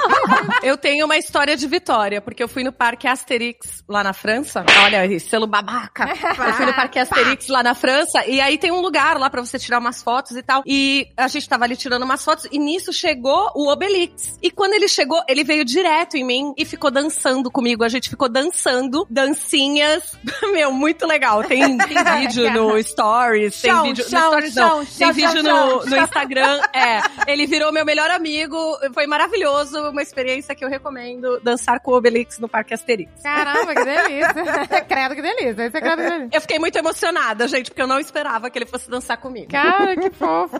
Eu tenho uma história de vitória, porque eu fui no Parque Asterix lá na França. Olha aí, selo babaca. Eu fui no Parque Asterix lá na França e aí tem um lugar lá pra você tirar umas fotos e tal. E a gente tava ali tirando umas fotos e nisso chegou o Obelix. E quando ele chegou, ele veio direto em mim e ficou dançando comigo. A gente ficou dançando, dancinhas. Meu, muito legal. Tem, tem vídeo no Stories, tem
Chão,
vídeo no
chão,
Stories não.
chão, chão,
Tem vídeo
chão,
no
chão.
no Instagram. É, ele virou meu melhor amigo. Foi maravilhoso. Uma experiência que eu recomendo. Dançar com o Obelix no Parque Asterix.
Caramba, que delícia. Credo que delícia. Esse é credo que delícia.
Eu fiquei muito emocionada, gente, porque eu não esperava que ele fosse dançar comigo.
Cara, que fofo.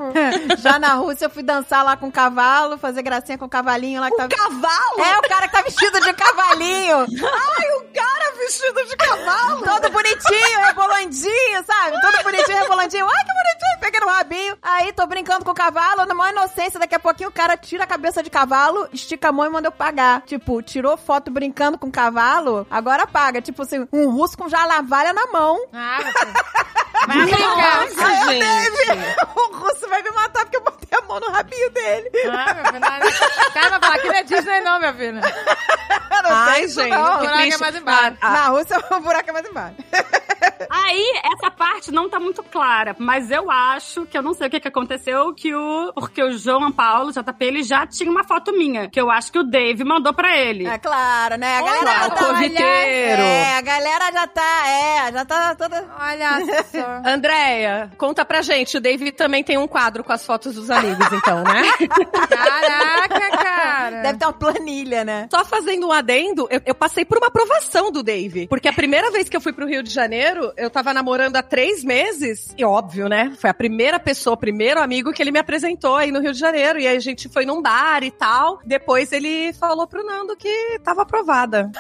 Já na Rússia, eu fui dançar lá com o cavalo, fazer gracinha com o cavalinho lá que tava.
Um Cavalo?
É, o cara que tá vestido de cavalinho.
Ai, o cara vestido de cavalo!
Todo bonitinho, rebolandinho, sabe? Todo bonitinho, rebolandinho. Ai, que bonitinho! Peguei no rabinho. Aí tô brincando com o cavalo, na maior inocência. Daqui a pouquinho o cara tira a cabeça de cavalo, estica a mão e manda eu pagar. Tipo, tirou foto brincando com o cavalo, agora paga. Tipo assim, um russo com jalavalha na mão.
Ah, Vai brincar.
Nossa, gente!
o russo vai me matar porque eu botei a mão no rabinho dele.
Ah, meu filho, não, cara, vai falar que não é Disney não, meu filho.
Eu não sei
Ai,
isso
gente,
que
não.
que
buraco é
triste.
mais embaixo.
Ah,
Na Rússia, o buraco é mais embaixo.
Aí, essa parte não tá muito clara, mas eu acho que eu não sei o que, que aconteceu, que o. Porque o João Paulo, JP, ele já tinha uma foto minha, que eu acho que o Dave mandou pra ele.
É claro, né? A galera
Olha,
já tá...
coviteiro.
É, a galera já tá... É, já tá toda...
Olha só.
ah. Andréia, conta pra gente. O David também tem um quadro com as fotos dos amigos, então, né?
Caraca, cara.
Deve ter uma planilha, né?
Só fazendo um adendo, eu, eu passei por uma aprovação do Dave. Porque a primeira vez que eu fui pro Rio de Janeiro, eu tava namorando há três meses. E óbvio, né? Foi a primeira pessoa, o primeiro amigo que ele me apresentou aí no Rio de Janeiro. E aí a gente foi num bar e tal. Depois ele falou pro Nando que tava aprovada.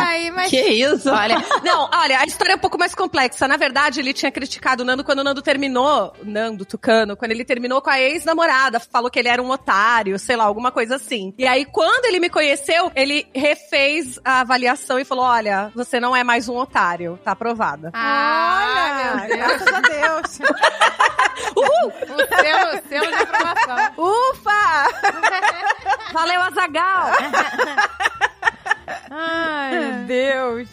Aí, mas
Que isso? Olha, não, olha, a história é um pouco mais complexa. Na verdade, ele tinha criticado o Nando quando o Nando terminou, Nando Tucano, quando ele terminou com a ex-namorada, falou que ele era um otário, sei lá, alguma coisa assim. E aí, quando ele me conheceu, ele refez a avaliação e falou: olha, você não é mais um otário, tá aprovada.
Ah,
Olha,
meu Deus.
graças a Deus.
O selo, o selo de aprovação.
Ufa!
Valeu, Azagal!
Ai, meu Deus.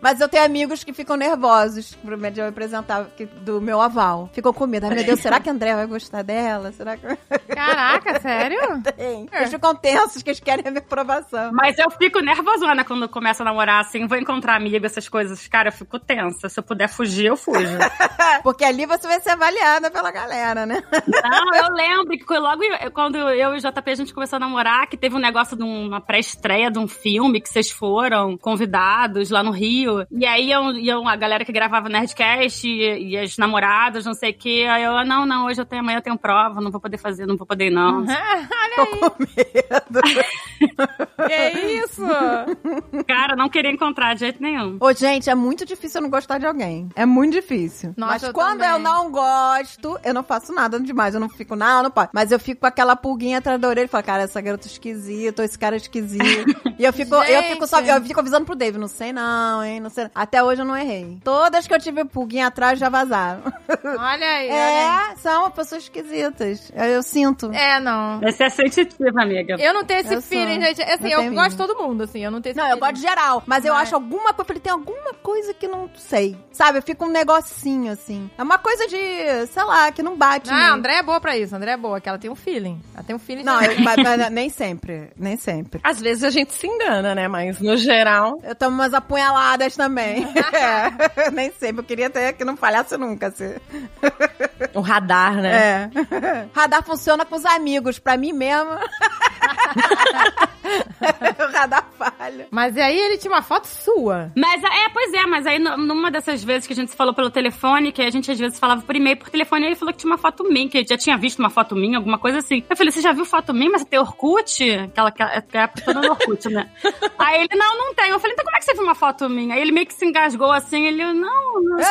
Mas eu tenho amigos que ficam nervosos pro me- de eu apresentar que- do meu aval. Ficam com medo. Ai, meu Deus, será que a André vai gostar dela? Será que...
Caraca, sério?
Tem. Eles ficam tensos que eles querem a minha aprovação.
Mas eu fico nervosona quando começo a namorar, assim, vou encontrar amigo, essas coisas. Cara, eu fico tensa. Se eu puder fugir, eu fujo.
Porque ali você vai ser avaliada pela galera, né?
Não, eu lembro que logo eu- quando eu e o JP a gente começou a namorar, que teve um negócio de uma pré-estreia de um filme que vocês foram convidados lá no Rio. E aí iam, iam a galera que gravava Nerdcast e, e as namoradas, não sei o quê. Aí eu, não, não, hoje eu tenho, amanhã eu tenho prova, não vou poder fazer, não vou poder ir, não.
Que isso?
Cara, não queria encontrar de jeito nenhum.
Ô, gente, é muito difícil eu não gostar de alguém. É muito difícil.
Nossa,
Mas
eu
quando
também.
eu não gosto, eu não faço nada demais. Eu não fico, não, não pode. Mas eu fico com aquela pulguinha atrás da orelha e falo, cara, essa garota é esquisita, ou esse cara é esquisito. e eu fico, eu fico só,
Gente.
eu fico avisando pro David, não sei não, hein, não sei. não. Até hoje eu não errei. Todas que eu tive pulguinha atrás já vazaram.
Olha aí. olha aí.
é, são pessoas esquisitas. Eu, eu sinto.
É, não.
Você é sensitiva, amiga.
Eu não tenho esse
Eu sou.
feeling, gente. Assim, eu,
Eu tenho
gosto de
feeling.
todo mundo, assim. Eu não tenho esse
Não, eu
feeling.
gosto de geral. tal. Mas eu
Mas-
acho alguma coisa. Falei, tem alguma coisa que não sei. Sabe? Fica um negocinho assim. É uma coisa de, sei lá, que não bate. em
Ah, a
mim.
André é boa pra isso. A André é boa, que ela tem um feeling. Ela tem um feeling
Não,
de...
eu- mas- mas nem sempre. Nem sempre.
Às vezes a gente se engana, né? Mas no geral.
Eu tomo umas apunhaladas também. É, nem sempre. Eu queria até que não falhasse nunca, assim.
O radar, né?
É. Radar funciona com os amigos, pra mim mesmo. o radar falha.
Mas e aí ele tinha uma foto sua.
Mas é, pois é, mas aí nu- numa dessas vezes que a gente se falou pelo telefone, que a gente às vezes falava por e-mail por telefone, ele falou que tinha uma foto minha, que ele já tinha visto uma foto minha, alguma coisa assim. Eu falei, você já viu foto minha, mas você tem Orkut? Aquela que que é toda no Orkut, né? aí ele, não, não tem. Eu falei, então como é que você viu uma foto minha? Aí ele meio que se engasgou assim, ele, não, não.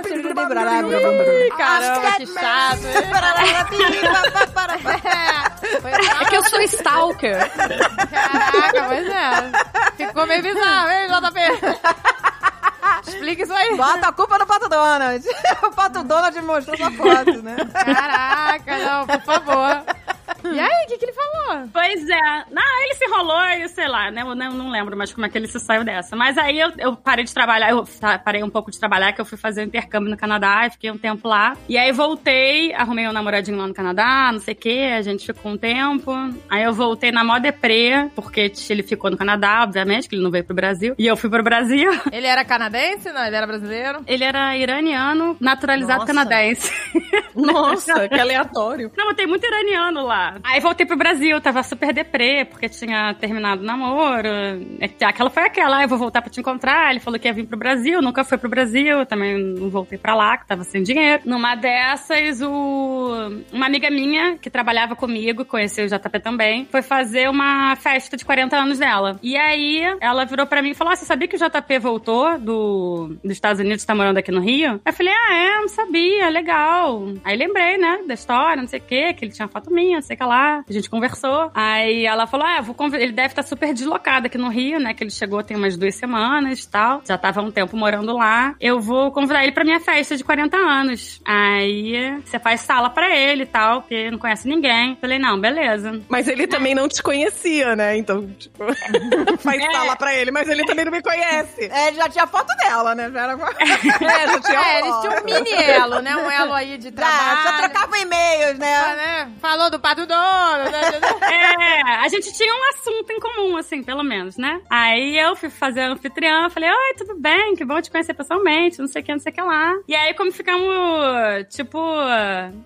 Ih, caramba, que chato. É, foi mal.
É que eu sou stalker.
Caraca, pois é. Ficou meio bizarro, hein, JP? Explica isso aí.
Bota a culpa no Pato Donald. O Pato Donald mostrou sua foto, né?
Caraca, não, por favor. E aí, o que, que ele falou?
Pois é. Não, ele se enrolou e sei lá, né? Eu não, não lembro mais como é que ele se saiu dessa. Mas aí eu, eu parei de trabalhar, eu tá- parei um pouco de trabalhar, que eu fui fazer um intercâmbio no Canadá, e fiquei um tempo lá. E aí voltei, arrumei um namoradinho lá no Canadá, não sei o quê, a gente ficou um tempo. Aí eu voltei na mó deprê, porque ele ficou no Canadá, obviamente, que ele não veio pro Brasil. E eu fui pro Brasil.
Ele era canadense? Não, ele era brasileiro?
Ele era iraniano, naturalizado
Nossa.
canadense.
Nossa, que aleatório.
Não, mas tem muito iraniano lá. Aí voltei pro Brasil, tava super deprê, porque tinha terminado o namoro. É que Aquela foi aquela, ah, eu vou voltar pra te encontrar. Ele falou que ia vir pro Brasil, nunca foi pro Brasil, também não voltei pra lá, que tava sem dinheiro. Numa dessas, o... uma amiga minha, que trabalhava comigo, conheceu o JP também, foi fazer uma festa de 40 anos dela. E aí, ela virou pra mim e falou, ah, você sabia que o JP voltou do... dos Estados Unidos, tá morando aqui no Rio? Aí eu falei, ah, é, não sabia, legal. Aí lembrei, né, da história, não sei o quê, que ele tinha uma foto minha, não sei o que lá. A gente conversou. Aí ela falou: Ah, vou conv- ele deve estar super deslocado aqui no Rio, né? Que ele chegou tem umas duas semanas e tal. Já tava há um tempo morando lá. Eu vou convidar ele pra minha festa de 40 anos. Aí você faz sala pra ele e tal, porque não conhece ninguém. Falei, não, beleza.
Mas ele também não te conhecia, né? Então, tipo, faz
É.
sala pra ele, mas ele também não me conhece.
É, já tinha foto dela, né? Já era uma...
É, já
tipo
tinha
É, eles
foto.
tinham um mini elo, né? Um elo aí de trabalho.
Já, já trocavam
Ah,
e-mails, né?
né? Falou do pato dono, né?
É, a gente tinha um assunto em comum, assim, pelo menos, né? Aí eu fui fazer a anfitriã, falei, oi, tudo bem? Que bom te conhecer pessoalmente, não sei o que, não sei o que lá. E aí, como ficamos, tipo,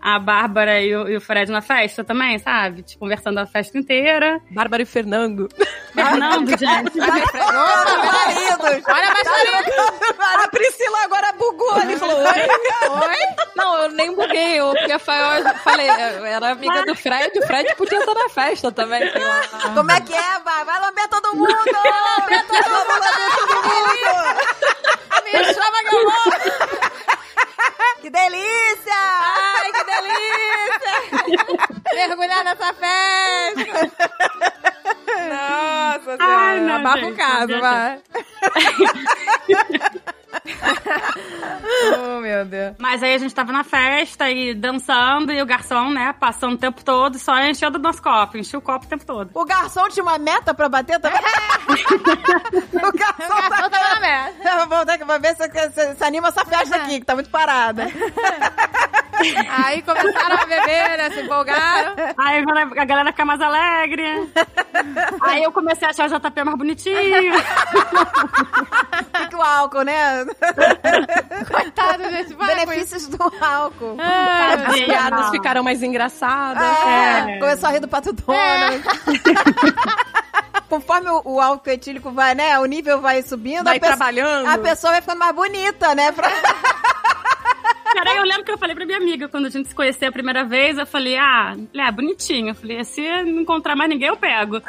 a Bárbara e o, e o Fred na festa também, sabe? Tipo, conversando a festa inteira.
Bárbara e Fernando.
Fernando, gente.
Opa, maridos.
Olha a baixaria.
A Priscila agora bugou ali, falou, oi?
Não, eu nem buguei. Eu, porque eu fa- eu falei, eu era amiga do Fred. O Fred podia estar na festa também. sei lá.
Como é que é, vai? Vai lamber todo mundo! Lamber todo mundo! Lamber todo mundo!
Me chama que eu vou.
Que delícia!
Ai, que delícia. Mergulhar nessa festa. Nossa
Ai,
senhora.
não,
Abafa
gente,
o caso,
não,
vai. oh, meu Deus.
Mas aí a gente tava na festa e dançando, e o garçom, né, passando o tempo todo, só enchendo o nosso copo, enchia o copo o tempo todo.
O garçom tinha uma meta pra bater também? o
O
garçom
garçom
tá...
tava na merda.
Vou, ter que- vou ver se, se- se anima essa festa aqui, que tá muito parada.
Aí começaram a beber, né? Se empolgaram.
Aí a galera fica mais alegre. Aí eu comecei a achar o JP mais bonitinho.
Fica o álcool, né?
Coitado, gente. Para com isso.
Benefícios do álcool.
Ah,
As
Sim,
piadas
não.
ficaram mais engraçadas.
É,
É.
Começou a rir do pato
É.
Donald. Conforme o, o álcool etílico vai, né? O nível vai subindo,
Vai
a, pessoa,
trabalhando.
a pessoa vai ficando mais bonita, né? Pra-
Cara, eu lembro que eu falei pra minha amiga quando a gente se conheceu a primeira vez, eu falei, ah, é bonitinho. Eu falei, se não encontrar mais ninguém, eu pego.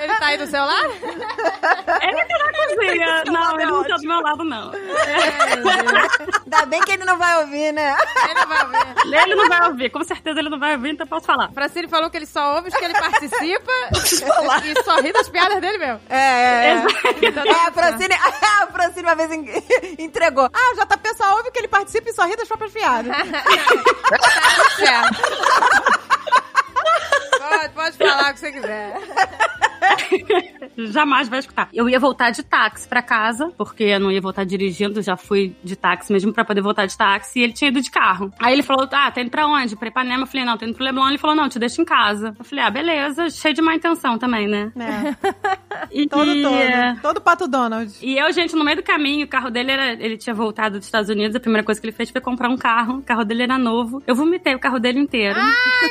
Ele tá aí do seu lado?
Ele que não cozinha. Não, ele não tá do meu lado, não.
Ainda bem que ele não vai ouvir, né?
Ele não vai ver.
Ele não vai ouvir, com certeza ele não vai ouvir, então eu posso falar.
Francine falou que ele só ouve os que ele participa e só ri das piadas dele mesmo.
É, é, é.
Então,
É, a Francine, a Francine uma vez en- entregou. Ah, o JP só ouve que ele participa e só ri das próprias piadas.
tá tudo certo. Pô, Pode, pode falar o que você quiser.
Jamais vai escutar. Eu ia voltar de táxi pra casa, porque eu não ia voltar dirigindo, já fui de táxi mesmo pra poder voltar de táxi, e ele tinha ido de carro. Aí ele falou: Ah, tá indo pra onde? Pra Ipanema? Eu falei: Não, tô indo pro Leblon. Ele falou: Não, te deixo em casa. Eu falei: Ah, beleza, cheio de má intenção também, né? E,
Todo,
é,
todo. Todo pato Donald.
E eu, gente, no meio do caminho, o carro dele era. Ele tinha voltado dos Estados Unidos, a primeira coisa que ele fez foi comprar um carro. O carro dele era novo. Eu vomitei o carro dele inteiro.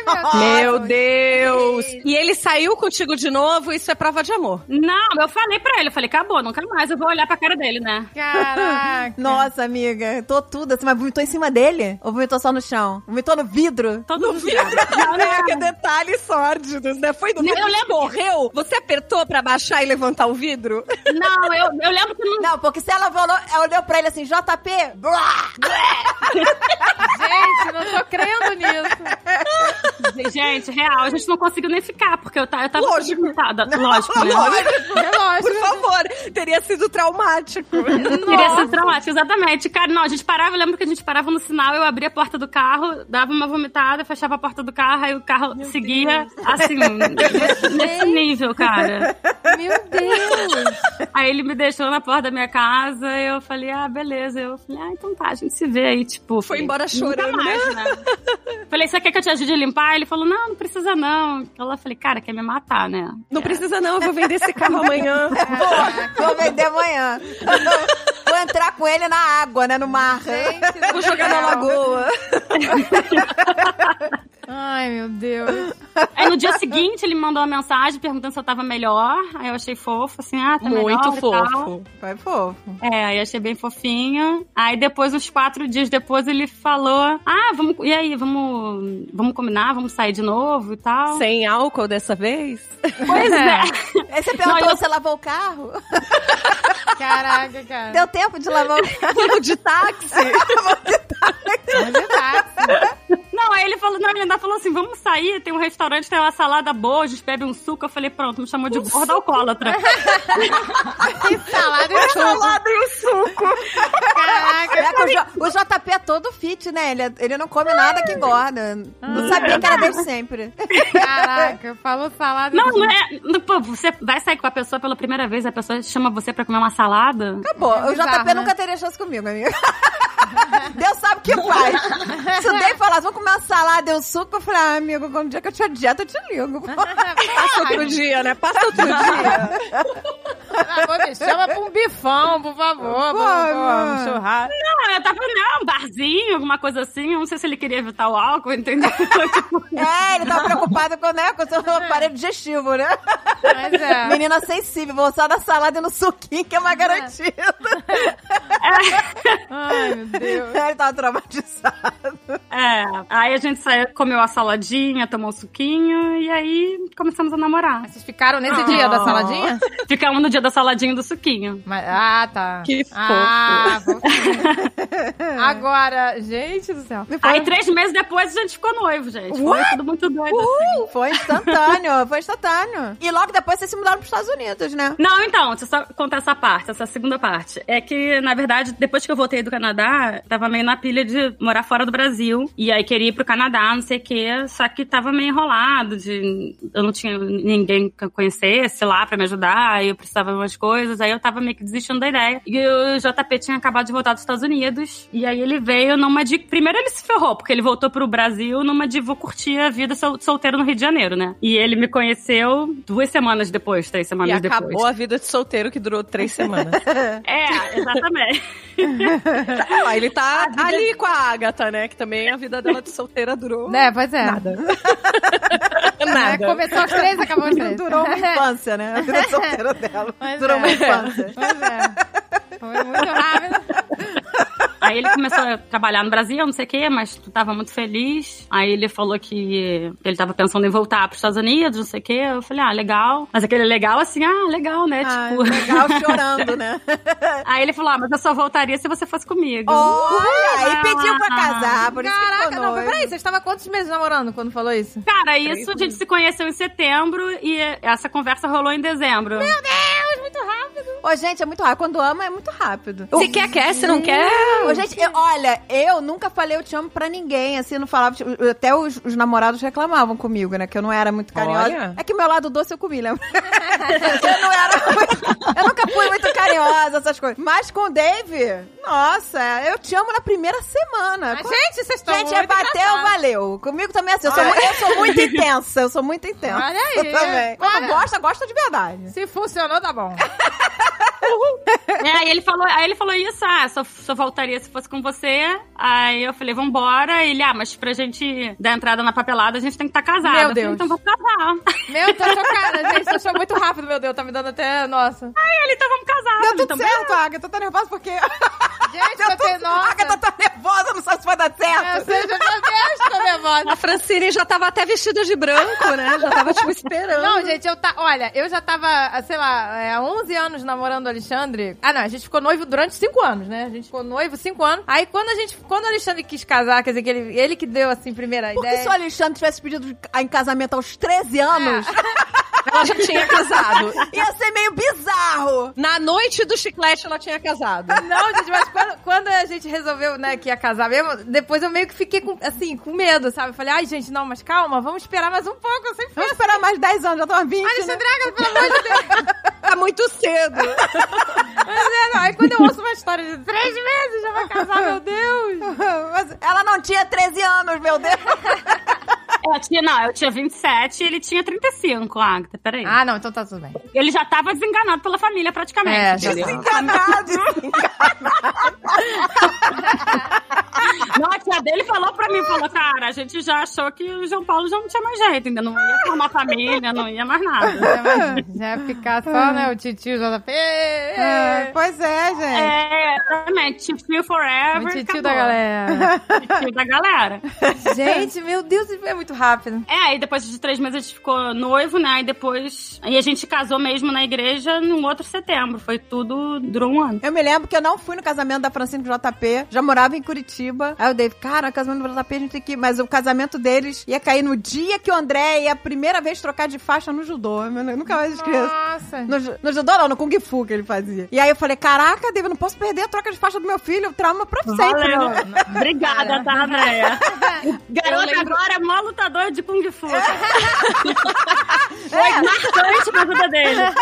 Ah!
Meu Deus! E ele saiu contigo de novo, isso é prova de amor.
Não, eu falei pra ele, eu falei, acabou, nunca mais eu vou olhar pra cara dele, né?
Caraca.
Nossa, amiga, tô tudo assim, mas vomitou em cima dele? Ou vomitou só no chão? Vomitou no vidro?
Todo mundo. Não,
Caraca, detalhes sórdidos, né? Foi do
Não, eu
lembro. Correu? Você apertou pra baixar e levantar o vidro?
Não, eu, eu lembro que não.
Não, porque se ela falou, ela olhou pra ele assim, JP, blá!
Gente, não tô crendo nisso.
Gente, real, a gente não conseguiu nem ficar, porque eu, ta- eu tava
Lógico.
irritada. Lógico, né?
Por
Relógio.
favor, teria sido traumático.
Teria sido traumático, exatamente. Cara, não, a gente parava, eu lembro que a gente parava no sinal, eu abria a porta do carro, dava uma vomitada, fechava a porta do carro, aí o carro seguia, assim, nesse- nesse nível, cara.
Meu Deus.
Aí ele me deixou na porta da minha casa, eu falei, ah, beleza. Eu falei, ah, então tá, a gente se vê aí, tipo.
Foi
falei,
embora chorando,
Nunca mais, né? falei, você quer que eu te ajude a limpar? Ele falou, não, não precisa não. Ela falei, cara, quer me matar, né?
Não precisa não, eu vou vender esse carro amanhã.
Vou vender amanhã. Vou entrar com ele na água, né? No mar.
Gente do
Vou jogar na
céu.
lagoa.
Ai, meu Deus.
Aí no dia seguinte ele me mandou uma mensagem perguntando se eu tava melhor. Aí eu achei fofo, assim, ah, tá melhor.
Muito
e tal.
fofo.
Foi fofo.
É, aí achei bem fofinho. Aí depois, uns quatro dias depois, ele falou: Ah, vamos. E aí, vamos, vamos combinar, vamos sair de novo e tal.
Sem álcool dessa vez?
Pois é.
Aí você perguntou
Não, eu-
se lavou o carro?
Caraca, cara.
Deu tempo de lavar o carro?
Vamos de táxi?
Onde tá?
Não, aí ele falou, não, ele ainda falou assim: vamos sair, tem um restaurante, tem uma salada boa, a gente bebe um suco. Eu falei, pronto, me chamou
Um
de gorda alcoólatra.
Que salada e tudo.
Salada e o suco.
Caraca.
É que o, J- o JP é todo fit, né? Ele, ele não come nada que engorda.
Ah,
Não sabia que era desde sempre.
Caraca. Falou salada e
Não,
tudo.
não é. não, Pô, você vai sair com a pessoa pela primeira vez, a pessoa chama você pra comer uma salada.
Acabou.
É
o
bizarro,
JP
né?
nunca teria chance comigo, amigo. Deus sabe o que faz. Se o Dave falasse, vamos comer uma salada e um suco, eu falei, ah, amigo, quando dia que eu tiver dieta, eu te ligo.
Passa outro dia, né? Passa outro dia.
Ah, vou me chama pra um bifão, por favor. Pô, um
Ah.
mano.
churrasco.
Não, eu tava, não, um barzinho, alguma coisa assim. Eu não sei se ele queria evitar o álcool, entendeu? Tipo,
É, ele tava preocupado com, né, com o seu aparelho digestivo, né?
Mas é.
Menina sensível, vou só na salada e no suquinho, que é
Ah,
uma garantia.
Ai, meu Deus.
ele tava traumatizado.
é. Aí a gente saiu, comeu a saladinha, tomou um suquinho e aí começamos a namorar.
Vocês ficaram nesse dia da saladinha?
Ficamos no dia da saladinha e do suquinho.
Ah. Mas- ah, tá.
Que
Ah, fofinho. Agora, gente do céu.
Aí três meses depois a gente ficou noivo, gente. Foi tudo muito doido. assim.
Foi instantâneo, foi instantâneo. E logo depois vocês se mudaram pros Estados Unidos, né?
Não, então, deixa eu só contar essa parte, essa segunda parte. É que, na verdade, depois que eu voltei do Canadá, tava meio na pilha de morar fora do Brasil. E aí queria ir pro Canadá, não sei o quê. Só que tava meio enrolado de. Eu não tinha ninguém que eu conhecesse lá pra me ajudar, e eu precisava de umas coisas. Aí eu tava meio que desistindo da ideia. E o JP tinha acabado de voltar dos Estados Unidos. E aí ele veio numa de. Primeiro ele se ferrou, porque ele voltou pro Brasil numa de vou curtir a vida sol- solteiro no Rio de Janeiro, né? E ele me conheceu duas semanas depois, três
E
semanas depois.
acabou a vida de solteiro que durou três semanas.
É, exatamente.
Ah, ele tá ali com a Agatha, né? Que também a vida dela de solteira durou
Né, pois é. É,
nada.
começou aos três, acabou aos três.
Durou uma infância, né? A vida solteira dela.
é. Pois
Durou
é.
uma infância.
Pois é. Foi muito rápido.
Aí ele começou a trabalhar no Brasil, não sei o quê, mas tu tava muito feliz. Aí ele falou que ele tava pensando em voltar pros Estados Unidos, não sei o quê. Eu falei, ah, legal. Mas aquele legal, assim, ah, legal, né?
Ah,
tipo.
legal chorando, né?
Aí ele falou, ah, mas eu só voltaria se você fosse comigo. Ah.
Olha, e pediu pra casar, por isso que
Caraca,
ficou
não,
noivo.
peraí, você estava quantos meses namorando quando falou isso?
Cara, isso a gente se conheceu em setembro e essa conversa rolou em dezembro. Meu Deus, muito rápido!
Ô, gente, é muito rápido. Quando ama, é muito rápido.
Se quer, quer. Se não quer...
Ô, gente, eu- olha, eu nunca falei eu te amo pra ninguém, assim, eu não falava. tipo, até os, os namorados reclamavam comigo, né? Que eu não era muito carinhosa.
Olha.
É que meu lado doce eu comi, lembra? eu não era muito, Eu nunca fui muito carinhosa, essas coisas. Mas com o Dave, nossa, eu te amo na primeira semana.
Mas,
Com-
Ah, gente, vocês estão
Gente, é bateu, valeu. Comigo também é assim. Eu sou, mu- eu sou muito intensa. Eu sou muito intensa.
Olha aí,
Eu também. Quando
olha.
gosta, gosta de verdade.
Se funcionou, tá bom.
É, aí ele falou, aí ele falou isso, ah, só, só voltaria se fosse com você. Aí eu falei, vambora. Ele, ah, mas pra gente dar entrada na papelada, a gente tem que estar casado.
Meu
Eu
Deus.
Falei, então vamos casar.
Meu, tô chocada, gente. Você achou muito rápido, meu Deus. Tá me dando até. Nossa.
Aí ele, então vamos casar.
Deu tudo
então,
certo, Agatha. Tá nervosa porque...
Gente, eu tenho.
A Agatha
Nossa. É,
tá nervosa, não sabe se vai dar
Eu
certo.
sei, meu Deus, tô nervosa.
A Francine já tava até vestida de branco, né? Já tava, tipo, esperando.
Não, gente, eu tá. Olha, eu já tava, ah, sei lá, é, há 11 anos namorando o Alexandre. Ah, não, a gente ficou noivo durante 5 anos, né? A gente ficou noivo 5 anos. Aí quando a gente. Quando o Alexandre quis casar, quer dizer, que ele, ele que deu, assim, primeira
Porque
ideia. É.
se o Alexandre tivesse pedido em casamento aos 13 anos,
Ela já tinha casado.
ia ser meio bizarro.
Na noite do chiclete, ela tinha casado.
Não, gente, mas quando, quando a gente resolveu, né, que ia casar mesmo, depois eu meio que fiquei com, assim, com medo, sabe? Eu Falei, ai, gente, não, mas calma, vamos esperar mais um pouco, eu sempre fui
Vamos esperar mais 10 anos, já tô há 20. né?
Alexandre Agatha, pelo amor de Deus.
Tá muito cedo.
Mas é, não, Aí quando eu ouço uma história de três meses, já vai casar, meu Deus.
Mas ela não tinha 13 anos, meu Deus.
Eu tinha, não, eu tinha 27 e ele tinha 35, Agatha, peraí.
Ah, não, então tá tudo bem.
Ele já tava desenganado pela família, praticamente.
É, já
entendeu?
Enganado.
Não, a tia dele falou pra mim, falou, cara, a gente já achou que o João Paulo já não tinha mais jeito, ainda não ia formar família, não ia mais nada.
Já Então, vai- já ia ficar só, né, o titio, o JP. Ah,
É, pois é, gente.
É, exatamente, tio
O
forever,
titio
acabou.
da galera.
Tio da galera.
Gente, meu Deus, é muito rápido.
É, aí depois de três meses a gente ficou noivo, né, e depois... Aí a gente casou mesmo na igreja no outro setembro, foi tudo, durou um ano.
Eu me lembro que eu não fui no casamento da Francine com o JP, já morava em Curitiba. Aí o Dave, cara, o casamento do JP a gente tem que ir. Mas o casamento deles ia cair no dia que o André ia a primeira vez trocar de faixa no judô. Eu nunca mais
Ah.
esqueço.
Nossa.
No, ju- no judô não, no Kung Fu que ele fazia. E aí eu falei, caraca, Dave, eu não posso perder a troca de faixa do meu filho, trauma pra sempre.
Valeu. Obrigada, tá, Andréia? Garota agora é mó lutador de Kung Fu. Foi marcante pra vida dele.
É.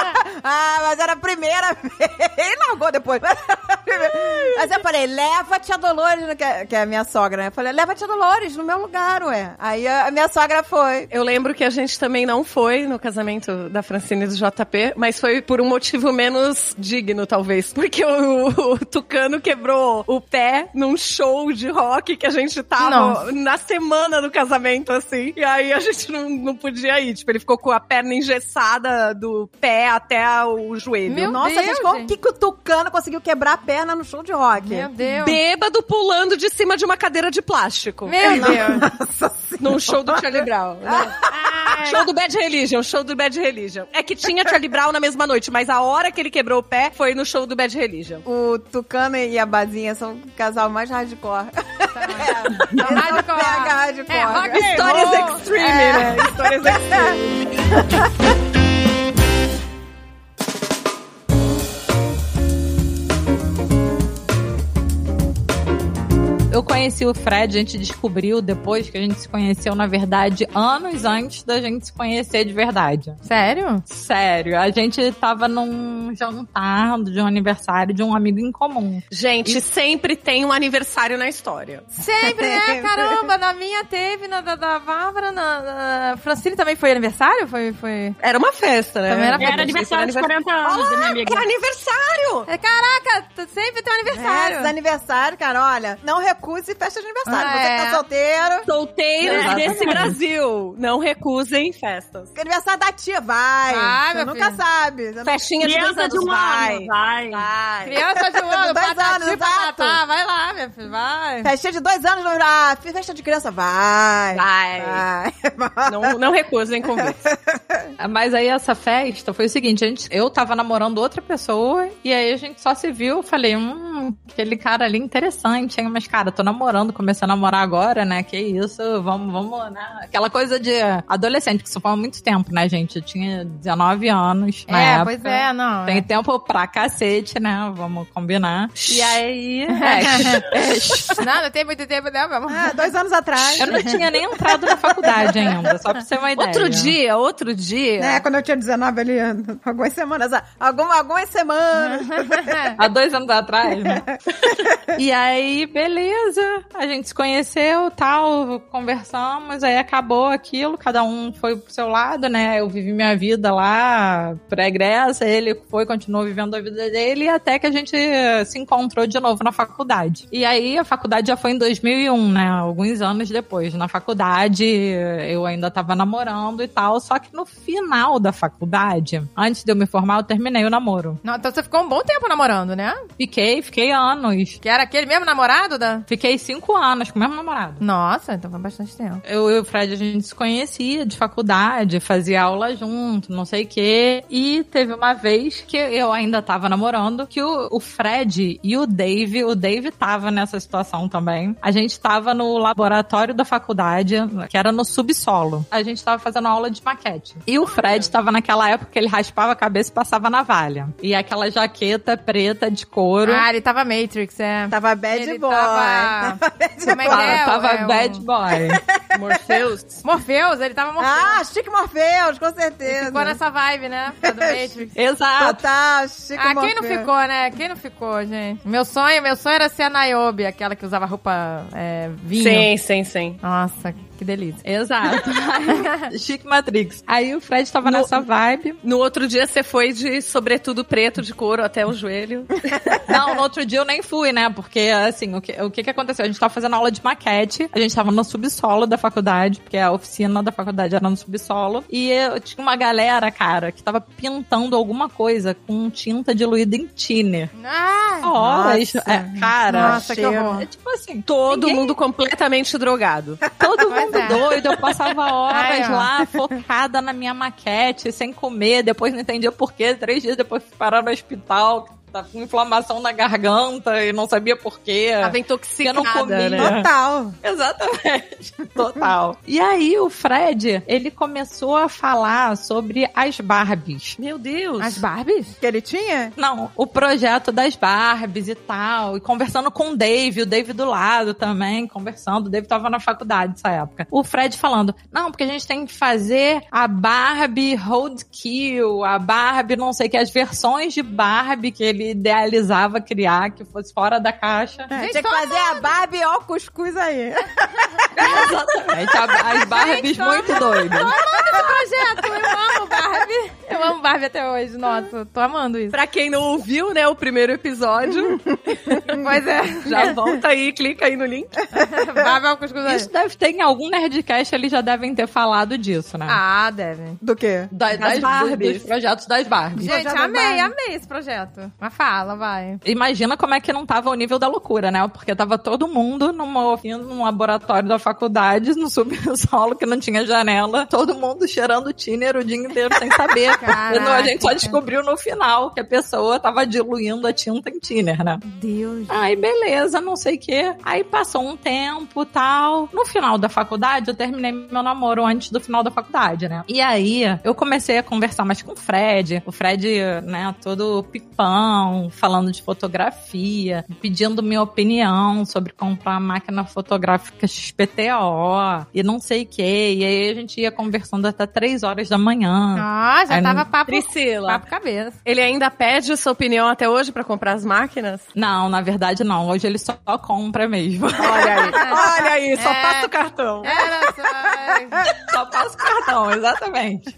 Ah, mas era a primeira vez. Ele largou depois. Mas, era a primeira. Mas eu falei, leva a tia Dolores, né, que é, que é a minha sogra, né? Eu falei, leva a tia Dolores no meu lugar, ué. Aí a a minha sogra foi.
Eu lembro que a gente também não foi no casamento da Francine e do JP, mas foi por um motivo menos digno, talvez. Porque o, o Tucano quebrou o pé num show de rock que a gente tava
Nossa.
na semana do casamento, assim. E aí a gente não, não podia ir. Tipo, ele ficou com a perna engessada do pé até o joelho.
Meu
Nossa,
Deus,
gente, como
gente.
que, que o Tucano conseguiu quebrar a perna no show de rock?
Meu Deus.
Bêbado pulando de cima de uma cadeira de plástico.
Meu Deus.
Num show do Charlie Brown. né? show do Bad Religion, show do Bad Religion. É que tinha Charlie Brown na mesma noite, mas a hora que ele quebrou o pé foi no show do Bad Religion.
O Tucano e a Bazinha são o casal mais hardcore. é,
Hardcore.
Pega hardcore.
É, rock and
Histórias
roll.
extreme,
É.
né? Histórias extreme.
Eu conheci o Fred, a gente descobriu depois que a gente se conheceu, na verdade, anos antes da gente se conhecer de verdade.
Sério?
Sério, a gente tava num jantar de um aniversário de um amigo em comum.
Gente, sempre tem um aniversário na história.
Sempre, né? Caramba, na minha teve, na da, da Bárbara, na, na- Francine também foi aniversário? Foi, foi...
Era uma festa, né?
Também era
Era aniversário de 40 anos, da minha amiga.
Que aniversário!
É, Caraca, tu- sempre tem um
É,
aniversário.
esses aniversário, cara, olha, não recuse festa de aniversário.
Ah,
Você que
é.
tá solteiro,
Solteiros
Exatamente.
desse Brasil, não recusem festas.
aniversário da tia, vai.
Vai,
você
meu
nunca
filho.
sabe. Você não-
Festinha de dois
Criança
anos,
de um
vai.
ano, vai.
Vai.
Criança de um ano,
Dois
patati,
anos,
patatá, vai lá, minha filha, vai.
Festinha de dois anos, não... ah, festa de criança, vai.
Vai.
vai.
Não, não recusem convite.
Mas aí essa festa foi o seguinte, a gente, eu tava namorando outra pessoa e aí a gente só se viu, eu falei, hum, aquele cara ali interessante, hein? Mas cara, tô namorando namorando, comecei a namorar agora, né? Que isso, vamos, vamos, né? Aquela coisa de adolescente, que isso foi há muito tempo, né, gente? Eu tinha 19 anos. na
É,
época.
pois é, não.
Ah, Tem tempo pra cacete, né? Vamos combinar. E aí. é.
Não, não tem muito tempo, não, meu amor.
Ah, dois anos atrás.
eu não tinha nem entrado na faculdade ainda, só pra você ter uma ideia.
Outro dia, outro dia.
É, quando eu tinha 19 ali, algumas semanas. ah, Algum, algumas semanas.
Há dois anos atrás, né? e aí, beleza. A gente se conheceu, tal, conversamos, aí acabou aquilo, cada um foi pro seu lado, né? Eu vivi minha vida lá, pregressa, ele foi, continuou vivendo a vida dele, até que a gente se encontrou de novo na faculdade. E aí, a faculdade já foi em 2001, né? Alguns anos depois. Na faculdade, eu ainda tava namorando e tal, só que no final da faculdade, antes de eu me formar, eu terminei o namoro.
Não, então você ficou um bom tempo namorando, né?
Fiquei, fiquei anos.
Que era aquele mesmo namorado da.
Fiquei cinco anos com o mesmo namorado.
Nossa, então foi bastante tempo.
Eu e o Fred, a gente se conhecia de faculdade, fazia aula junto, não sei o quê. E teve uma vez que eu ainda tava namorando, que o, o Fred e o Dave, o Dave tava nessa situação também. A gente tava no laboratório da faculdade, que era no subsolo. A gente tava fazendo aula de maquete. E o Fred tava naquela época que ele raspava a cabeça e passava navalha. E aquela jaqueta preta de couro.
Ah, ele tava Matrix, é.
Tava bad
Ele
boy.
tava- Como é que é?
tava
É o-
bad boy.
Morpheus.
Morpheus, ele tava Morpheus.
Ah, Chique Morpheus, com certeza.
ficou nessa vibe, né? Por causa do Matrix.
Exato.
Total, Chique
Ah, quem
Morpheus.
não ficou, né? Quem não ficou, gente? Meu sonho, meu sonho era ser a Niobe, aquela que usava roupa é, vinho.
Sim, sim, sim.
Nossa, que delícia.
Exato. Chique Matrix. Aí o Fred tava nessa vibe.
No outro dia você foi de sobretudo preto de couro até o joelho.
Não, no outro dia eu nem fui, né? Porque, assim, o que, o que que aconteceu? A gente tava fazendo aula de maquete, a gente tava no subsolo da faculdade, porque a oficina da faculdade era no subsolo, e eu tinha uma galera, cara, que tava pintando alguma coisa com tinta diluída em thinner.
Ah,
Ora, isso, é, cara,
Nossa, que horror.
é tipo assim,
Todo mundo completamente drogado.
Todo
Pois
mundo
é.
doido, eu passava horas
Ai, ó.
lá, focada na minha maquete, sem comer, depois não entendia porquê, três dias depois fui parar no hospital, tava com inflamação na garganta e não sabia porquê.
Tá
Tava
Porque eu
intoxicada,
não comia.
né?
Total.
Exatamente. Total. E aí o Fred, ele começou a falar sobre as Barbies.
Meu Deus.
As Barbies?
Que ele tinha?
Não, o projeto das Barbies e tal, e conversando com o Dave, o Dave do lado também, conversando, o Dave tava na faculdade nessa época. O Fred falando, não, porque a gente tem que fazer a Barbie Roadkill, a Barbie não sei o que, as versões de Barbie que ele idealizava criar, que fosse fora da caixa.
É,
Gente,
tinha que
tô
fazer a Barbie, ó, o cuscuz aí.
Exatamente, a- as Barbies muito doidas.
Projeto, eu amo Barbie. Eu amo Barbie até hoje, nossa, tô amando isso.
Pra quem não ouviu, né, o primeiro episódio,
Pois é,
já volta aí, clica aí no link.
Barbie é o cuscuz
Isso deve ter em algum Nerdcast, eles já devem ter falado disso, né?
Ah, deve.
Do quê?
Da- das, Barbies. Dos projetos das Barbies.
Gente,
Projeto
amei,
Barbie.
amei esse projeto. Mas fala, vai.
Imagina como é que não tava o nível da loucura, né? Porque tava todo mundo numa, oficina, num laboratório da faculdade, no subsolo, que não tinha janela. Todo mundo cheirando tiner o dia inteiro sem saber. Porque não- a gente só
Caraca.
descobriu no final que a pessoa tava diluindo a tinta em tiner, né?
Deus.
Aí, beleza, não sei o quê. Aí passou um tempo tal. No final da faculdade, eu terminei meu namoro antes do final da faculdade, né? E aí, eu comecei a conversar mais com o Fred. O Fred, né, todo pipão, falando de fotografia, pedindo minha opinião sobre comprar uma máquina fotográfica XPTO e não sei o quê. E aí, a gente ia conversando até três horas da manhã.
Ah, já
Ai,
tava
não-
papo,
Priscila,
papo cabeça.
ele ainda pede sua opinião até hoje pra comprar as máquinas?
Não, na verdade, não. Hoje ele só compra mesmo.
Olha aí, olha aí, só passa o cartão.
Era só...
Só passa o cartão, exatamente.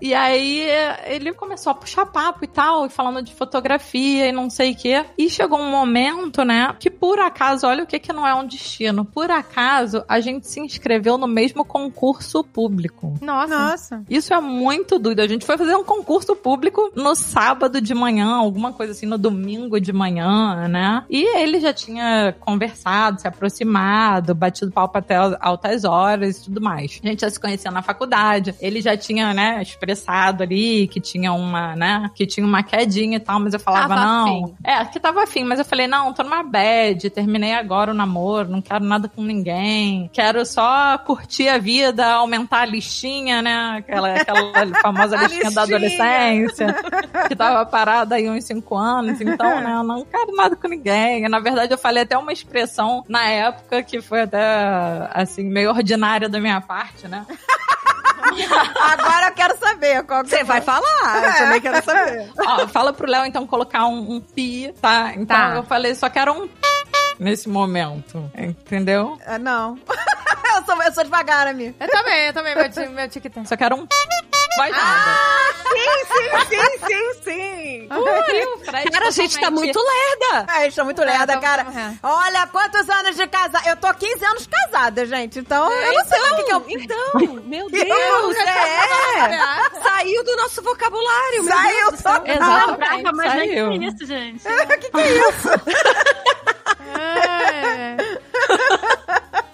E aí ele começou a puxar papo e tal, e falando de fotografia e não sei o quê. E chegou um momento, né, que por acaso, olha o que que não é um destino. Por acaso, a gente se inscreveu no mesmo concurso público.
Nossa.
Nossa.
Isso é muito doido. A gente foi fazer um concurso público no sábado de manhã, alguma coisa assim, no domingo de manhã, né? E ele já tinha conversado, se aproximado, batido palpa até altas horas e tudo mais. A gente já se conhecia na faculdade, ele já tinha, né, expressado ali que tinha uma, né, que tinha uma quedinha e tal, mas eu falava,
Tava
não.
afim.
É, que tava afim, mas eu falei, não, tô numa bad, terminei agora o namoro, não quero nada com ninguém, quero só curtir a vida, aumentar a listinha, né? Aquela, aquela famosa listinha, da
listinha.
adolescência, que tava parada aí uns cinco anos, então, né, eu não quero nada com ninguém. E, na verdade, eu falei até uma expressão na época que foi até, assim, meio ordinária da minha parte, né?
Agora eu quero saber qual que é
Você vai falar, eu também quero saber.
Ó, fala pro Léo então colocar um, um pi, tá? Então
Tá.
eu falei, só quero um nesse momento, entendeu?
Ah, não. eu, sou, eu sou devagar, amigo.
Eu também, eu também, meu, ti- meu tic-tac.
Só quero um mais nada.
Sim, sim, sim.
Ui, o Fred
Cara, a gente tá
totalmente-
muito lerda.
É, estou muito lerda,
então,
cara.
é.
Olha, quantos anos de casar? Eu tô 15 anos casada, gente. Então, eu não sei mais o que que eu...
Então, meu
Deus,
Deus, é.
É.
Saiu do nosso vocabulário, meu
Saiu
Deus do
só-
céu.
Não,
Exatamente,
brava, mas nem
saiu.
que isso, gente.
É.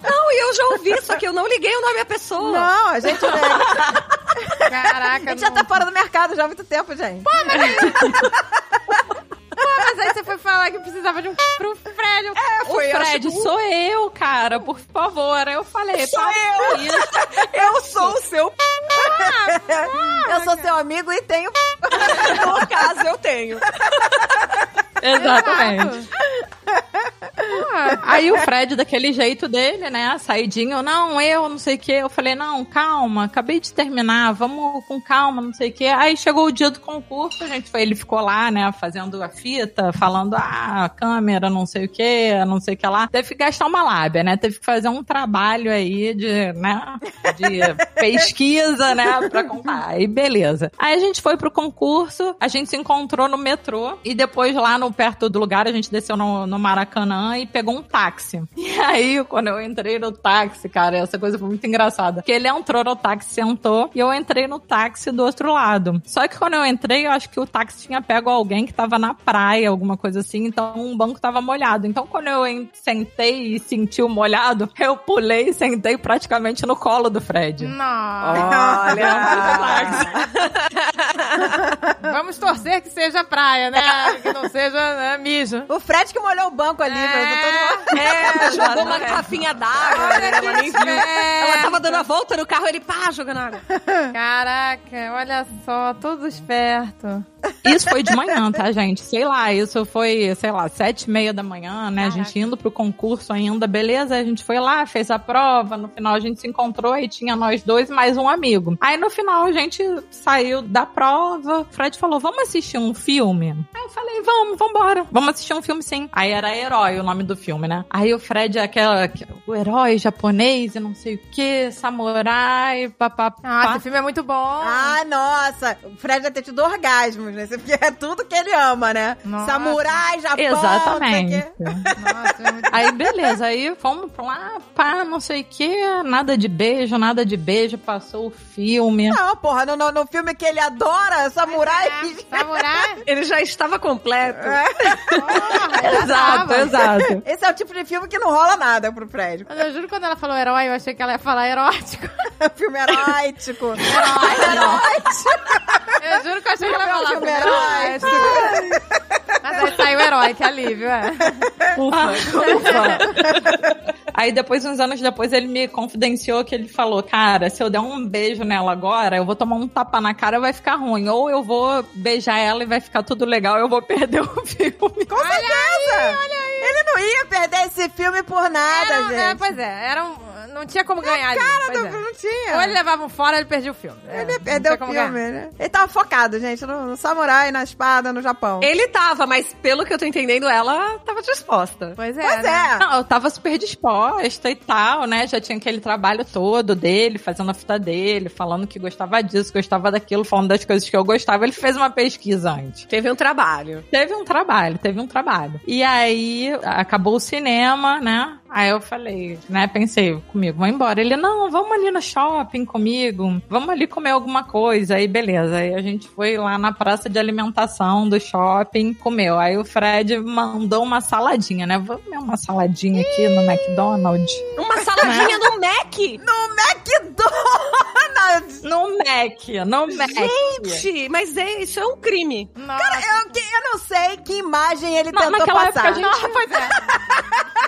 Não, e eu já ouvi, só que eu não liguei o nome à pessoa.
Não, a gente, a
Caraca,
gente já
não-
tá fora do mercado já há muito tempo, gente.
mas aí você foi falar que precisava de um c- pro Fred. um c-
É,
O Fred, sou eu, cara, por favor. Aí eu falei, "Tá sou eu.
Eu sou o seu.
Ah,
eu sou seu amigo e tenho...
No caso, eu tenho.
É
Exatamente.
Porra.
Aí o Fred, daquele jeito dele, né, saidinho, não, eu, não sei o quê. Eu falei, não, calma, acabei de terminar, vamos com calma, não sei o quê. Aí chegou o dia do concurso, a gente foi, ele ficou lá, né, fazendo a fita, falando, ah, câmera, não sei o quê, não sei o que lá. Teve que gastar uma lábia, né, teve que fazer um trabalho aí de, né, de pesquisa, né, pra contar. Aí, beleza. Aí a gente foi pro concurso, a gente se encontrou no metrô e depois lá no perto do lugar a gente desceu no, no Maracanã e pegou um táxi. E aí, quando eu entrei no táxi, cara, essa coisa foi muito engraçada. Que ele entrou no táxi, sentou e eu entrei no táxi do outro lado. Só que quando eu entrei, eu acho que o táxi tinha pego alguém que tava na praia, alguma coisa assim, então um banco tava molhado. Então quando eu en- sentei e senti o molhado, eu pulei e sentei praticamente no colo do Fred.
Hum.
Não.
Olha...
Vamos torcer que seja praia, né? Que não seja né, mijo.
o Fred que molhou o banco ali.
É.
mas eu tô-
É, jogou
né?
uma garrafinha d'água, né? Ela nem viu.
É.
Ela tava dando a volta no carro, ele pá, jogando água.
Caraca, olha só, tudo esperto.
Isso foi de manhã, tá, gente? Sei lá, isso foi, sei lá, sete e meia da manhã, né? A gente indo pro concurso ainda, beleza? A gente foi lá, fez a prova, no final a gente se encontrou e tinha nós dois e mais um amigo. Aí no final a gente saiu da prova, o Fred falou, vamos assistir um filme? Aí eu falei, vamos, vambora. Vamos assistir um filme sim. Aí era Herói o nome do filme, né? Aí o Fred é aquela, o herói japonês e não sei o que, samurai, papapá.
Ah, esse filme é muito bom.
Ah, nossa. O Fred deve ter tido orgasmos, né? Porque é tudo que ele ama, né?
Nossa.
Samurai, Japão... não sei o
Exatamente.
quê.
Nossa, é muito...
Aí, beleza, aí fomos pra lá, pá, não sei o que, nada de beijo, nada de beijo, passou o filme.
Não, porra, no, no- no filme que ele adora, Samurai...
É, samurai?
Ele já estava completo.
Porra, já
Exato,
tava.
exato.
Esse é o tipo de filme que não rola nada pro Fred.
Mas eu juro que quando ela falou herói, eu achei que ela ia falar erótico.
filme erótico.
Eu juro que eu achei que ela ia falar
Filme
primeiro
erótico.
erótico. Mas aí saiu herói, que alívio, é.
Aí depois, uns anos depois, ele me confidenciou que ele falou, cara, se eu der um beijo nela agora, eu vou tomar um tapa na cara, vai ficar ruim. Ou eu vou beijar ela e vai ficar tudo legal, eu vou perder o filme.
Com certeza! Ele não ia perder esse filme por nada,
Era um- é,
gente.
pois é, era um, não tinha como ganhar. ali, pois é.
Não tinha.
Ou ele levava um fora, ele perdia o filme. É,
Ele
não tinha
perdeu o
como
filme,
ganhar.
né? Ele tava focado, gente, no, no samurai, na espada, no Japão.
Ele tava, mas pelo que eu tô entendendo, ela tava disposta.
Pois é.
Pois
né?
é.
Não, eu tava super disposta e tal, né? Já tinha aquele trabalho todo dele, fazendo a fita dele, falando que gostava disso, gostava daquilo, falando das coisas que eu gostava. Ele fez uma pesquisa antes.
Teve um trabalho.
Teve um trabalho, teve um trabalho. E aí acabou o cinema, né? Aí eu falei, né, pensei comigo, vou embora. Ele, não, vamos ali no shopping comigo, vamos ali comer alguma coisa. Aí beleza, aí a gente foi lá na praça de alimentação do shopping, comeu. Aí o Fred mandou uma saladinha, né, vamos comer uma saladinha aqui no McDonald's.
Uma saladinha no Mac!
McDonald's!
No Mac, no Mac.
Gente, mas é- isso é um crime.
Eu, que- eu não sei que imagem ele
Na-
tentou
naquela época
passar.
a gente... pois é.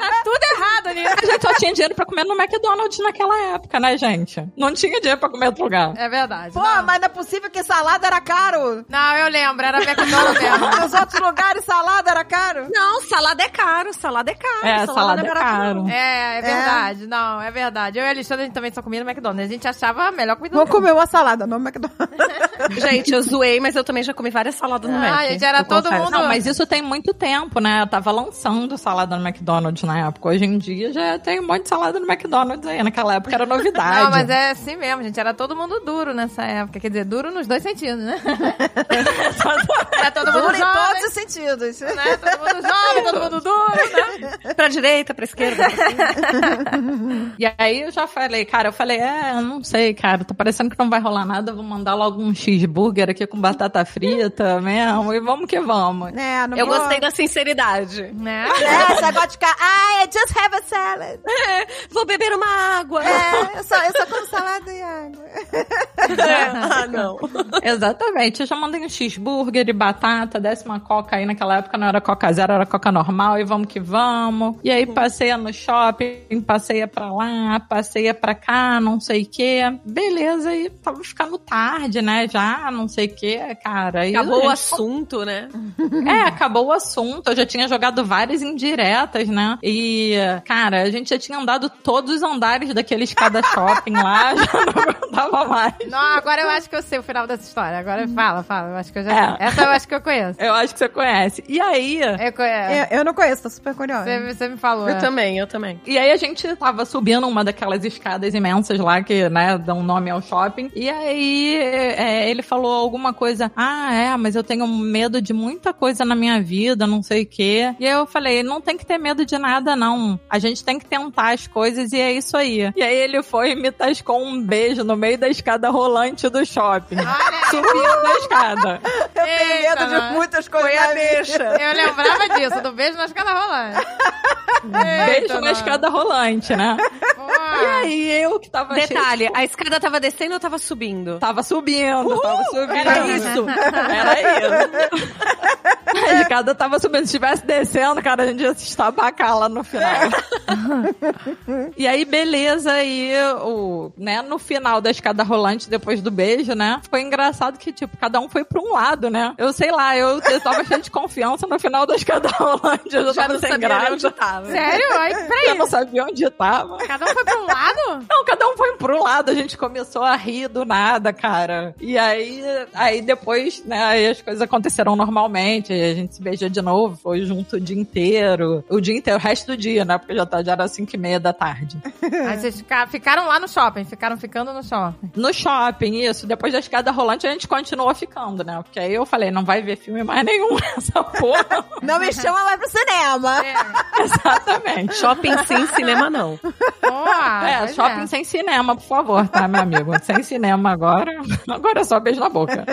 Tá
Tudo errado ali.
A gente só tinha dinheiro pra comer no McDonald's naquela época, né, gente? Não tinha dinheiro pra comer em outro lugar.
É verdade.
Pô,
não.
mas não é possível que salada era caro.
Não, eu lembro, era McDonald's mesmo.
Nos outros lugares salada era caro.
Não, salada é caro, salada é caro.
É, salada é caro.
É, é verdade. Não, é verdade. Eu e a Alexandre, a gente também só comia no McDonald's. A gente achava a melhor comida
Vou
do mundo.
comer uma salada no McDonald's.
Gente, eu zoei, mas eu também já comi várias saladas no
Ah,
Mac.
gente, era
eu
todo
confesso.
mundo-
Não, mas isso tem muito tempo, né? Eu tava lançando salada no McDonald's na época. Hoje em dia já tem um monte de salada no McDonald's aí. Naquela época era novidade.
Não, mas é assim mesmo, gente. Era todo mundo duro nessa época. Quer dizer, duro nos dois sentidos, né? era todo mundo
Dura em
jovem,
todos os sentidos.
né? Todo mundo jovem, todo mundo duro, né?
Pra direita, pra esquerda.
E aí eu já falei, cara, eu falei, é, eu não sei, cara, tá parecendo que não vai rolar nada, eu vou mandar logo um cheeseburger aqui com batata frita mesmo, e vamos que vamos.
É, não
Eu
vou-
gostei da sinceridade.
Né?
É, você gosta de ficar. Ah, I just have a salad.
Vou beber uma água.
É, eu só, eu só como salada e água.
Ah, não.
Exatamente, eu já mandei um cheeseburger e batata, desce uma coca aí, naquela época não era coca zero, era coca normal, e vamos que vamos. E
Uhum.
aí passeia no shopping, passeia pra lá, passeia pra cá, não sei o quê. Beleza, e tava ficando tarde, né, já, não sei o quê, cara. E
Acabou o
a gente
assunto, né?
É, acabou o assunto. Eu já tinha jogado várias indiretas, né? E, cara, a gente já tinha andado todos os andares daquele escada shopping lá, já não aguentava mais.
Não, agora eu acho que eu sei o final dessa história. Agora fala, fala. Eu acho que eu já.
É.
Essa eu acho que eu conheço.
Eu acho que você conhece. E aí.
Eu conheço.
Eu, eu não conheço, tô super curiosa.
Você, você me falou. é.
também, eu também.
E aí a gente tava subindo uma daquelas escadas imensas lá que, né, dão nome ao shopping. E aí é, ele falou alguma coisa. Ah, é, mas eu tenho medo de muita coisa na minha vida, não sei o quê. E aí eu falei, não tem que ter medo de nada, não. A gente tem que tentar as coisas e é isso aí. E aí ele foi e me tascou um beijo no meio da escada rolante do shopping. Subindo a escada.
Eu tenho
Eita,
medo de
nós.
muitas coisas. Foi a deixa.
Eu lembrava disso, do beijo na escada rolando.
beijo na
nós.
escada rolante, né? E
Pô,
aí eu que tava cheia de
Detalhe, a escada tava descendo ou tava subindo?
Tava subindo, tava subindo.
era
isso. Era isso. A escada tava subindo. Se estivesse descendo, cara, a gente ia se estabacar lá no final. e aí, beleza, aí o, né, no final da escada rolante, depois do beijo, né? Foi engraçado que, tipo, cada um foi pra um lado, né? Eu sei lá, eu, eu tava cheia de confiança no final da escada rolante. Eu já,
Já
tava
não
sem
sabia nem onde
graça.
tava.
sério? Aí,
Eu
peraí.
não sabia onde eu tava.
Cada um foi pra um lado?
Não, cada um foi pro lado, a gente começou a rir do nada, cara. E aí, aí depois, né, aí as coisas aconteceram normalmente, a gente se beijou de novo, foi junto o dia inteiro. O dia inteiro, o resto do dia, né? Porque já, tá, já era 5 e meia da tarde.
Aí vocês fica- ficaram lá no shopping, ficaram ficando no shopping.
No shopping, isso, depois da escada rolante, a gente continuou ficando, né? Porque aí eu falei, não vai ver filme mais nenhum nessa porra.
Não me chama mais pro cinema.
Exatamente.
Shopping sim, cinema não.
Pô,
É,
Ah, pois
shopping sem cinema, por favor, tá, meu amigo? sem cinema agora. Agora é só beijo na boca.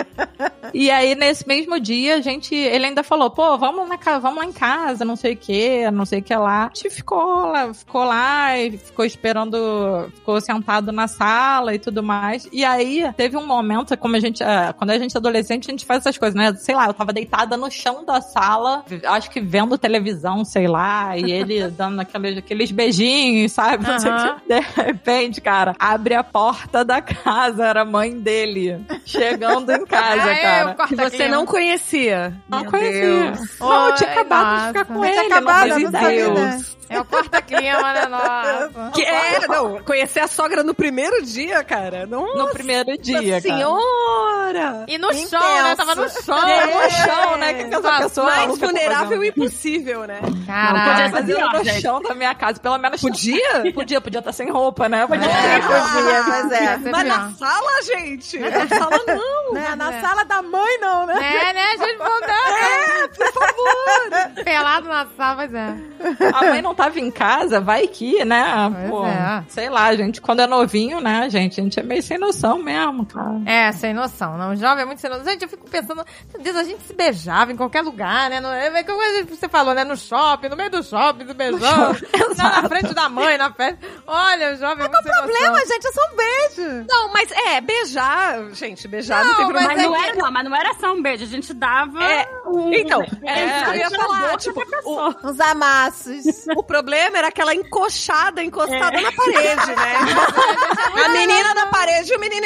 E aí, nesse mesmo dia, a gente. Ele ainda falou, pô, vamos, na, ca- vamos lá em casa, não sei o que, não sei o que lá. A gente ficou lá, ficou lá e ficou esperando, ficou sentado na sala e tudo mais. E aí, teve um momento, como a gente. ah, Quando a gente é adolescente, a gente faz essas coisas, né? Sei lá, eu tava deitada no chão da sala, acho que vendo televisão, sei lá, e ele dando aqueles, aqueles beijinhos, sabe? Não sei o
Aham.
que. De repente, cara, abre a porta da casa, era a mãe dele. Chegando em casa,
É,
cara.
eu corto
Que você
aqui.
não conhecia.
Não
Meu
conhecia.
Deus.
Não, eu tinha
Ai,
acabado de
nossa.
ficar com
Tinha
é
ele.
acabado,
não
não
fazia
sabia,
ideia.
né?
É o corta-clima, né? Nossa.
Que é, não, conhecer a sogra no primeiro dia, cara. Não, é
No primeiro dia, cara.
senhora!
E no chão, né? Tava no chão.
No chão, né? Que essa
É. Nossa,
pessoa
Mais
maluca tá
vulnerável
fazendo?
e impossível, né?
Podia
Caraca.
fazer no chão da minha casa, pelo menos. Podia? Podia, podia estar sem roupa, né? Podia.
É, podia, mas é.
Você
Mas
viu?
na sala, gente! Na sala não!
Não é na sala da mãe, não, né?
É, né? A gente mandou.
Por favor!
Pelado na sala, pois é.
A mãe não tava em casa, vai que, né?
Pois
Pô,
é.
Sei lá, a gente, quando é novinho, né, gente? A gente é meio sem noção mesmo, cara.
É, sem noção. Não, jovem é muito sem noção. Gente, eu fico pensando, meu Deus, a gente se beijava em qualquer lugar, né? No, é como a gente- você falou, né? No shopping, no meio do shopping, do beijão. na, na frente da mãe, na festa. Olha, o jovem é muito sem
Problema,
noção.
gente, é só um beijo.
Não, mas é, beijar, gente, beijar não,
Não,
tem problema.
Mas,
Mas é
não
que-
era, não, mas não era só um beijo, a gente dava
É,
um.
Então,
um-
é, isso que eu ia falar. Tipo, o,
Uns amassos.
o problema era aquela encoxada, encostada na parede, né? A menina na parede e o menino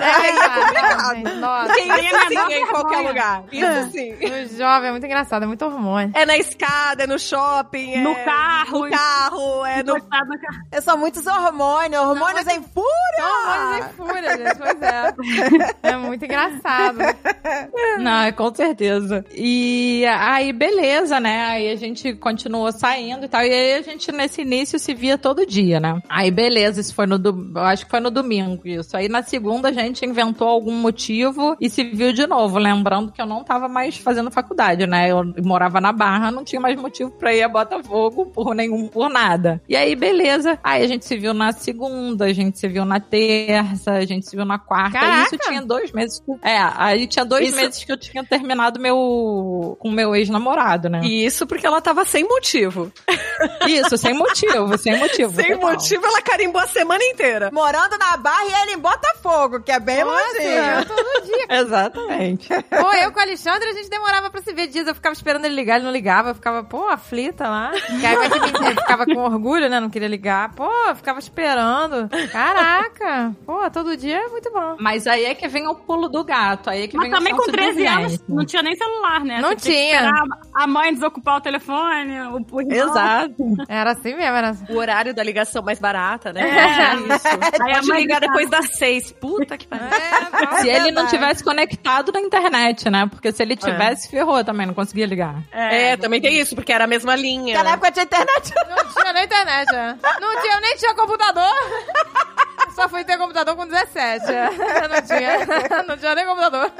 Aí é
Ah,
complicado.
gente, nossa,
Porque isso
assim,
Menina, dá
sim é em qualquer
vergonha.
lugar. Isso sim.
o jovem é muito engraçado, é muito hormônio.
É na escada, é no shopping, é
No carro,
no carro, é no...
encostado no carro.
Eu sou muitos hormônios, hormônios em fúria.
São hormônios em fúria, gente, pois é. É muito engraçado.
Não, é com certeza. E aí, beleza, né? Aí a gente continuou saindo e tal. E aí a gente, nesse início, se via todo dia, né? Aí, beleza, isso foi no do... eu acho que foi no domingo isso. Aí na segunda a gente inventou algum motivo e se viu de novo. Lembrando que eu não tava mais fazendo faculdade, né? Eu morava na Barra, não tinha mais motivo pra ir a Botafogo por nenhum, por nada. E aí, beleza. Aí a gente se viu na segunda, a gente se viu na terça, a gente se viu na quarta. E isso
Caraca!
tinha dois meses. que- É, aí tinha dois
Isso-
meses que eu tinha terminado meu com meu ex-namorado, né?
E Isso porque ela tava sem motivo.
Isso, sem motivo, sem motivo.
sem
total.
motivo, ela carimbou a semana inteira.
Morando na barra e ele em Botafogo, que é bem longe.
Eu todo dia.
Exatamente.
Pô, eu com o Alexandre, a gente demorava pra se ver dias. Eu ficava esperando ele ligar, ele não ligava. Eu ficava, pô, aflita lá. E aí vai que me- ele ficava com orgulho, né? Não queria ligar. Pô, eu ficava esperando. Caraca. Pô, todo dia é muito bom.
Mas aí é que vem o pulo do gato. Aí é que
Mas
vem o
também com
salto do
13 anos
vento.
não tinha nem celular, né?
Não
Você tinha que
tinha.
esperar A mãe desocupar o telefone, o, o irmão. né?
Exato.
Era assim mesmo, era assim.
O horário da ligação mais barata, né?
É.
Isso.
Aí a
Pode
mãe
ligar
ligava.
depois das seis. Puta que pariu.
Se
É
ele não tivesse conectado na internet, né? Porque se ele tivesse, ferrou também, não conseguia ligar.
É, também tem isso, porque era a mesma linha.
Naquela época tinha internet.
Não tinha nem internet, né? Não tinha, eu nem tinha computador. Só fui ter computador com 17. Eu não tinha. Não tinha nem computador.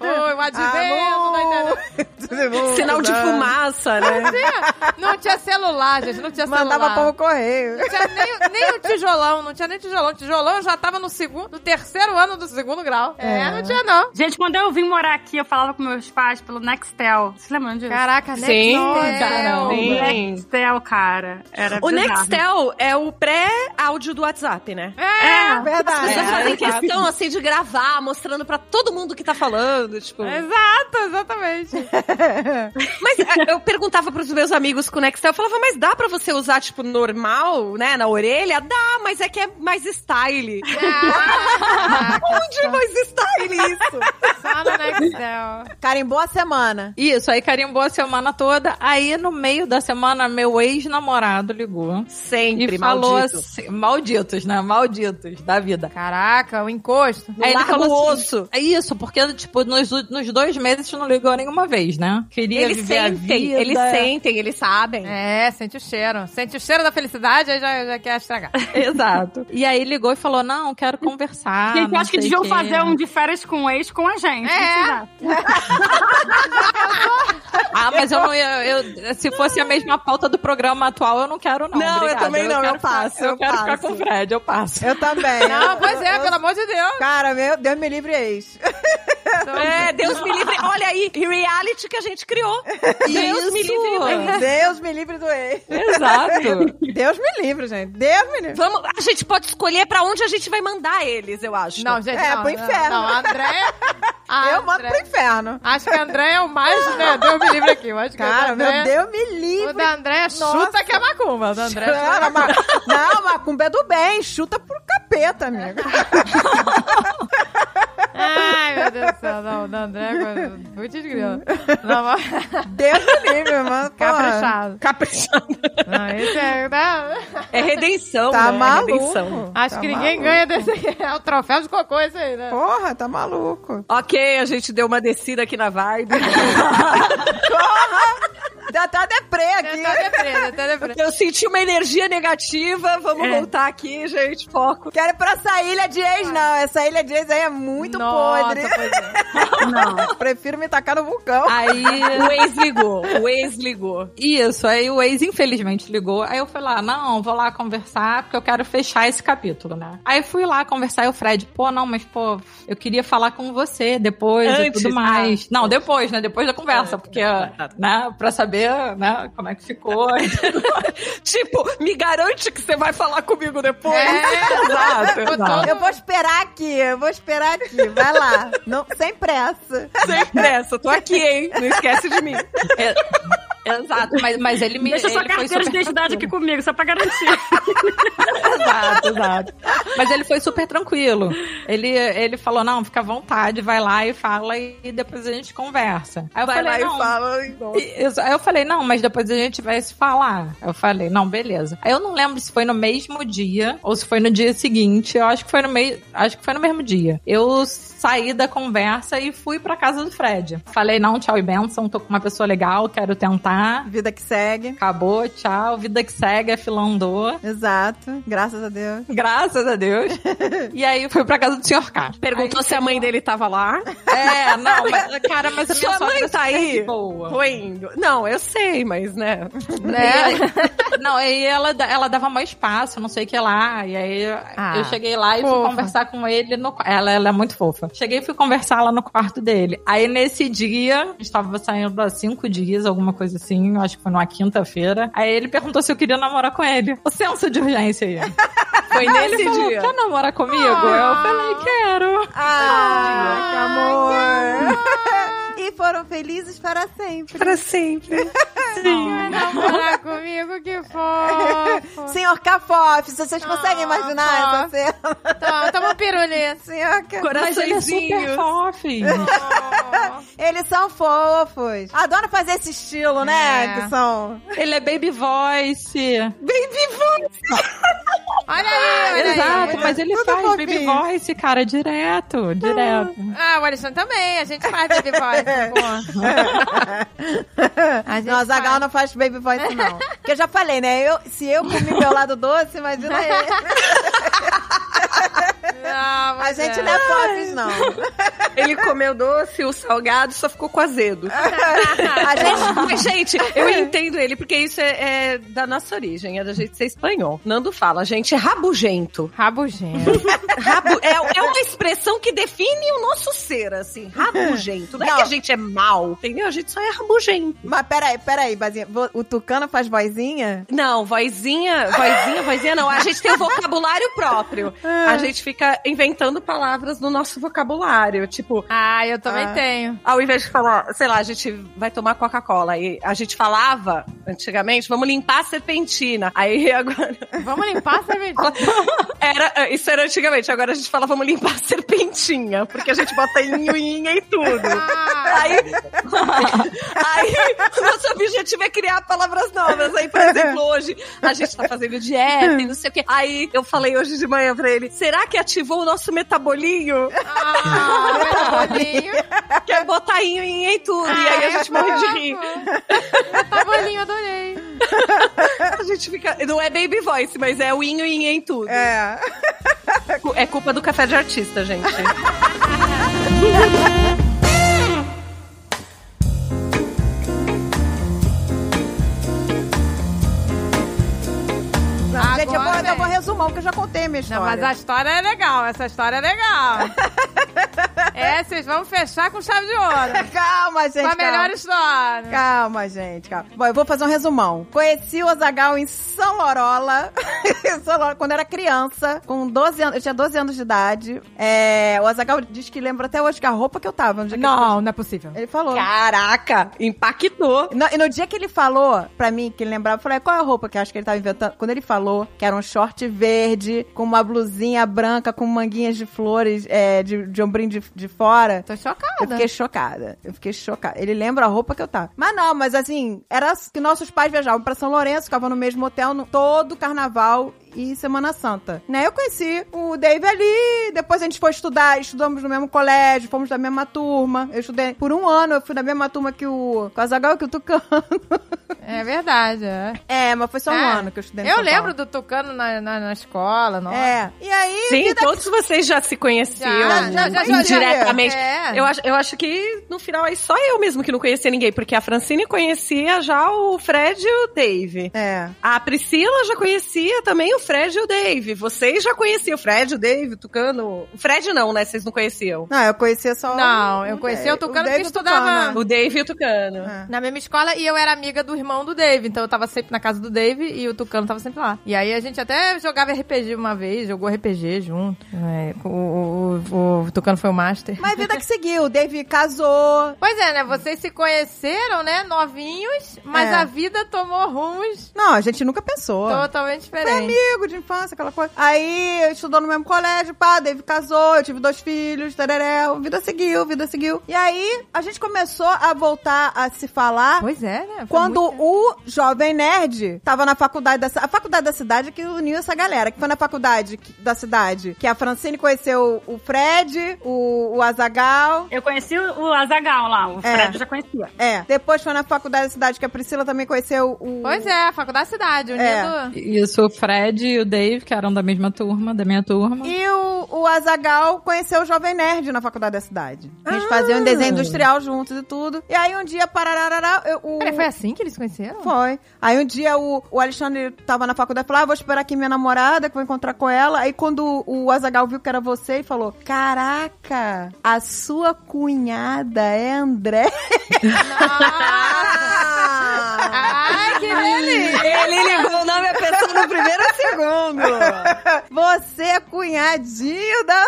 Oi, o advento da internet.
Sinal de fumaça, né?
tinha- não tinha celular, gente. Não tinha
Mandava
celular.
povo correio.
Não tinha nem, nem o tijolão, não tinha nem tijolão. Tijolão eu já tava no segundo, no terceiro ano do segundo grau. É, não tinha, não.
Gente, quando eu vim morar aqui, eu falava com meus pais pelo Nextel. Vocês lembram disso?
Caraca, É. né?
Sim,
Nossa,
caramba.
eu-
Sim.
Nextel, cara. Era
O
bizarro.
Nextel é o pré-áudio do WhatsApp, né?
Ah.
É,
As
Verdade.
pessoas
É,
fazem
exato.
questão, assim, de gravar, mostrando pra todo mundo que tá falando, tipo...
exato, exatamente.
Mas é, eu perguntava pros meus amigos com o Nextel, eu falava, mas dá pra você usar, tipo, normal, né, na orelha? Dá, mas é que é mais style.
Ah,
Onde é mais style isso?
só no Nextel.
Carimbou a semana.
Isso, aí carimbou a semana toda. Aí no meio da semana, meu ex-namorado ligou.
Sempre,
e falou
maldito.
assim: malditos, né? Malditos da vida.
Caraca, o encosto.
Aí ele
Larga
falou
o
assim, É isso, porque, tipo, nos, u- nos dois meses não ligou nenhuma vez, né? Queria
Eles
viver a
sentem,
vida.
eles sentem, eles sabem.
É, sente o cheiro. Sente o cheiro da felicidade, aí já, já quer estragar.
Exato. E aí ligou e falou: não, quero conversar.
Gente,
Ah, não
acho que
sei é.
deviam
quê.
fazer um de férias com o ex com a gente.
É.
Não
Ah, mas eu não ia. eu- se fosse a mesma pauta do programa atual, eu não quero, não.
Não, eu
obrigada.
também não, eu
quero ficar-
passo,
Eu,
eu
quero ficar
passo.
com o Fred, eu passo.
Eu também.
Não, pois é,
Eu-
pelo amor de Deus.
Cara, meu Deus me livre ex.
É, Deus me livre. Olha aí, reality que a gente criou. Deus me livre.
Deus me livre do ex.
Exato.
Deus me livre, gente. Deus me livre.
Vamos, a gente pode escolher pra onde a gente vai mandar eles, eu acho.
Não, gente,
É,
não,
pro
não,
inferno.
Não, a Andréia... a
Eu mando
Andréia-
pro inferno.
Acho que a Andréia é o mais, né? Deus me livre aqui. Eu acho que
Cara,
o da Andréia-
meu Deus me
O
livre.
da Andréia chuta que é macumba. O da Andréia chuta que é
Cara,
macumba.
ma... Não, macumba é do bem. Chuta pro capeta, amiga.
Ai, meu Deus do céu. Não, o da Andréia é coisa... Putz grila. Não, mas...
Deus me livre, mano. Porra.
Caprichado.
Caprichado.
Não, esse é... né?
É redenção,
Tá
né? É
maluco.
Redenção.
Acho
Tá
que ninguém
maluco.
ganha desse... É o troféu de cocô esse aí, né?
Porra, tá maluco.
Ok, a gente deu uma descida aqui na vibe.
Já tá deprê aqui.
Tá depresa, tá depresa.
Eu senti uma energia negativa. Vamos voltar aqui, gente. Foco.
Quero ir pra essa ilha de ex, não. Essa ilha de ex aí é muito
Nossa,
podre.
pois é.
Não. Prefiro me tacar no vulcão.
Aí.
O ex ligou, o ex ligou.
Isso, aí o ex infelizmente ligou. Aí eu fui lá, não, vou lá conversar, porque eu quero fechar esse capítulo, né? Aí fui lá conversar e o Fred, pô, não, mas pô, eu queria falar com você depois e
Antes,
tudo mais. não, depois, né? Depois da conversa, porque, né, pra saber, né, como é que ficou.
Tipo, me garante que você vai falar comigo depois.
É. exato, exato.
Eu vou esperar aqui, eu vou esperar aqui. Vai lá. Não, sem pressa.
Sem pressa, tô aqui, hein? Não esquece de mim.
É, Exato, mas, mas ele me
Deixa sua
ele foi
carteira de
super
identidade aqui
tranquilo.
comigo, só pra garantir.
Exato, exato. Mas ele foi super tranquilo. Ele, ele falou: não, fica à vontade, vai lá e fala e depois a gente conversa. Aí eu
Vai
falei,
lá
não,
e fala. Então.
E eu- aí eu falei, não, mas depois a gente vai se falar. Eu falei, não, beleza. Aí eu não lembro se foi no mesmo dia ou se foi no dia seguinte. Eu acho que foi no meio. Acho que foi no mesmo dia. Eu saí da conversa e fui pra casa do Fred. Falei, não, tchau e benção, tô com uma pessoa legal, quero tentar.
Vida que segue.
Acabou, tchau, vida que segue, é afilandou.
Exato. Graças a Deus.
Graças a Deus. E aí fui pra casa do senhor K.
Perguntou se a mãe dele tava lá.
É, não, mas, cara, mas a minha
Sua
sogra
mãe tá
é super
aí?
de boa.
Tô indo. Não, eu sei, mas né.
Não, aí ela, da- ela dava mais espaço, não sei o que lá. E aí eu cheguei lá e fui
fofa.
conversar com ele. No, qua- ela, ela é muito fofa. Cheguei e fui conversar lá no quarto dele. Aí nesse dia, a gente tava saindo há cinco dias, alguma coisa assim. eu Acho que foi numa quinta-feira. Aí ele perguntou se eu queria namorar com ele. O senso de urgência aí.
Foi
Aí ele
nesse
falou,
dia.
quer namorar comigo? Eu falei, quero.
Ah, que amor. E foram felizes para sempre.
Pra sempre.
Namorar comigo, que fofo.
Senhor Cafof, vocês conseguem imaginar essa cena?
Toma, toma um pirulito.
Senhor Cafof.
Mas ele é super
Coraçõezinho.
fofo.
Eles são fofos. Adoro fazer esse estilo, né?
É.
Que são.
ele é baby voice.
Olha aí, olha aí.
Exato, mas ele
Tudo
faz baby
fofinho.
voice, cara, direto, direto.
Ah, o Alexandre também. A gente faz baby voice. pô. A gente
Não, a Zagal
faz.
não faz baby voice, não. Porque eu já falei, né? Eu, se eu comi meu lado doce, imagina ele.
Não,
A
mas
gente
é.
não é fofes, não.
Ele comeu doce, o salgado só ficou com azedo.
A gente
Mas, gente, eu entendo ele, porque isso é, é da nossa origem, é da gente ser espanhol. Nando fala, gente, é rabugento.
Rabugento.
Rabu- é, é uma expressão que define o nosso ser, assim, rabugento. Não, é que a gente é mal, entendeu? A gente só é rabugento.
Mas peraí, peraí, Bazinha. Vo- O Tucano faz vozinha?
Não, vozinha, vozinha, vozinha não. A gente tem o vocabulário próprio. A gente fica inventando palavras no nosso vocabulário. Tipo,
Ah, eu também
Ah.
tenho.
ao invés de falar, sei lá, a gente vai tomar Coca-Cola. E a gente falava antigamente, vamos limpar a serpentina. Aí agora.
Vamos limpar essa mentira.
Era, é, isso era antigamente, agora a gente fala vamos limpar a serpentinha, porque a gente bota inhuinha e tudo.
Ah,
Aí, aí, nosso objetivo é criar palavras novas. Aí, por exemplo, hoje a gente tá fazendo dieta e não sei o quê. Aí eu falei hoje de manhã pra ele: será que ativou o nosso metabolinho?
tá
ah, metabolinho.
Que é botar inhuinha em tudo. e aí a gente morre de rir.
Metabolinho, Tá adorei.
A gente fica. Não é baby voice, mas é o inhuinha em tudo. É.
É.
é culpa do café de artista, gente.
gente, eu vou,
Agora, é.
eu vou resumar, porque eu já contei a minha
Não,
história.
mas a história é legal, essa história é legal. é, vocês vão fechar com chave de ouro.
Calma, gente.
Com a
calma.
melhor história.
Calma, gente, calma. Bom, eu vou fazer um resumão. Conheci o Azagal em São Lorola, em São Lorola, quando eu era criança, com 12 anos. Eu tinha 12 anos de idade. É, o Azagal diz que lembra até hoje que a roupa que eu tava. No dia que
Não, não é possível.
Ele falou.
Caraca, impactou.
No, e no dia que ele falou pra mim, que ele lembrava, eu falei, qual é a roupa que eu acho que ele tava inventando? Quando ele falou que era um short verde, com uma blusinha branca, com manguinhas de flores, é, de, de ombrinho de, de fora.
Tô
Eu
chocada.
fiquei chocada. Eu fiquei chocada. Ele lembra a roupa que eu tava. Mas não, mas assim, era que nossos pais viajavam pra São Lourenço, ficavam no mesmo hotel no, todo carnaval e Semana Santa. Né? Eu conheci o Dave ali, depois a gente foi estudar, estudamos no mesmo colégio, fomos da mesma turma. Eu estudei por um ano, eu fui da mesma turma que o Casagal e que o Tucano.
É verdade, é.
É, mas foi só um
É.
ano que eu estudei em
Eu
São
lembro
Paulo.
do tocando na, na, na escola, nossa.
É. E aí,
Sim,
vida-
todos vocês já se conheciam
Já, já, já, já, já.
indiretamente.
É.
Eu, acho, eu acho que no final é só eu mesmo que não conhecia ninguém, porque a Francine conhecia já o Fred e o Dave.
É.
A Priscila já conhecia também o Fred e o Dave. Vocês já conheciam o Fred, o Dave, o Tucano. O Fred não, né? Vocês não conheciam.
Não, eu conhecia só o-
Não, eu
o
conhecia o
Dave-
Tucano
Dave
porque estudava-
Tucano.
O Dave e o Tucano.
É.
Na mesma escola, e eu era amiga do irmão do Dave, então eu tava sempre na casa do Dave e o Tucano tava sempre lá. E aí a gente até jogava RPG uma vez, jogou RPG junto. É, o, o, o- o Tucano foi o master.
Mas vida que seguiu, o Dave casou.
Pois é, né? Vocês se conheceram, né? Novinhos, mas
É.
a vida tomou rumos
Não, a gente nunca pensou.
totalmente
Foi
diferentes.
amigo de infância, aquela coisa. Aí estudou no mesmo colégio, pá, Dave casou, eu tive dois filhos, tereréu, vida seguiu, vida seguiu. E aí a gente começou a voltar a se falar.
Pois é, né? Foi
Quando
muito-
o jovem nerd tava na faculdade da ci- a faculdade da cidade que uniu essa galera, que foi na faculdade que- da cidade que a Francine conheceu o Fred, o, o Azagal.
Eu conheci o Azagal lá, o Fred eu já conhecia.
É, depois foi na faculdade da cidade que a Priscila também conheceu o
Pois é, a faculdade da cidade, unido.
É.
Isso, o Fred e o Dave, que eram da mesma turma, da minha turma.
E o, o Azagal conheceu o Jovem Nerd na faculdade da cidade. A gente fazia um desenho industrial juntos e tudo. E aí um dia, parararará, eu- o.
Peraí, foi assim que eles se conheceram?
Foi. Aí um dia o, o Alexandre tava na faculdade e falou: ah, vou esperar aqui minha namorada, que vou encontrar com ela. Aí quando o Azagal viu que era você, ele falou: Caraca, a sua cunhada é André.
Ah! Ai, que delícia!
Ele ligou o nome à pessoa no primeiro segundo.
você é cunhadinho da.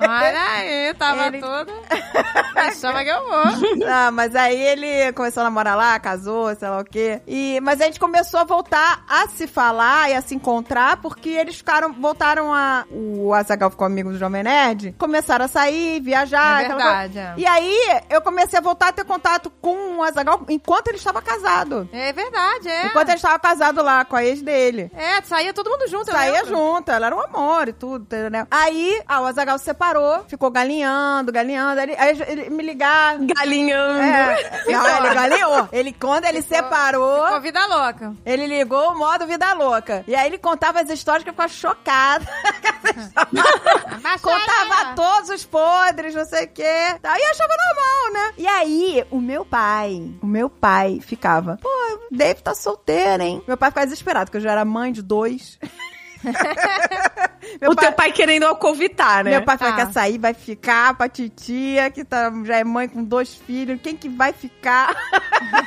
Olha aí, tava todo. Me Chama que eu vou.
Ah, mas aí ele começou a namorar lá, casou, sei lá o quê. E, mas a gente começou a voltar a se falar e a se encontrar, porque eles ficaram, voltaram a. O Azagal ficou amigo do Jovem Nerd, começaram a sair, viajar,
é
aquela
verdade.
coisa. E aí eu comecei a voltar a ter contato com o Azagal enquanto ele estava casado.
É, é verdade, é.
Enquanto ele estava casado lá com a ex dele.
É, saía todo mundo junto, eu
Saía
lembro.
junto, ela era um amor e tudo, entendeu? Aí, ah, o Azagal se separou, ficou galinhando, galinhando. Aí, aí ele me ligar,
Galinhando.
é, não,
Então,
ele galinhou. Ele, quando ele separou,
Ficou vida louca.
ele ligou o modo vida louca. E aí ele contava as histórias que eu ficava chocada.
Mas
contava
era.
todos os podres, não sei o quê. Aí achava normal, né? E aí, o meu pai, o meu pai ficava, pô, o Dave tá solteiro, hein? Meu pai ficava desesperado, porque eu já era mãe de dois. Meu
o teu pai querendo alcovitar, né?
Meu pai falou
Tá.
que quer sair, vai ficar pra titia, que tá, já é mãe com dois filhos, quem que vai ficar?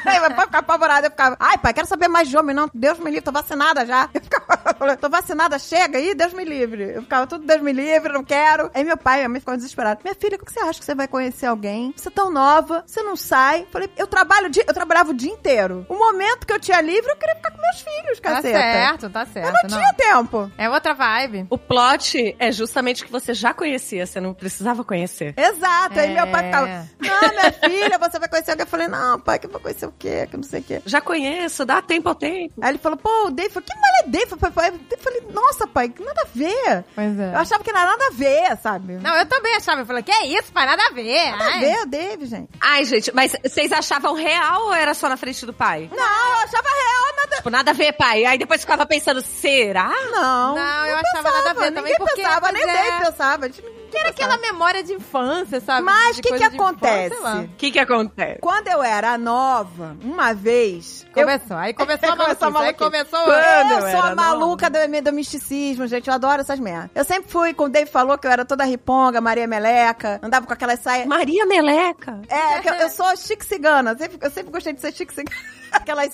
Aí meu pai ficava apavorado, eu ficava, ai pai, quero saber mais de homem, não, Deus me livre, tô vacinada já. Eu ficava, falando, tô vacinada, chega aí, Deus me livre. Eu ficava, tudo Deus me livre, não quero. Aí meu pai e minha mãe ficavam desesperados. Minha filha, o que você acha que você vai conhecer alguém? Você é tão nova, você não sai. Eu Falei, eu trabalho, o dia- eu trabalhava o dia inteiro. O momento que eu tinha livre, eu queria ficar com meus filhos,
Tá
caceta.
certo, tá certo.
Eu não tinha tempo.
É outra vibe.
O plot é justamente o que você já conhecia, você não precisava conhecer.
Exato. Aí meu pai
É.
ficava, não, minha filha, você vai conhecer alguém. Eu falei, não, pai, que eu vou conhecer o quê? Que eu não sei o quê.
Já conheço, dá tempo ao tempo.
Aí ele falou, pô, o Dave, falou, que malha é Dave? Pai, pai? Eu falei, nossa, pai, que nada a ver.
Pois é.
Eu achava que não era nada a ver, sabe?
Não, é. eu também achava. Eu falei, que é isso, faz nada a ver.
Nada a
ai.
ver, o Dave, gente.
Ai, gente, mas vocês achavam real ou era só na frente do pai?
Não, eu achava real, nada...
Tipo, nada a ver, pai. Aí depois ficava pensando, será?
Não,
Não, eu achava nada a ver também,
Ninguém
porque,
pensava, nem o
pois é.
Dave pensava. a gente-
Que era aquela memória de infância, sabe?
Mas
De
o que que
coisa de
acontece?
infância, sei lá.
O que que acontece?
Quando eu era nova, uma vez... eu-
Começou, aí começou a
Começou a
maluquice, aí
maluquice.
começou...
É, Eu
Quando
sou a
era
maluca do, do misticismo, gente. Eu adoro essas merdas. Eu sempre fui, quando o Dave falou que eu era toda riponga, Maria Meleca, andava com aquelas saias.
Maria Meleca.
É, que eu, eu sou chique cigana. Eu sempre, eu sempre gostei de ser chique cigana. Aquelas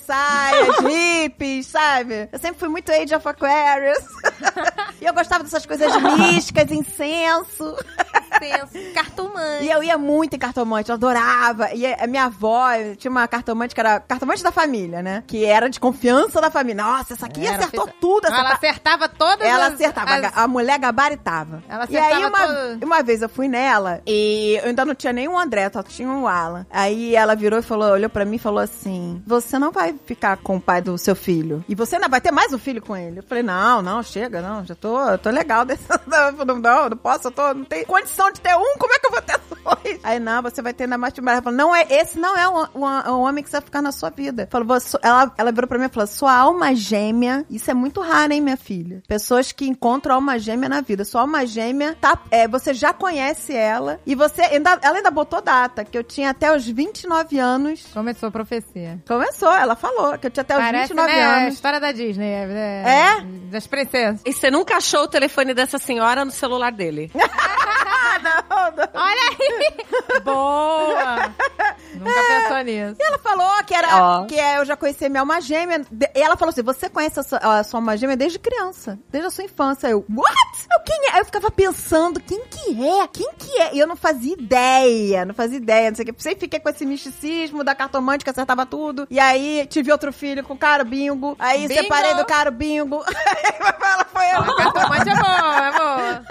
saias, hippies, sabe? Eu sempre fui muito Age of Aquarius. e eu gostava dessas coisas místicas, incenso.
Penso, cartomante.
E eu ia muito em cartomante, eu adorava. E a minha avó eu tinha uma cartomante que era cartomante da família, né? Que era de confiança da família. Nossa, essa aqui
Era,
acertou
fez-
tudo, essa
Ela
pa-
acertava todas
Ela
as-
acertava, a
as-
ga- a mulher gabaritava.
Ela
e aí,
acertava
uma,
todo-
uma vez eu fui nela e eu ainda não tinha nem o André, só tinha o Alan. Aí ela virou e falou, olhou pra mim e falou assim: Você não vai ficar com o pai do seu filho. E você ainda vai ter mais um filho com ele. Eu falei, não, não, chega, não, já tô, eu tô legal desse. Não, não, não posso, eu tô, não tenho condição de ter um, como é que eu vou ter dois? Aí, não, Ah, você vai ter na Martimara. Ela falou, não, é, esse não é o, o- o homem que você vai ficar na sua vida. Falou, você- ela, ela virou pra mim e falou, sua alma gêmea, isso é muito raro, hein, minha filha? Pessoas que encontram alma gêmea na vida. Sua alma gêmea, tá, é, você já conhece ela, e você, ainda, ela ainda botou data, que eu tinha até os 29 anos.
Começou a profecia.
Começou, ela falou, que eu tinha até os
Parece,
29
né, a
anos.
história da Disney. É?
É?
Das princesas.
E você nunca achou o telefone dessa senhora no celular dele?
Ah, não, não.
Olha aí! Boa! Nunca pensou nisso.
Ela falou que era.
Ó.
Que é, eu já conhecia minha alma gêmea. De- E ela falou assim: você conhece a sua, a sua alma gêmea desde criança, desde a sua infância. Eu, what? Eu, quem é? Aí eu ficava pensando, quem que é? Quem que é? E eu não fazia ideia, não fazia ideia, não sei o que. Sempre fiquei com esse misticismo da cartomante que acertava tudo. E aí tive outro filho com o caro bingo. Aí
Bingo!
separei do caro bingo. ela foi.
Mas é boa, é boa.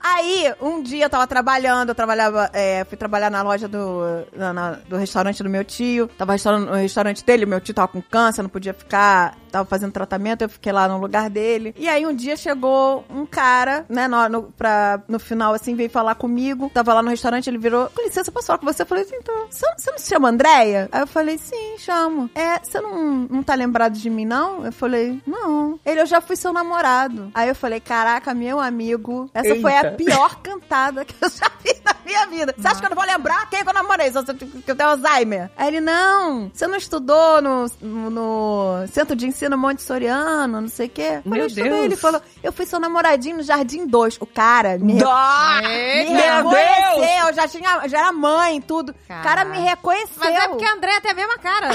Aí, um dia eu tava trabalhando, eu trabalhava, é, fui trabalhar na loja do, na- na- do restaurante do meu tio, tava restaurando- no restaurante dele, meu tio tava com câncer, não podia ficar, tava fazendo tratamento, eu fiquei lá no lugar dele. E aí um dia chegou um cara, né, no, no, pra- no final assim, veio falar comigo, tava lá no restaurante, ele virou, com licença, posso falar com você? Eu falei assim, então, você você não se chama Andréia? Aí eu falei, sim, chamo. É, você não, não tá lembrado de mim, não? Eu falei, não. Ele, eu já fui seu namorado. Aí eu falei, caraca, meu amigo, essa foi a
Eita.
pior cantada que eu já vi na minha vida. Você acha que eu não vou lembrar quem é que eu namorei? Só se- Que eu tenho Alzheimer. Aí ele, não, você não estudou no, no centro de ensino Montessoriano, não sei o quê. Eu falei,
Meu
eu estudei.
Deus.
Ele falou, eu fui seu namoradinho no Jardim 2. O cara me Ah,
Dó!
me
Meu
reconheceu, eu já tinha, eu já era mãe, tudo. O cara me reconheceu.
Mas é porque a Andréia tem a mesma cara.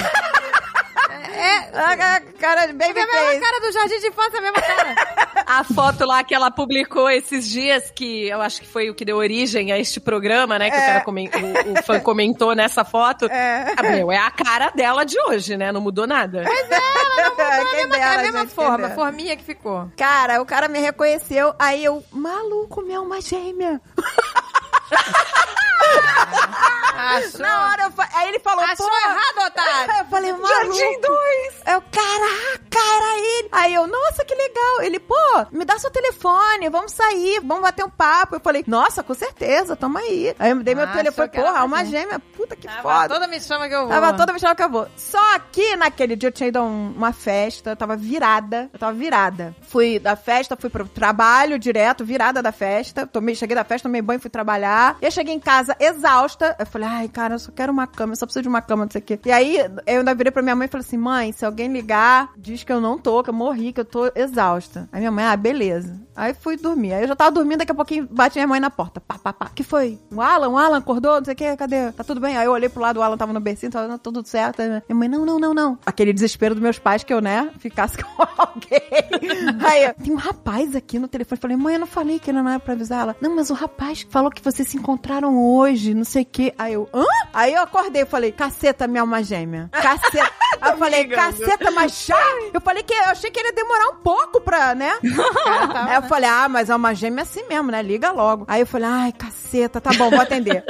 É,
Ah, ah, cara de baby
Tem é a mesma
face.
cara do Jardim de Infância, a mesma cara.
A foto lá que ela publicou esses dias, que eu acho que foi o que deu origem a este programa, né? Que o, cara comen- o, o fã comentou nessa foto.
É.
Ah, meu, é a cara dela de hoje, né? Não mudou nada.
Quem
É a
dera,
mesma
gente, quem
forma,
dera.
a forminha que ficou.
Cara, o cara me reconheceu, aí eu, maluco, minha alma gêmea.
Achou,
Na hora eu fa... Aí ele falou,
achou
pô,
errado, otário.
Eu falei, maluco. Jardim 2. Eu, caraca, era ele. Aí eu, nossa, que legal. Ele, pô, me dá seu telefone, vamos sair, vamos bater um papo. Eu falei, nossa, com certeza, toma aí. Aí eu me dei meu
Ah,
telefone,
achou que era
porra,
uma
uma gêmea, puta que
Tava
foda.
toda me chama que eu vou.
Tava toda vestida que eu vou. Só que naquele dia eu tinha ido a um- uma festa, eu tava virada. Eu tava virada. Fui da festa, fui pro trabalho direto, virada da festa. Tomei, cheguei da festa, tomei banho, fui trabalhar. Eu cheguei em casa exausta. Eu falei, ai, cara, eu só quero uma cama, eu só preciso de uma cama, não sei o quê. E aí eu ainda virei pra minha mãe e falei assim: mãe, se alguém ligar, diz que eu não tô, que eu morri, que eu tô exausta. Aí minha mãe, ah, beleza. Aí fui dormir. Aí eu já tava dormindo, daqui a pouquinho bate minha mãe na porta. Pá, pá, pá. Que foi? O Alan, o Alan acordou, não sei o quê, cadê? Tá tudo bem? Aí eu olhei pro lado, o Alan tava no bercinho, tava tudo certo. Aí minha mãe, não, não, não, não. Aquele desespero dos meus pais que eu, né, ficasse com alguém. Aí eu, tem um rapaz aqui no telefone. Falei, mãe, eu não falei que ele não era pra avisar ela. Não, mas o rapaz falou que vocês se encontraram hoje, não sei o quê. Aí eu, hã? Aí eu acordei, eu falei, caceta, minha alma gêmea. Caceta. Aí eu falei, caceta, mas já? Eu falei que eu achei que ele ia demorar um pouco pra, né? Aí eu falei, ah, mas alma gêmea é assim mesmo, né? Liga logo. Aí eu falei, ai, caceta, tá bom, vou atender.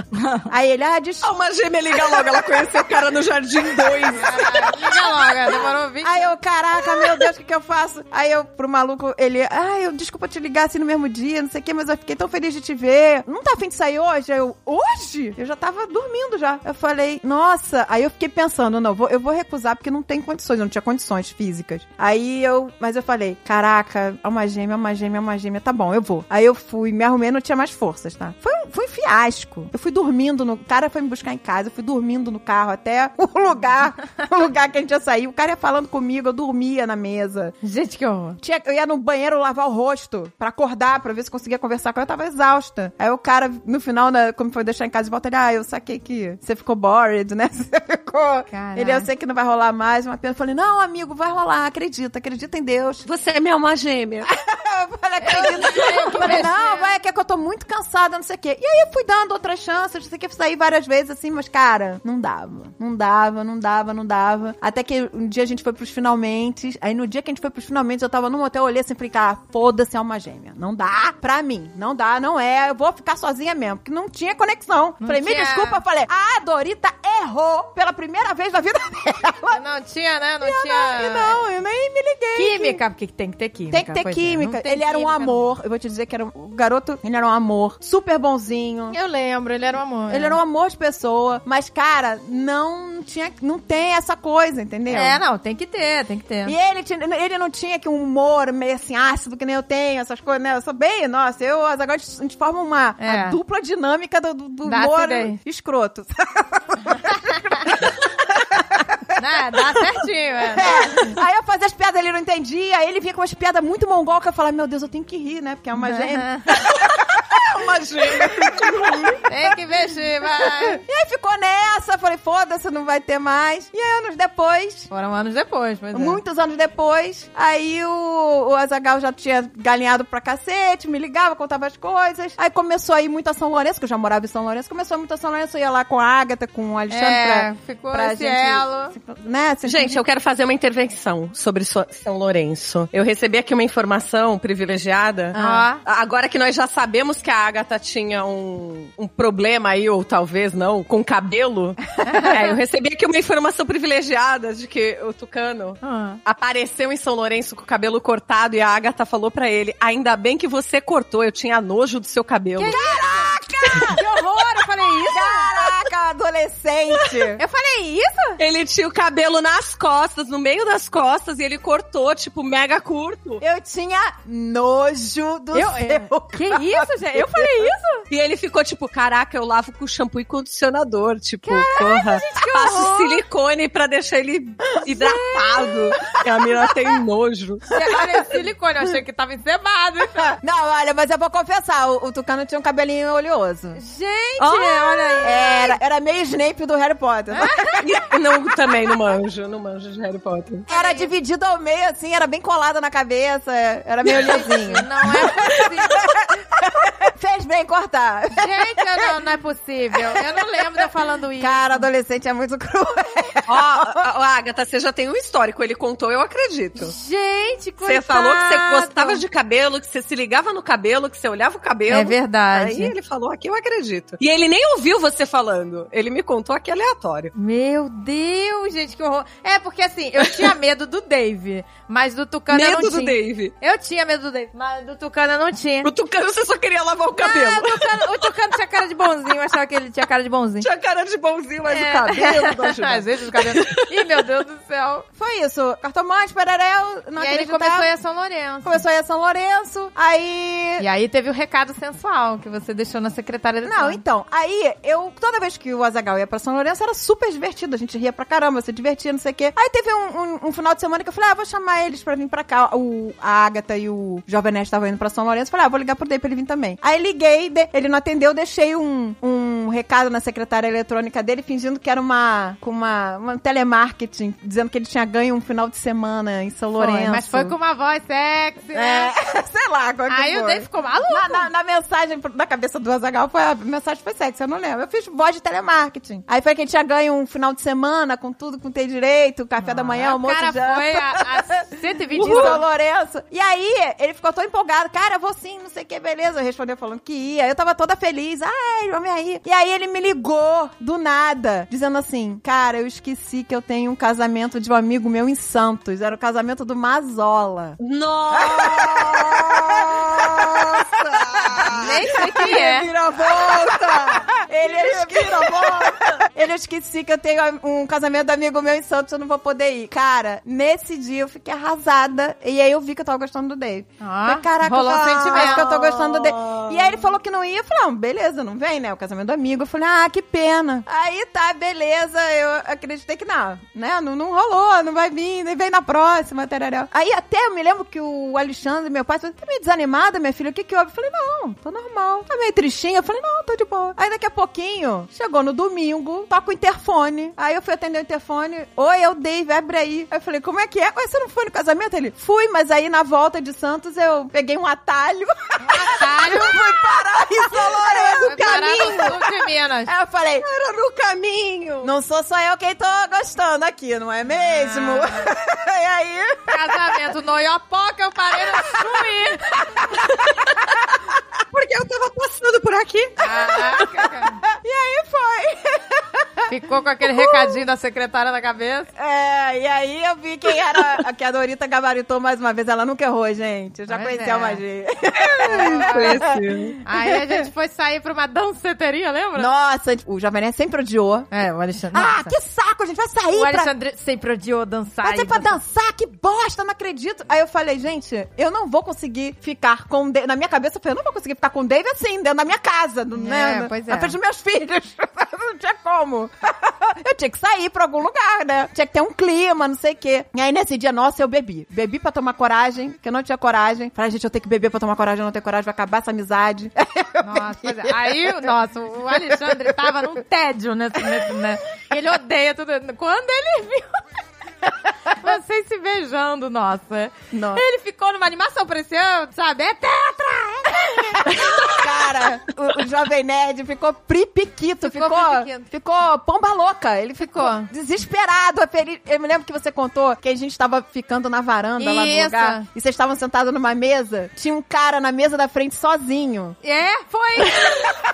Aí ele, ah, desculpa.
Ah, uma gêmea liga logo, ela conheceu o cara no Jardim 2.
Caralho, Liga logo, demorou 20
Aí eu, caraca, meu Deus, o que, que eu faço? Aí eu, pro maluco, ele, ah, eu desculpa te ligar assim no mesmo dia, não sei o quê, mas eu fiquei tão feliz de te ver. Não tá afim de sair hoje? Aí eu, hoje? Eu já tava dormindo já. Eu falei, nossa. Aí eu fiquei pensando, não, vou- eu vou recusar porque não tem condições, eu não tinha condições físicas. Aí eu, mas eu falei, caraca, é uma gêmea, é uma gêmea, é uma gêmea, tá bom, eu vou. Aí eu fui, me arrumei, não tinha mais forças, tá? Foi, um- foi um fiasco. Eu fui dormindo no. O cara foi me buscar em casa, eu fui dormindo no carro até o lugar, o lugar que a gente ia sair. O cara ia falando comigo, eu dormia na mesa.
Gente, que horror.
Tinha, eu ia no banheiro lavar o rosto pra acordar, pra ver se conseguia conversar com ela. Eu tava exausta. Aí o cara, no final, né, como foi deixar em casa de volta, ele, ah, eu saquei que você ficou bored, né? Você ficou.
Caraca.
Ele, eu sei que não vai rolar mais, uma pena. Eu falei, não, amigo, vai rolar, acredita, acredita em Deus.
Você é minha alma gêmea.
Eu falei, acredito. Eu falei, não, vai, que é que eu tô muito cansada, não sei o quê. E aí eu fui dando outras chances, não sei o que, saí várias vezes assim, mas, cara, não dava. Não dava, não dava, não dava. Até que um dia a gente foi pros finalmente. Aí no dia que a gente foi pros finalmente, eu tava num hotel, eu olhei assim e falei, cara, foda-se, é uma gêmea. Não dá pra mim. Não dá, não é. Eu vou ficar sozinha mesmo. Porque não tinha conexão. falei, me
tinha.
desculpa. Eu falei, a Dorita é errou pela primeira vez na vida dela.
Não tinha, né? Não
E
tinha.
não, e não, eu nem me liguei. que-
Química, porque tem que ter química.
Tem que ter
pois é,
química.
não tem
ele era um
química, não.
amor. Eu vou te dizer que era um o garoto. Ele era um amor. Super bonzinho.
Eu lembro, ele era um amor.
Ele era um amor de pessoa. Mas, cara, não tinha. Não tem essa coisa, entendeu?
É,
um.
não, tem que ter, tem que ter. Né?
E ele, tinha- ele não tinha que um humor meio assim ácido que nem eu tenho, essas coisas, né? Eu sou bem, nossa, eu agora a gente forma uma
É.
a dupla dinâmica do, do- do
Da
humor
acidez.
escroto.
Né? Dá certinho, é.
É. Aí eu fazia as piadas, ele não entendia. Aí ele vinha com umas piadas muito mongol que eu falava, meu Deus, eu tenho que rir, né? Porque é uma gêmea.
É
Tem que investir, vai.
E aí ficou nessa, falei, foda-se, não vai ter mais. E aí, anos depois,
Foram anos depois, é. mas.
Muitos anos depois, aí o, o Azagal já tinha galinhado pra cacete, me ligava, contava as coisas. Aí começou a ir muito a São Lourenço, que eu já morava em São Lourenço, começou a ir muito a São Lourenço, eu ia lá com a Agatha, com o Alexandre
É,
pra.
ficou
pra
esse elo.
se- Né? se-
Gente, eu quero fazer uma intervenção sobre so- São Lourenço. Eu recebi aqui uma informação privilegiada.
Ah.
Agora que nós já sabemos que a Agatha tinha um, um problema aí, ou talvez não, com cabelo. É, eu recebi aqui uma informação privilegiada de que o Tucano
Ah.
apareceu em São Lourenço com o cabelo cortado e a Agatha falou pra ele: Ainda bem que você cortou, eu tinha nojo do seu cabelo.
Que horror, eu falei isso.
Caraca, adolescente!
Eu falei isso?
Ele tinha o cabelo nas costas, no meio das costas, e ele cortou, tipo, mega curto.
Eu tinha nojo do
Eu-
é,
seu.
Que isso, gente? Eu falei isso?
E ele ficou tipo, caraca, eu lavo com shampoo e condicionador. Tipo, porra, passo silicone pra deixar ele hidratado. e É, a mina tem nojo.
Você olha, silicone, eu achei que tava encebado.
Não, olha, mas eu vou confessar, o, o Tucano tinha um cabelinho oleoso.
Gente,
é, Olha,
olha aí.
Era, era meio Snape do Harry Potter.
E não, também não manjo, não manjo de Harry Potter.
Era dividido ao meio, assim, era bem colado na cabeça, era meio oleosinho.
Não é possível.
Fez bem cortar.
Gente, eu não, não é possível. Eu não lembro de eu falando isso.
Cara, adolescente é muito cruel.
Ó, ó, Agatha, você já tem um histórico, ele contou, eu acredito.
Gente, coitado.
Você falou que você gostava de cabelo, que você se ligava no cabelo, que você olhava o cabelo.
É verdade.
Aí ele falou aqui, eu acredito. E ele nem ouviu você falando. Ele me contou aqui aleatório.
Meu Deus, gente, que horror. É, porque assim, eu tinha medo do Dave, mas do Tucano eu
Medo
não
do
tinha.
Dave.
Eu tinha medo do Dave, mas do Tucano eu não tinha.
O Tucano, você só queria lavar o
Ah,
cabelo.
o Tucano, o Tucano tinha cara de bonzinho, eu achava que ele tinha cara de bonzinho.
Tinha cara de bonzinho, mas
É.
o cabelo não ajudava.
Às vezes os cabelos. Ih, meu Deus do céu.
Foi isso. Cartomante, Pererel, não
e aí ele
acreditava.
começou em São Lourenço.
Começou a ir a São Lourenço, aí...
E aí teve o recado sensual que você deixou na secretária da
Não, então, aí eu, toda vez que o Azagal ia pra São Lourenço, era super divertido. A gente ria pra caramba, se divertia, não sei o quê. Aí teve um, um- um final de semana que eu falei, ah, vou chamar eles pra vir pra cá. O, a Agatha e o Jovem Nerd estavam indo pra São Lourenço. Falei, ah, vou ligar pro Dei pra ele vir também. Aí liguei, de- ele não atendeu, deixei um, um recado na secretária eletrônica dele, fingindo que era uma, com uma, uma telemarketing, dizendo que ele tinha ganho um final de semana em São
Foi,
Lourenço.
mas foi com uma voz sexy, né?
É, sei lá. qual que
Aí o
foi.
Dave ficou maluco.
Na, na- na mensagem pro- na cabeça do Azagal foi a mensagem foi sexy, eu não lembro. Eu fiz voz de telemarketing. Aí foi que a gente já ganha um final de semana com tudo, com ter direito, café da manhã,
o
almoço
Ah, cara
de
foi a, a 120
de São Lourenço. E aí, ele ficou tão empolgado. Cara, eu vou sim, não sei o que, beleza. Eu respondi falando que ia. Eu tava toda feliz. Ai, vamos aí. E aí, ele me ligou do nada, dizendo assim: Cara, eu esqueci que eu tenho um casamento de um amigo meu em Santos. Era o casamento do Mazola. Nossa!
Nem sei quem é.
volta! Ele esqueci, Ele eu esqueci que eu tenho um casamento do amigo meu em Santos, eu não vou poder ir. Cara, nesse dia eu fiquei arrasada. E aí eu vi que eu tava gostando do Dave.
Ah,
Falei, caraca,
rolou
eu
um
falei, ah,
sentimento.
acho que eu tô gostando do Dave. E aí ele falou que não ia. Eu falei, ah, beleza, não vem, né? O casamento do amigo. Eu falei, ah, que pena. Aí tá, beleza. Eu acreditei que não, né? Não, não rolou, não vai vir, nem vem na próxima, tarará. Aí até eu me lembro que o Alexandre, meu pai, falou, tá meio desanimada, minha filha, o que que houve? Eu falei, não, tô normal. Tá meio tristinha? Eu falei, não, tô de boa. Aí daqui a pouquinho, chegou no domingo, toca o interfone. Aí eu fui atender o interfone. Oi, é o Dave, abre aí. Aí eu falei, como é que é? Ué, você não foi no casamento? Ele, fui, mas aí na volta de Santos eu peguei um atalho.
Caralho,
eu fui parar em São Lourenço.
foi parar no sul de Minas.
é Aí eu falei, era no caminho. Não sou só eu quem tô gostando aqui, não é mesmo? e aí,
Casamento no Iopoca, eu parei no Chuí.
Porque eu tava passando por aqui.
Caraca, cara.
e aí foi.
Ficou com aquele recadinho da secretária na cabeça.
É, e aí eu vi quem era. a- Que a Dorita gabaritou mais uma vez. Ela nunca errou, gente. Eu já
Pois
conheci
é.
a magia.
um
Conheci.
Aí a gente foi sair pra uma danceteria, lembra?
Nossa, o Jovem Nerd sempre odiou.
É, o Alexandre.
Ah,
nossa.
que saco, a gente vai sair
O
pra...
Alexandre sempre odiou dançar.
Vai
e
ser é pra dançar, que bosta, não acredito. Aí eu falei, gente, eu não vou conseguir ficar com o David. Na minha cabeça, eu falei, eu não vou conseguir ficar com o David assim, dentro da minha casa, no- né?
pois é.
Na frente dos meus filhos. não tinha como. eu tinha que sair pra algum lugar, né? Tinha que ter um clima, não sei o quê. E aí nesse dia, nossa, eu bebi. Bebi pra tomar coragem, que eu não tinha coragem. Falei, gente, eu tenho que beber pra tomar coragem, eu não tenho coragem, vai acabar essa amizade.
Nossa, pois é. Aí, nossa, o Alexandre tava num tédio, né? nesse- né? Ele odeia tudo. Quando ele viu vocês se beijando, nossa.
Nossa.
Ele ficou numa animação pra esse ano, sabe? É tetra!
Cara, o, o Jovem Nerd ficou pripiquito,
Ficou
ficou,
pripiquito.
ficou, pomba louca. Ele ficou,
Ficou.
desesperado. aferi- Eu me lembro que você contou que a gente tava ficando na varanda lá
Isso.
no lugar. E vocês estavam sentados numa mesa. Tinha um cara na mesa da frente sozinho.
É, foi!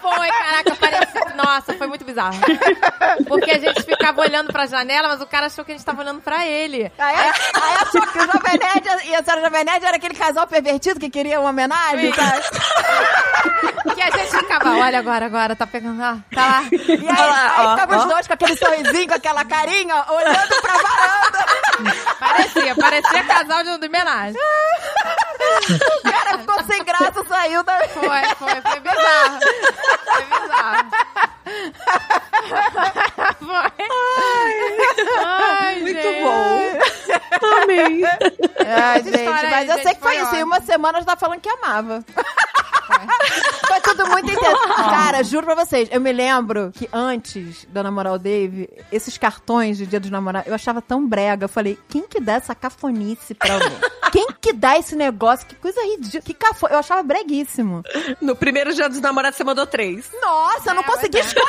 Foi, caraca, parecia. Nossa, foi muito bizarro. Porque a gente ficava olhando pra janela, mas o cara achou que a gente tava olhando pra ele.
Aí, aí achou que o Jovem Nerd e a senhora Jovem Nerd era aquele casal pervertido que queria uma homenagem, sabe?
Que a gente ficava, olha agora, agora, tá pegando. Ah, tá lá.
E aí, aí ficavam os dois com aquele sorrisinho, com aquela carinha, olhando pra varanda.
Parecia, parecia casal de de homenagem.
O cara ficou sem graça, saiu da...
Foi, foi, foi bizarro. Foi bizarro. Foi. Ai,
Muito
gente.
bom.
Amei.
Ai, gente,
história
mas
aí,
eu
gente,
sei que foi,
foi
isso. E
ótimo.
uma semana eu tava falando que amava. foi tudo muito intenso. Cara, juro pra vocês, eu me lembro que antes da namorar o Dave, esses cartões de Dia dos Namorados, eu achava tão brega. Eu falei, quem que dá essa cafonice pra alguém? quem que dá esse negócio? Que coisa ridícula. Que cafo... Eu achava breguíssimo.
No primeiro dia dos namorados, você mandou três.
Nossa, eu
É,
não consegui escolher.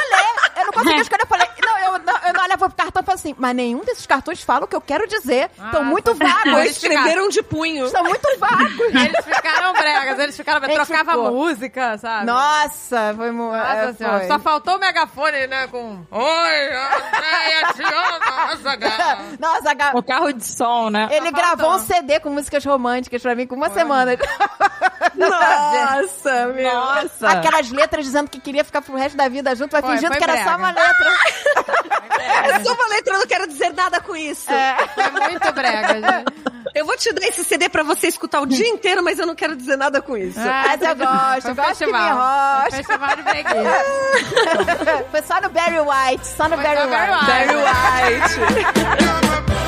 Eu não consegui escolher. Eu falei, não, eu não, eu não olhava pro cartão e falei assim, mas nenhum desses cartões fala o que eu quero dizer.
Ah,
Estão muito
Eles
vagos.
escreveram um de punho.
Estão muito vagos.
Eles ficaram bregas, eles ficaram.
Gente,
trocava
ficou.
música, sabe?
Nossa, é, foi muito.
Nossa senhora, só faltou o megafone, né? Com. Oi, Andréia, te amo, nossa gata.
Nossa, Gá-
O carro de som,
tá
né?
ele gravou um CD com músicas românticas pra mim com uma semana.
Nossa, meu.
Nossa.
Aquelas letras dizendo que queria ficar pro resto da vida junto, mas
Foi,
fingindo
foi
que era
brega.
só uma letra.
É só uma letra, eu não quero dizer nada com isso.
Foi muito brega, gente.
Eu vou te dar esse CD pra você escutar o dia inteiro, mas eu não quero dizer nada com isso.
Mas eu gosto,
Foi um
eu gosto que me
festival. Foi
rocha.
Festival de breguinha.
Foi só no Barry White, só no
Foi
Barry
só Barry White.
White.
Barry White.